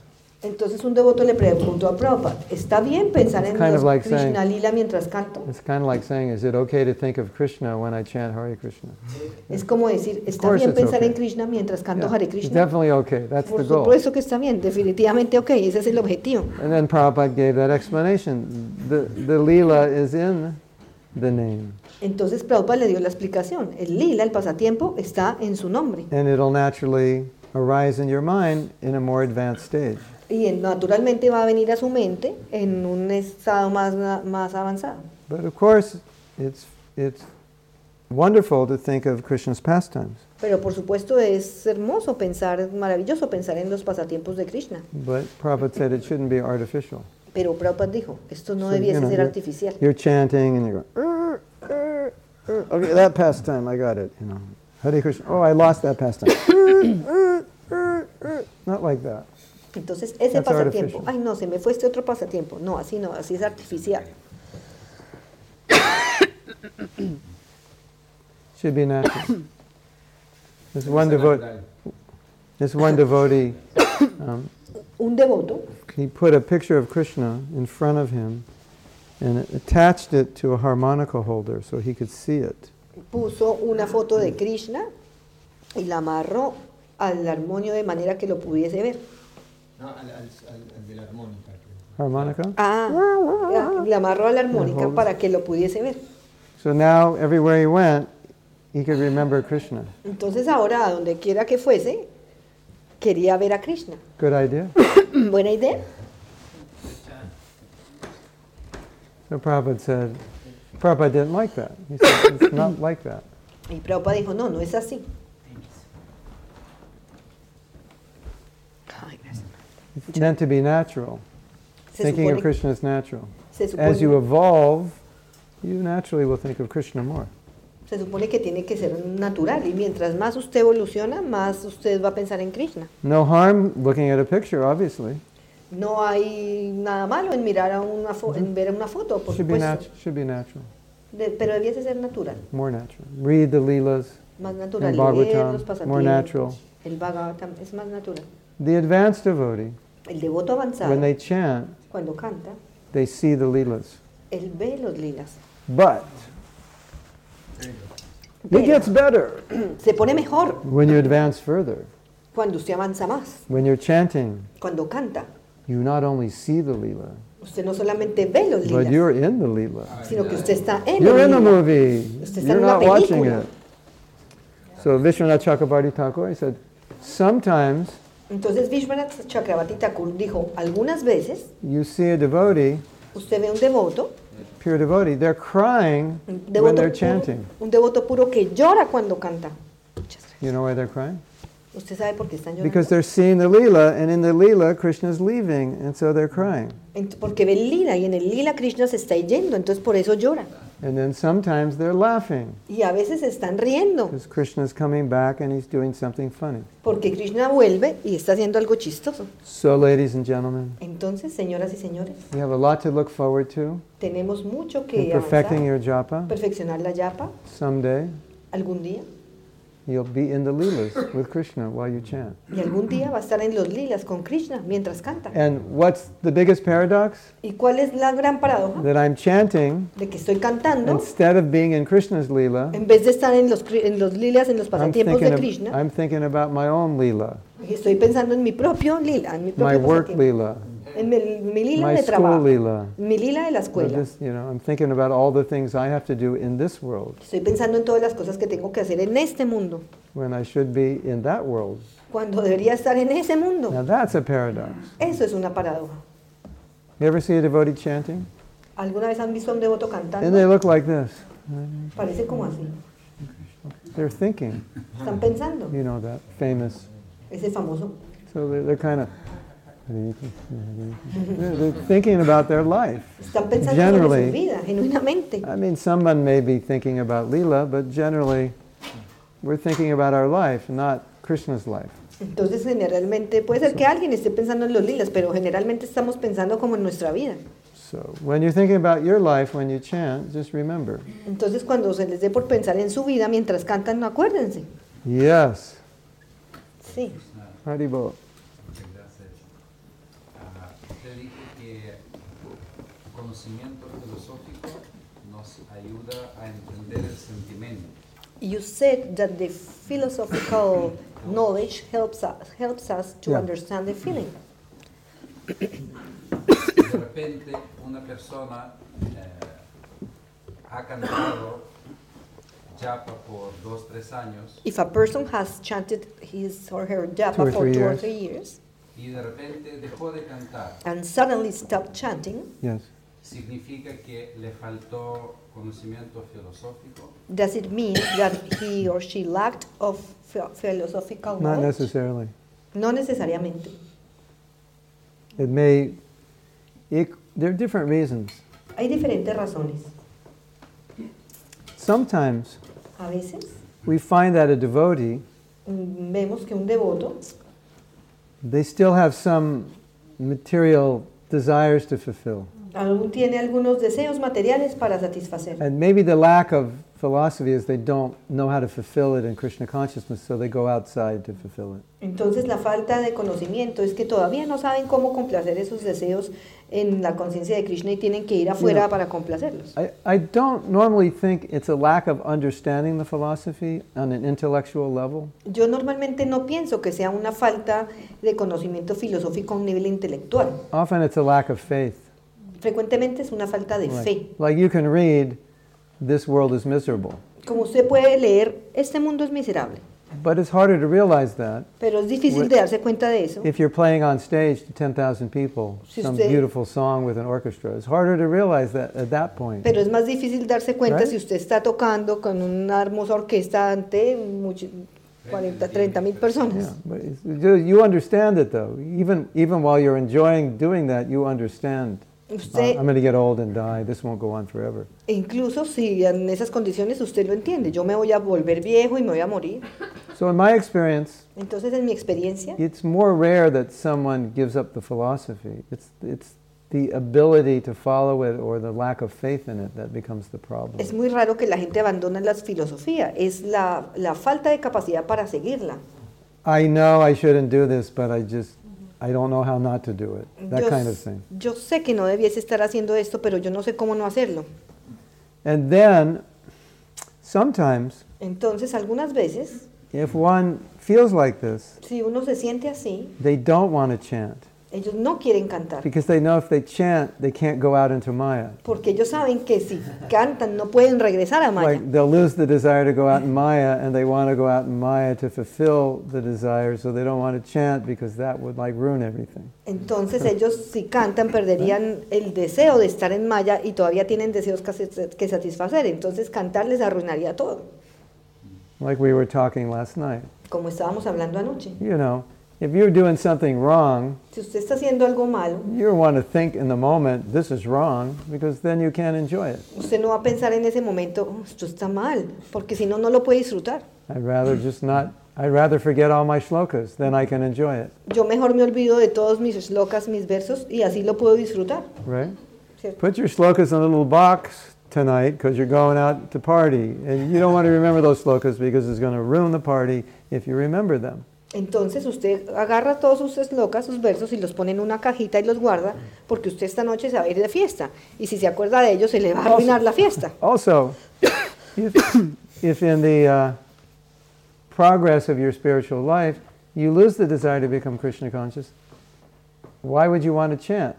S2: Entonces un devoto le preguntó a Prabhupada, ¿está bien pensar en
S1: It's kind
S2: los
S1: of like
S2: Krishna
S1: saying-
S2: Lila mientras canto?
S1: It's kind of like saying, Is it okay to think of Krishna when I chant Hare Krishna?
S2: Es como decir, ¿está
S1: course
S2: bien
S1: it's
S2: pensar
S1: okay.
S2: en Krishna mientras canto Hare
S1: It's
S2: Krishna?
S1: definitely okay, that's the
S2: Por
S1: goal.
S2: supuesto que está bien, definitivamente ok, ese es el objetivo.
S1: And then Prabhupada gave that explanation. The, the Leela is in the name,
S2: Entonces Prabhupada le dio la explicación, el lila, el pasatiempo, está en su nombre.
S1: and it'll naturally arise in your mind in a more advanced stage.
S2: Y él naturalmente va a venir a su mente en un estado más, más avanzado.
S1: But of course, it's, it's wonderful to think of Krishna's pastimes.
S2: Pero por supuesto es hermoso pensar, es maravilloso pensar en los pasatiempos de Krishna.
S1: But Prabhupada said it shouldn't be artificial.
S2: Pero Prabhupada dijo, esto no
S1: So, you
S2: debiese
S1: know,
S2: ser
S1: you're-
S2: artificial.
S1: You're chanting and you're going, "Er, er, okay, that pastime, I got it. You know, Hare Krishna. Oh, I lost that pastime. "Er, er, er," Not like that.
S2: Entonces, ese
S1: That's
S2: pasatiempo,
S1: artificial.
S2: ay no, se me fue este otro pasatiempo. No, así no, así es artificial.
S1: Should be natural. This one devotee, this one devotee, um,
S2: Un devoto
S1: he put a picture of Krishna in front of him, and attached it to a harmonica holder so he could see it.
S2: puso una foto de Krishna y la amarró al armonio de manera que lo pudiese ver.
S13: No, al, al, al- al de la armónica.
S1: Harmonica.
S2: Ah, ah, la amarró a la armónica
S1: Ajá.
S2: para que lo pudiese ver.
S1: So now everywhere he went, he could remember Krishna.
S2: Entonces ahora, a donde quiera que fuese, quería ver a Krishna.
S1: Good idea.
S2: Buena idea.
S1: So Prabhupada said, Prabhupada didn't like that. He said, it's not like that.
S2: Y Prabhupada dijo, no, no es así. Ay, gracias.
S1: It's meant to be natural.
S2: Se
S1: Thinking of
S2: supone-
S1: Krishna is natural.
S2: se supone-
S1: As you evolve, you naturally will think of Krishna more.
S2: Se supone que tiene que ser natural y mientras más usted evoluciona, más usted va a pensar en Krishna.
S1: No harm looking at a picture, obviously.
S2: No hay nada malo en mirar a una fo- en ver una foto, por
S1: Should be,
S2: supuesto,
S1: nat- should be natural,
S2: De- pero debiese ser natural,
S1: more natural. Read the Leelas
S2: más
S1: and
S2: natural, leer los
S1: Bhagavatam, more
S2: pasatiempos.
S1: natural.
S2: El Bhagavatam es más natural.
S1: The advanced devotee,
S2: El devoto avanzado
S1: when they chant,
S2: cuando canta,
S1: they see the Leelas.
S2: él ve los lilas.
S1: But it gets better
S2: Se pone mejor
S1: when you advance further.
S2: cuando usted avanza más,
S1: When you're chanting,
S2: cuando canta.
S1: you not only see the Leela,
S2: Usted no solamente ve los
S1: but
S2: lilas,
S1: you're in the Leela.
S2: sino que usted está en
S1: You're
S2: el
S1: in the
S2: lila.
S1: movie.
S2: Usted está
S1: You're
S2: en una
S1: not watching
S2: película.
S1: it. So Vishwanath Chakrabarti Thakur he said, sometimes
S2: Entonces Vishwanath Chakrabarti Thakur dijo, algunas veces
S1: you see a devotee,
S2: usted ve un devoto,
S1: pure devotee, they're crying
S2: un
S1: when
S2: devoto,
S1: they're
S2: puro,
S1: chanting.
S2: un devoto puro que llora cuando canta.
S1: You know why they're crying?
S2: ¿Usted sabe por qué están llorando?
S1: Because they're seeing the Leela, and in the Leela, Krishna's leaving, and so they're crying.
S2: Ent- Porque ve el lila y en el lila Krishna se está yendo, entonces por eso llora.
S1: And then sometimes they're laughing
S2: Y a veces se están riendo,
S1: because Krishna's coming back and he's doing something funny.
S2: porque Krishna vuelve y está haciendo algo chistoso.
S1: So, ladies and gentlemen,
S2: Entonces, señoras y señores,
S1: you have a lot to look forward to
S2: tenemos mucho
S1: in
S2: que
S1: perfecting
S2: avanzar,
S1: your japa.
S2: perfeccionar la yapa
S1: Someday,
S2: algún día,
S1: you'll be in the Leelas with Krishna while you chant.
S2: y algún día va a estar en los lilas con Krishna mientras canta.
S1: And what's the biggest paradox?
S2: ¿Y cuál es la gran paradoja?
S1: That I'm chanting,
S2: De que estoy cantando,
S1: instead of being in Krishna's Leela,
S2: en vez de estar en los, cri- en los lilas, en los
S1: I'm
S2: pasatiempos
S1: thinking,
S2: de
S1: of-
S2: Krishna,
S1: I'm thinking about my own Leela,
S2: estoy pensando en mi propio lila, en mi
S1: my
S2: propio
S1: work
S2: pasatiempo,
S1: Leela,
S2: en el- mi lila
S1: my
S2: de
S1: school
S2: trabajo,
S1: Leela.
S2: mi lila de la
S1: Or
S2: escuela.
S1: this, you know, I'm thinking about all the things I have to do in this world
S2: Estoy pensando en todas las cosas que tengo que hacer en este mundo,
S1: when I should be in that world.
S2: cuando debería estar en ese mundo.
S1: Now that's a paradox.
S2: Eso es una paradoja.
S1: You ever see a devotee chanting?
S2: ¿Alguna vez han visto a un devoto
S1: And they
S2: cantando?
S1: look like this.
S2: Parece como así.
S1: They're thinking.
S2: Están pensando.
S1: You know that famous.
S2: Ese famoso.
S1: So they're, they're kind of. They're, they're thinking about their life.
S2: Están pensando en su
S1: Generally,
S2: vida, genuinamente.
S1: I mean, someone may be thinking about Leela, but generally, we're thinking about our life, not Krishna's life.
S2: Entonces, generalmente puede ser que alguien esté pensando en los lilas, pero generalmente estamos pensando como en nuestra vida.
S1: So when you're thinking about your life when you chant, just remember
S2: Entonces, cuando se les dé por pensar en su vida mientras cantan, no acuérdense.
S1: yes,
S2: Sí.
S1: Haribo.
S15: Gracias. Ah, usted dijo que conocimiento filosófico nos ayuda a entender el sentimiento.
S2: You said that the philosophical knowledge helps us, helps us to
S15: Yeah.
S2: understand the feeling.
S15: De repente una persona eh, ha cantado yapa por dos, tres años
S2: If a person has chanted his or her
S1: Two
S2: japa
S1: or
S2: for
S1: three
S2: two or
S1: years.
S2: three years
S15: y de repente dejó de cantar,
S2: and suddenly stopped chanting,
S1: Yes.
S15: significa que le faltó conocimiento filosófico.
S2: does it mean that he or she lacked of phi- philosophical
S1: Not
S2: knowledge?
S1: necessarily.
S2: No necesariamente.
S1: It may, it, there are different reasons.
S2: Hay diferentes razones.
S1: Sometimes
S2: A veces
S1: we find that a devotee,
S2: mm, vemos que un devoto
S1: they still have some material desires to fulfill.
S2: aún tiene algunos deseos materiales para satisfacer.
S1: And maybe the lack of philosophy is they don't know how to fulfill it in Krishna consciousness, so they go outside to fulfill it.
S2: Entonces la falta de conocimiento es que todavía no saben cómo complacer esos deseos en la conciencia de Krishna y tienen que ir afuera
S1: Mira.
S2: para complacerlos.
S1: I, I don't normally think it's a lack of understanding the philosophy on an intellectual level,
S2: Yo normalmente no pienso que sea una falta de conocimiento filosófico a un nivel intelectual.
S1: often it's a lack of faith.
S2: Frecuentemente es una falta de
S1: Like-
S2: fe.
S1: like you can read, this world is miserable.
S2: Como usted puede leer, este mundo es miserable,
S1: But it's harder to realize that
S2: pero es difícil
S1: Bueno.
S2: de darse cuenta de eso.
S1: if you're playing on stage to 10,000 people,
S2: Si
S1: some
S2: usted-
S1: beautiful song with an orchestra. It's harder to realize that at that point.
S2: Pero es más difícil darse cuenta
S1: Right.
S2: si usted está tocando con una hermosa orquesta ante mucho- 40, 30 mil personas.
S1: Yeah, but it's- you you understand it though. Even even while you're enjoying doing that, you understand.
S2: Usted-
S1: "Uh, I'm going to get old and die. This won't go on forever.
S2: E incluso si en esas condiciones usted lo entiende, yo me voy a volver viejo y me voy a morir.
S1: So in my experience,
S2: Entonces, en mi experiencia,
S1: it's more rare that someone gives up the philosophy. It's it's the ability to follow it or the lack of faith in it that becomes the problem.
S2: es muy raro que la gente abandone la filosofía, es la, la falta de capacidad para seguirla.
S1: I know I shouldn't do this, but I just I don't know how not to do it. That
S2: yo,
S1: kind of thing.
S2: yo sé que no debiese estar haciendo esto, pero yo no sé cómo no hacerlo.
S1: And then sometimes
S2: Entonces, algunas veces,
S1: if one feels like this,
S2: si uno se siente así,
S1: they don't want to chant.
S2: ellos no quieren cantar,
S1: Because they know if they chant, they can't go out into Maya.
S2: porque ellos saben que si cantan no pueden regresar a Maya.
S1: Like they'll lose the desire to go out in Maya, and they want to go out in Maya to fulfill the desire, so they don't want to chant because that would like ruin everything.
S2: Entonces ellos si cantan perderían el deseo de estar en Maya y todavía tienen deseos que satis- que satisfacer. Entonces cantar les arruinaría todo,
S1: Like we were talking last night.
S2: como estábamos hablando anoche.
S1: You know, if you're doing something wrong,
S2: Si usted está haciendo algo malo,
S1: you want to think in the moment, this is wrong, because then you can't enjoy it.
S2: usted no va a pensar en ese momento, "Oh, esto está mal, porque si no, no lo puede disfrutar.
S1: I'd rather just not, I'd rather forget all my shlokas, then I can enjoy it,
S2: Yo mejor me olvido de todos mis locas, mis versos, y así lo puedo disfrutar.
S1: right?
S2: ¿cierto?
S1: Put your shlokas in a little box tonight because you're going out to party. And you don't want to remember those shlokas because it's going to ruin the party if you remember them.
S2: Entonces usted agarra todos sus eslocas, sus versos y los pone en una cajita y los guarda porque usted esta noche se va a ir de fiesta y si se acuerda de ellos se le va a arruinar la fiesta.
S1: Also, if, if in the uh, progress of your spiritual life you lose the desire to become Krishna conscious, why would you want to chant?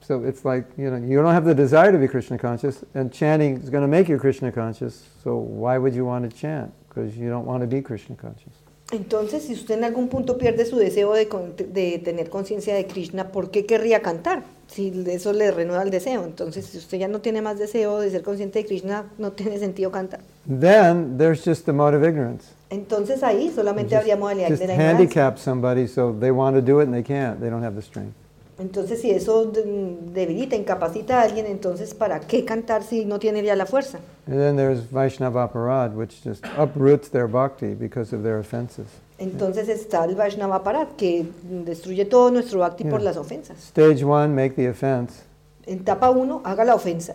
S1: So it's like, you know, you don't have the desire to be Krishna conscious, and chanting is going to make you Krishna conscious, so why would you want to chant? Because you don't want to be Krishna conscious.
S2: Entonces si usted en algún punto pierde su deseo de, con- de tener conciencia de Krishna, ¿por qué querría cantar? Si eso le renueva el deseo. Entonces si usted ya no tiene más deseo de ser consciente de Krishna, no tiene sentido cantar.
S1: Then there's just the mode of ignorance.
S2: Entonces ahí solamente
S1: Just-
S2: habría modalidad
S1: just
S2: de la ignorancia.
S1: handicap somebody so they want to do it and they can't. They don't have the strength.
S2: Entonces, si eso de- debilita, incapacita a alguien, entonces, ¿para qué cantar si no tiene ya la fuerza?
S1: And then there's Vaishnava Parad, which just uproots their bhakti because of their offenses.
S2: Entonces está el Vaishnava Parat, que destruye todo nuestro bhakti por
S1: Yeah.
S2: las ofensas.
S1: Stage one, make the offense.
S2: En etapa 1, haga la ofensa.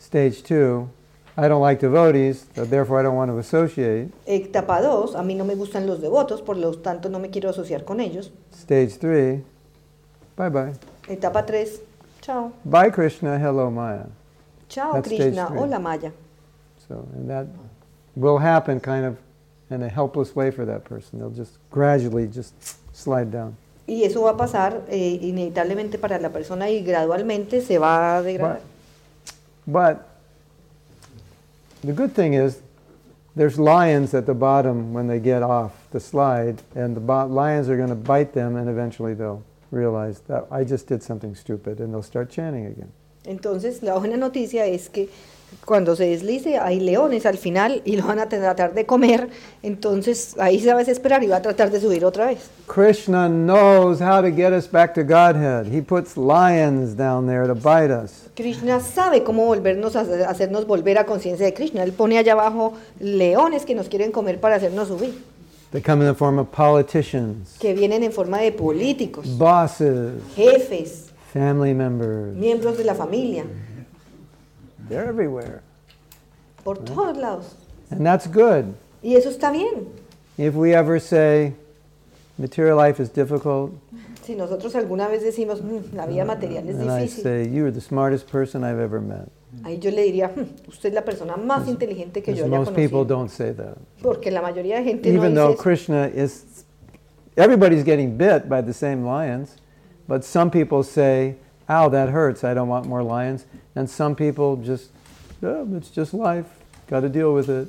S1: Stage two, I don't like devotees, so therefore I don't want to associate.
S2: Etapa 2, a mí no me gustan los devotos, por lo tanto no me quiero asociar con ellos.
S1: Stage three, bye bye.
S2: Etapa 3, chao.
S1: Bye Krishna, hello Maya.
S2: Chao
S1: That's stage
S2: Krishna,
S1: three.
S2: hola Maya.
S1: So, and that will happen kind of in a helpless way for that person. They'll just gradually just slide down.
S2: Y eso va a pasar eh, inevitablemente para la persona y gradualmente se va a degradar.
S1: But, but the good thing is, there's lions at the bottom when they get off the slide, and the bo- lions are going to bite them, and eventually they'll realize that I just did something stupid, and they'll start chanting again.
S2: Entonces, la buena noticia es que cuando se deslice hay leones al final y lo van a tratar de comer, entonces ahí se va a desesperar y va a tratar de subir otra vez.
S1: Krishna knows how to get us back to Godhead. He puts lions down there to bite us.
S2: Krishna sabe cómo volvernos a hacer- hacernos volver a conciencia de Krishna. Él pone allá abajo leones que nos quieren comer para hacernos subir,
S1: They come in the form of politicians,
S2: que vienen en forma de políticos,
S1: bosses,
S2: jefes,
S1: family members.
S2: miembros de la familia,
S1: They're everywhere.
S2: por todos lados.
S1: And that's good.
S2: Y eso está bien.
S1: If we ever say material life is difficult,
S2: Si nosotros alguna vez decimos, "Mm, la vida material es
S1: and I
S2: difícil,
S1: say, You are the smartest person I've ever met.
S2: Ahí yo le diría, "Hmm, usted es la persona más inteligente que
S1: Because
S2: yo haya
S1: most people
S2: conocido.
S1: don't say that.
S2: Porque la mayoría de gente no
S1: Even
S2: dice
S1: though
S2: eso.
S1: Krishna is, everybody's getting bit by the same lions, but some people say, Ow, that hurts, I don't want more lions. And some people just, oh, It's just life. Got to deal with it.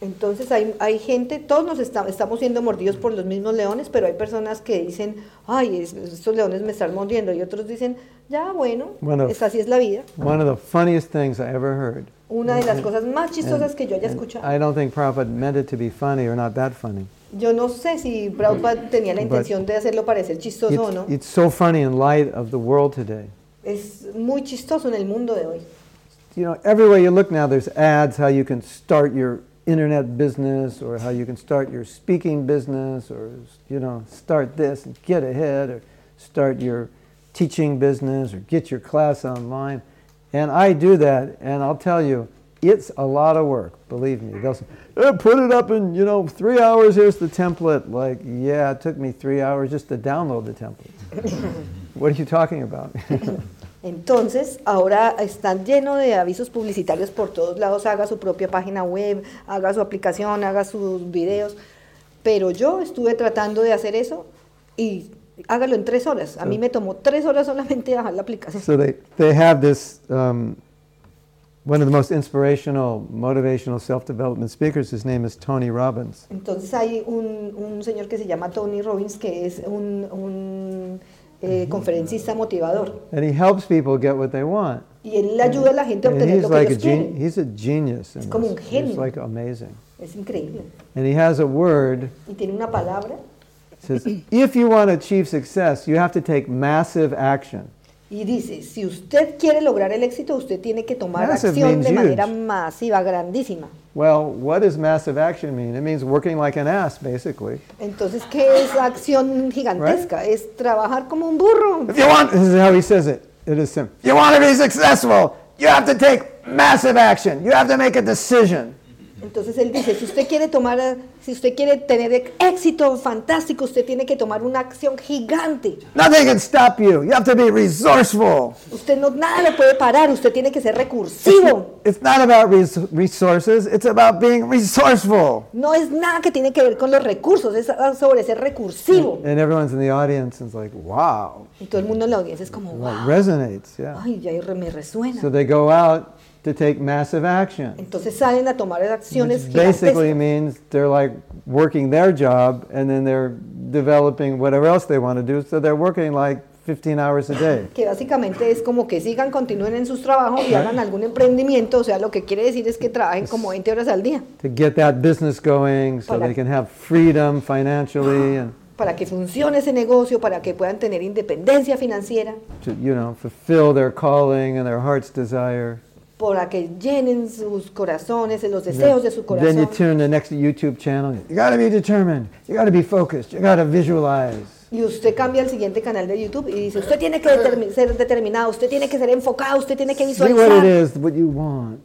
S2: Entonces hay, hay gente, todos nos esta- estamos siendo mordidos por los mismos leones, pero hay personas que dicen, ay, es- estos leones me están mordiendo, y otros dicen, ya bueno,
S1: Bueno.
S2: es así es la vida.
S1: One of the funniest things I ever heard.
S2: Una de las
S1: And-
S2: cosas más chistosas que yo haya
S1: and
S2: escuchado.
S1: I don't think Prabhupada meant it to be funny or not that funny.
S2: Yo no sé si Prabhupada tenía la
S1: But-
S2: intención de hacerlo parecer chistoso o
S1: It's,
S2: no.
S1: it's so funny in light of the world today.
S2: Es muy chistoso en el mundo de hoy.
S1: You know, everywhere you look now, there's ads how you can start your internet business or how you can start your speaking business or, you know, start this and get ahead or start your teaching business or get your class online. And I do that, and I'll tell you, it's a lot of work, believe me. They'll say, "Eh, put it up in, you know, three hours, here's the template. Like, yeah, it took me three hours just to download the template. what are you talking about?
S2: Entonces, ahora están lleno de avisos publicitarios por todos lados, haga su propia página web, haga su aplicación, haga sus videos. Pero yo estuve tratando de hacer eso y hágalo en tres horas. A mí me tomó tres horas solamente bajar la aplicación.
S1: So they, they have this, um, one of the most inspirational, motivational self development speakers, his name is Tony Robbins.
S2: Entonces hay un, un señor que se llama Tony Robbins, que es un, un, eh, conferencista motivador.
S1: And he helps people get what they want.
S2: Y él le ayuda a la gente a
S1: And
S2: obtener
S1: he's
S2: lo que
S1: like a
S2: ellos
S1: gen-
S2: quieren.
S1: he's a genius. in
S2: Es como
S1: this.
S2: un
S1: He's
S2: genio.
S1: like amazing.
S2: Es increíble.
S1: And he has a word
S2: Y tiene una palabra.
S1: says if you want to achieve success, you have to take massive action.
S2: Y dice, si usted quiere lograr el éxito, usted tiene que tomar
S1: Massive
S2: acción
S1: means
S2: de
S1: huge.
S2: manera masiva, grandísima.
S1: Well, what does massive action mean? It means working like an ass, basically.
S2: Entonces, ¿qué es acción gigantesca? Es trabajar como un burro.
S1: If you want, this is how he says it. It is simple. You want to be successful, you have to take massive action. You have to make a decision.
S2: Entonces él dice, si usted quiere tomar, eh, si usted quiere tener ex- éxito fantástico, usted tiene que tomar una acción gigante.
S1: Nothing can stop you. You have to be resourceful.
S2: Usted no nada le puede parar, usted tiene que ser recursivo.
S1: It's, it's not about res- resources, it's about being resourceful.
S2: No es nada que tiene que ver con los recursos, es ah, sobre ser recursivo.
S1: And everyone's in the audience and is like, wow.
S2: Y todo el mundo en la audiencia es como,
S1: Like
S2: wow,
S1: resonates, yeah.
S2: ay, ya re- me resuena.
S1: So they go out to take massive action.
S2: Entonces salen a tomar acciones
S1: Which
S2: gigantescas.
S1: basically means they're like working their job and then they're developing whatever else they want to do. So they're working like 15 hours a day.
S2: que básicamente es como que sigan, continúen en sus trabajos y hagan algún emprendimiento, o sea, lo que quiere decir es que trabajen como 20 horas al día
S1: to get that business going so
S2: Para-
S1: they can have freedom financially and
S2: para que funcione ese negocio, para que puedan tener independencia financiera,
S1: to, you know, fulfill their calling and their heart's desire.
S2: para que llenen sus corazones, los deseos de su
S1: Then you
S2: corazón.
S1: turn the next YouTube channel. You got to be determined. You got to be focused. You got to visualize.
S2: Y usted cambia al siguiente canal de YouTube y dice, usted tiene que determi- ser determinado, usted tiene que ser enfocado, usted tiene que
S1: See what it
S2: visualizar.
S1: is, what you want.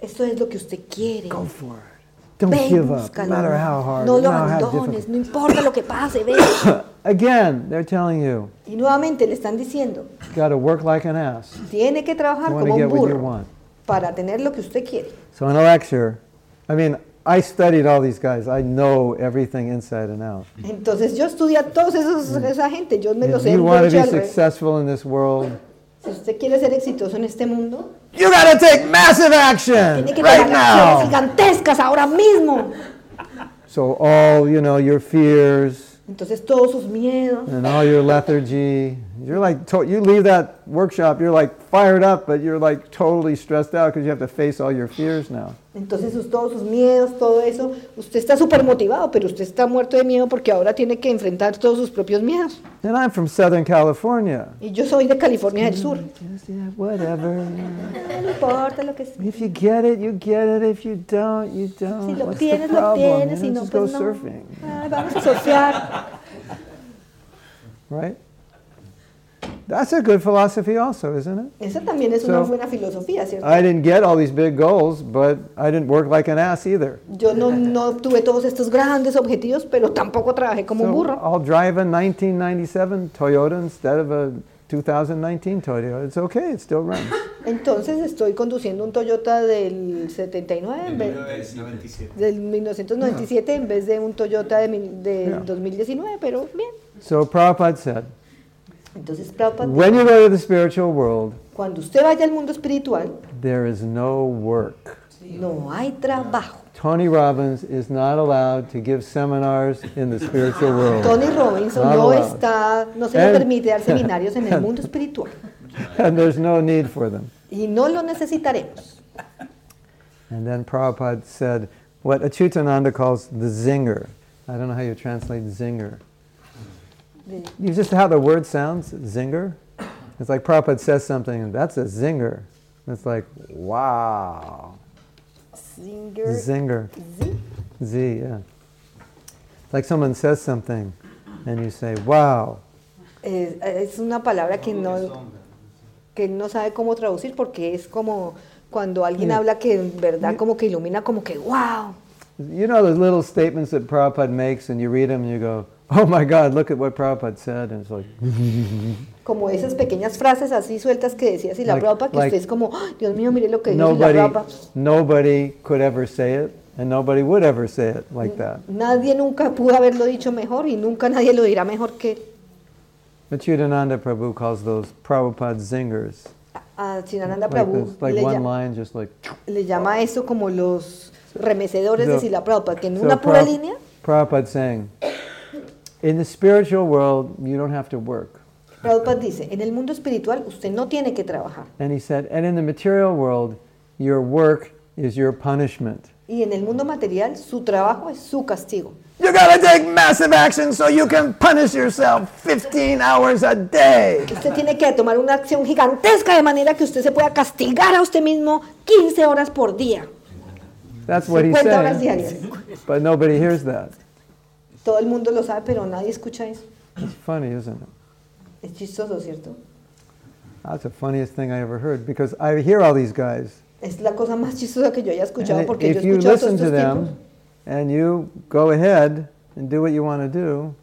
S2: Esto es lo que usted quiere.
S1: Don't
S2: Ven,
S1: give up, no
S2: búscalo.
S1: matter how hard,
S2: No
S1: no
S2: lo
S1: matter how
S2: abandones,
S1: difficult.
S2: no importa lo que pase, ven.
S1: Again, they're telling you,
S2: Y nuevamente le están diciendo,
S1: you got to work like an ass.
S2: tiene que trabajar
S1: You want to
S2: como
S1: get
S2: un
S1: what you
S2: burro.
S1: want.
S2: para tener lo que usted quiere.
S1: So in a lecture, I mean, I studied all these guys. I know everything inside and out.
S2: Entonces yo estudié a todos esos esa gente, yo me lo
S1: If
S2: sé.
S1: Mm. you
S2: de
S1: want to
S2: derecha
S1: be
S2: al revés.
S1: successful in this world,
S2: Si usted quiere ser exitoso en este mundo,
S1: you gotta take massive action
S2: tiene que
S1: right
S2: tomar acciones
S1: now.
S2: gigantescas ahora mismo.
S1: So all you know, your fears
S2: Entonces todos sus miedos,
S1: and all your lethargy, you're like to- you leave that workshop, you're like fired up, but you're like totally stressed out because you have to face all your fears now.
S2: entonces sus- todos sus miedos, todo eso, usted está súper motivado, pero usted está muerto de miedo porque ahora tiene que enfrentar todos sus propios miedos.
S1: And I'm from Southern California.
S2: Y yo soy de California del Sur.
S1: Whatever.
S2: No importa lo que sea.
S1: If you get it, you get it. If you don't, you don't.
S2: Si lo
S1: What's the
S2: tienes, lo
S1: problem?
S2: tienes,
S1: You
S2: si
S1: know,
S2: no,
S1: just go
S2: pues no.
S1: surfing,
S2: Ay, vamos a surfear.
S1: right? That's a good philosophy, also, isn't it?
S2: Esa también es una
S1: So,
S2: buena filosofía, ¿cierto?
S1: I didn't get all these big goals, but I didn't work like an ass either.
S2: Yo no, no tuve todos estos grandes objetivos, pero tampoco trabajé como un
S1: So
S2: burro.
S1: I'll drive a 1997 Toyota instead of a 2019 Toyota. It's okay, it still runs.
S2: Entonces estoy conduciendo un Toyota del 79 en vez,
S11: 97.
S2: del 1997 en vez de un Toyota de, mil- del
S1: Yeah.
S2: 2019, pero bien.
S1: so Prabhupada said,
S2: Entonces, Prabhupada,
S1: when you go to the spiritual world,
S2: cuando usted vaya al mundo espiritual,
S1: there is no work.
S2: No hay trabajo.
S1: Tony Robbins is not allowed to give seminars in the spiritual world.
S2: Tony Robinson
S1: Not
S2: no
S1: allowed.
S2: está, no se le
S1: And-
S2: permite dar seminarios en el mundo espiritual
S1: And there's no need for them.
S2: y no lo necesitaremos.
S1: And then Prabhupada said what Achyutananda calls the zinger. I don't know how you translate zinger.
S2: De-
S1: You just how the word sounds, zinger. It's like Prabhupada says something, and that's a zinger. And It's like, wow.
S2: Zinger.
S1: Zinger.
S2: Z.
S1: Z, yeah. Like someone says something, and you say, wow.
S2: Eh, es una palabra que no, que él no sabe cómo traducir porque es como cuando alguien
S1: Sí.
S2: habla que en verdad como que ilumina como que wow.
S1: You know those little statements that Prabhupada makes, and you read them, and you go, oh my God, look at what Prabhupada said. And it's like,
S2: Como esas pequeñas frases así sueltas que decía la
S1: Like-
S2: Prabhupada, que
S1: like-
S2: usted es como, "Ah, Dios mío, mire lo que dice la
S1: nobody,
S2: Prabhupada.
S1: nobody could ever say it, and nobody would ever say it like
S2: Mm.
S1: that.
S2: Nadie nunca pudo haberlo dicho mejor y nunca nadie lo dirá mejor que él.
S1: Achyutananda Prabhu calls those Prabhupada zingers.
S2: a Chinananda
S1: Like,
S2: Prabhu.
S1: this- like
S2: le,
S1: one
S2: llama-
S1: line, just like.
S2: le llama eso como los remecedores de
S1: So-
S2: Sila Prabhupada, que en
S1: So
S2: una pura
S1: Prabhu-
S2: línea
S1: Prabhupada saying, in the spiritual world, you don't have to work.
S2: Prabhupada dice, en el mundo espiritual usted no tiene que trabajar.
S1: And he said, and in the material world, your work is your punishment.
S2: Y en el mundo material su trabajo es su castigo.
S1: You gotta take massive action so you can punish yourself 15 hours a day.
S2: Usted tiene que tomar una acción gigantesca de manera que usted se pueda castigar a usted mismo 15 horas por día.
S1: That's what he's
S2: 50 horas
S1: saying.
S2: diarias.
S1: But nobody hears that.
S2: Todo el mundo lo sabe, pero nadie escucha eso.
S1: It's funny, isn't it?
S2: Es chistoso, ¿cierto?
S1: That's the funniest thing I ever heard because I hear all these guys.
S2: Es la cosa más chistosa que yo haya escuchado
S1: And
S2: porque yo
S1: Eh, if you
S2: he escuchado este todos
S1: listen to
S2: estos tipos.
S1: them and you go ahead and do what you want to do,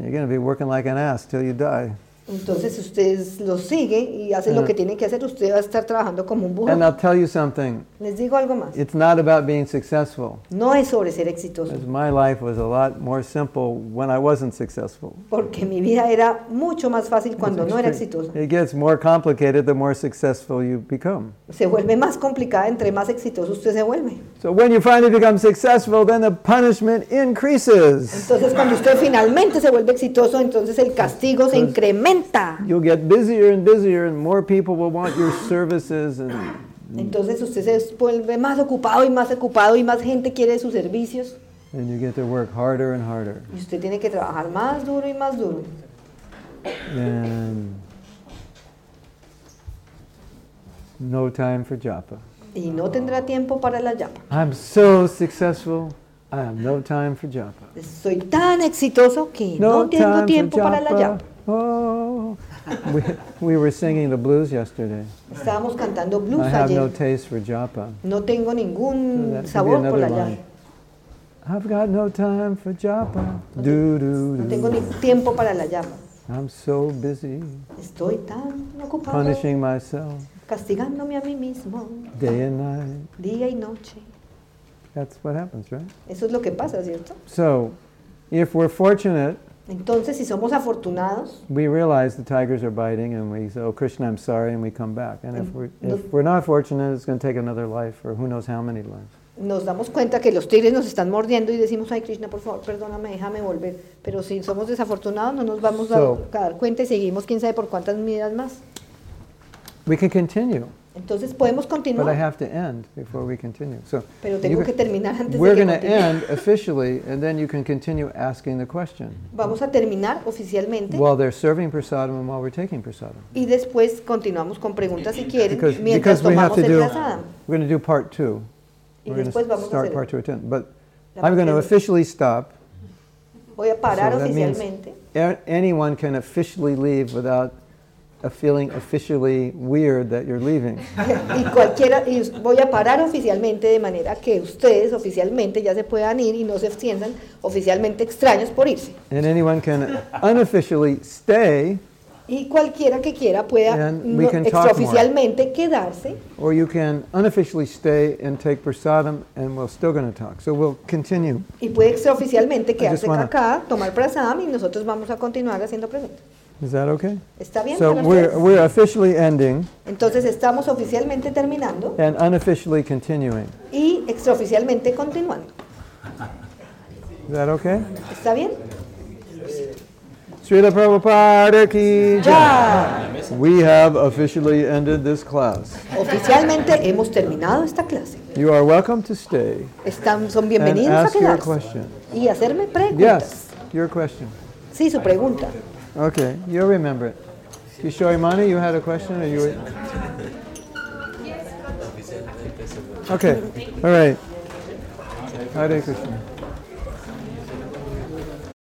S1: you're going to be working like an ass till you die.
S2: Entonces si ustedes los siguen y hacen lo
S1: Ah.
S2: que tienen que hacer, usted va a estar trabajando como un burro.
S1: And I'll tell you something.
S2: Les digo algo más.
S1: It's not about being successful.
S2: No es sobre ser exitoso,
S1: 'cause my life was a lot more simple when I wasn't successful.
S2: porque mi vida era mucho más fácil cuando no era
S1: It's extre-
S2: exitosa.
S1: It gets more complicated the more successful you become.
S2: Se vuelve más complicada entre más exitoso usted se vuelve.
S1: So when you finally become successful, then the punishment increases.
S2: Entonces cuando usted finalmente se vuelve exitoso, entonces el castigo se
S1: Entonces-
S2: incrementa.
S1: You'll get busier and busier, and more people will want your services. And
S2: Entonces usted se vuelve más ocupado y más ocupado y más gente quiere sus servicios
S1: And you get to work harder and harder.
S2: y usted tiene que trabajar más duro y más duro.
S1: And no time for japa.
S2: Y no tendrá tiempo para la llama.
S1: I'm so successful, I have no time for japa.
S2: Soy tan exitoso que no,
S1: No
S2: tengo
S1: time
S2: tiempo
S1: for
S2: para la
S1: japa.
S2: llama.
S1: Oh. We, we were singing the blues yesterday.
S2: Estábamos cantando blues
S1: I have
S2: ayer.
S1: no taste for japa.
S2: No tengo
S1: So that
S2: ningún
S1: should be
S2: sabor por
S1: another
S2: la
S1: line.
S2: llama.
S1: I've got no time for japa. Do, do,
S2: No
S1: do.
S2: tengo ni tiempo para la llama.
S1: I'm so busy
S2: Estoy tan ocupado
S1: punishing myself
S2: castigándome a mí mismo
S1: day and night.
S2: día y noche.
S1: That's what happens, right?
S2: Eso es lo que pasa, ¿cierto?
S1: So, if we're fortunate,
S2: Entonces, si somos afortunados,
S1: we realize the tigers are biting and we say, Oh, Krishna, I'm sorry, and we come back. And if
S2: Mm.
S1: we're, if we're not fortunate, it's going to take another life or who knows how many lives.
S2: nos damos cuenta que los tigres nos están mordiendo y decimos, ay Krishna, por favor, perdóname, déjame volver. Pero si somos desafortunados, no nos vamos a
S1: So-
S2: dar cuenta y seguimos quién sabe por cuántas vidas más.
S1: We can continue,
S2: Entonces, podemos
S1: but I
S2: continuar,
S1: have to end before we continue. So,
S2: pero
S1: you
S2: tengo
S1: ca-
S2: que terminar antes
S1: we're
S2: de que
S1: going to
S2: continúe.
S1: end officially, and then you can continue asking the question
S2: Vamos a terminar oficialmente
S1: while they're serving prasadam and while we're taking prasadam.
S2: y después continuamos con preguntas si quieren
S1: Because,
S2: mientras
S1: because we have
S2: tomamos
S1: to
S2: el
S1: do,
S2: prasadam.
S1: we're going to do part two.
S2: Y
S1: We're going
S2: después vamos a
S1: to start
S2: hacer
S1: part two at 10. But
S2: la
S1: I'm going to
S2: parte dos.
S1: officially stop.
S2: Voy a parar
S1: So that means
S2: oficialmente.
S1: a- anyone can officially leave without a feeling officially weird that you're leaving.
S2: Y cualquiera, y us- voy a parar oficialmente de manera que ustedes oficialmente ya se puedan ir y no se sientan oficialmente extraños por irse.
S1: And anyone can unofficially stay,
S2: Y cualquiera que quiera pueda
S1: And we
S2: no-
S1: can talk
S2: extraoficialmente quedarse
S1: or you can unofficially stay and take prasadam, and we're still going to talk. So we'll continue.
S2: y puede extraoficialmente quedarse
S1: wanna-
S2: acá, tomar prasadam y nosotros vamos a continuar haciendo preguntas.
S1: Is that okay?
S2: ¿Está bien
S1: So
S2: para
S1: we're,
S2: ustedes?
S1: we're officially ending
S2: Entonces estamos oficialmente terminando
S1: and unofficially continuing.
S2: y extraoficialmente continuando.
S1: Is that okay?
S2: ¿Está bien?
S1: Srila Prabhupada ki
S2: Jai.
S1: jai. We have officially ended this class.
S2: Oficialmente hemos terminado esta clase.
S1: You are welcome to stay
S2: Están, son
S1: and
S2: bienvenidos a
S1: ask your
S2: quedarse
S1: question.
S2: y hacerme preguntas.
S1: Yes, your question.
S2: Sí, su pregunta.
S1: Okay, you'll remember it. Kishorimani, you had a question or you were... Okay, all right. Hare Krishna.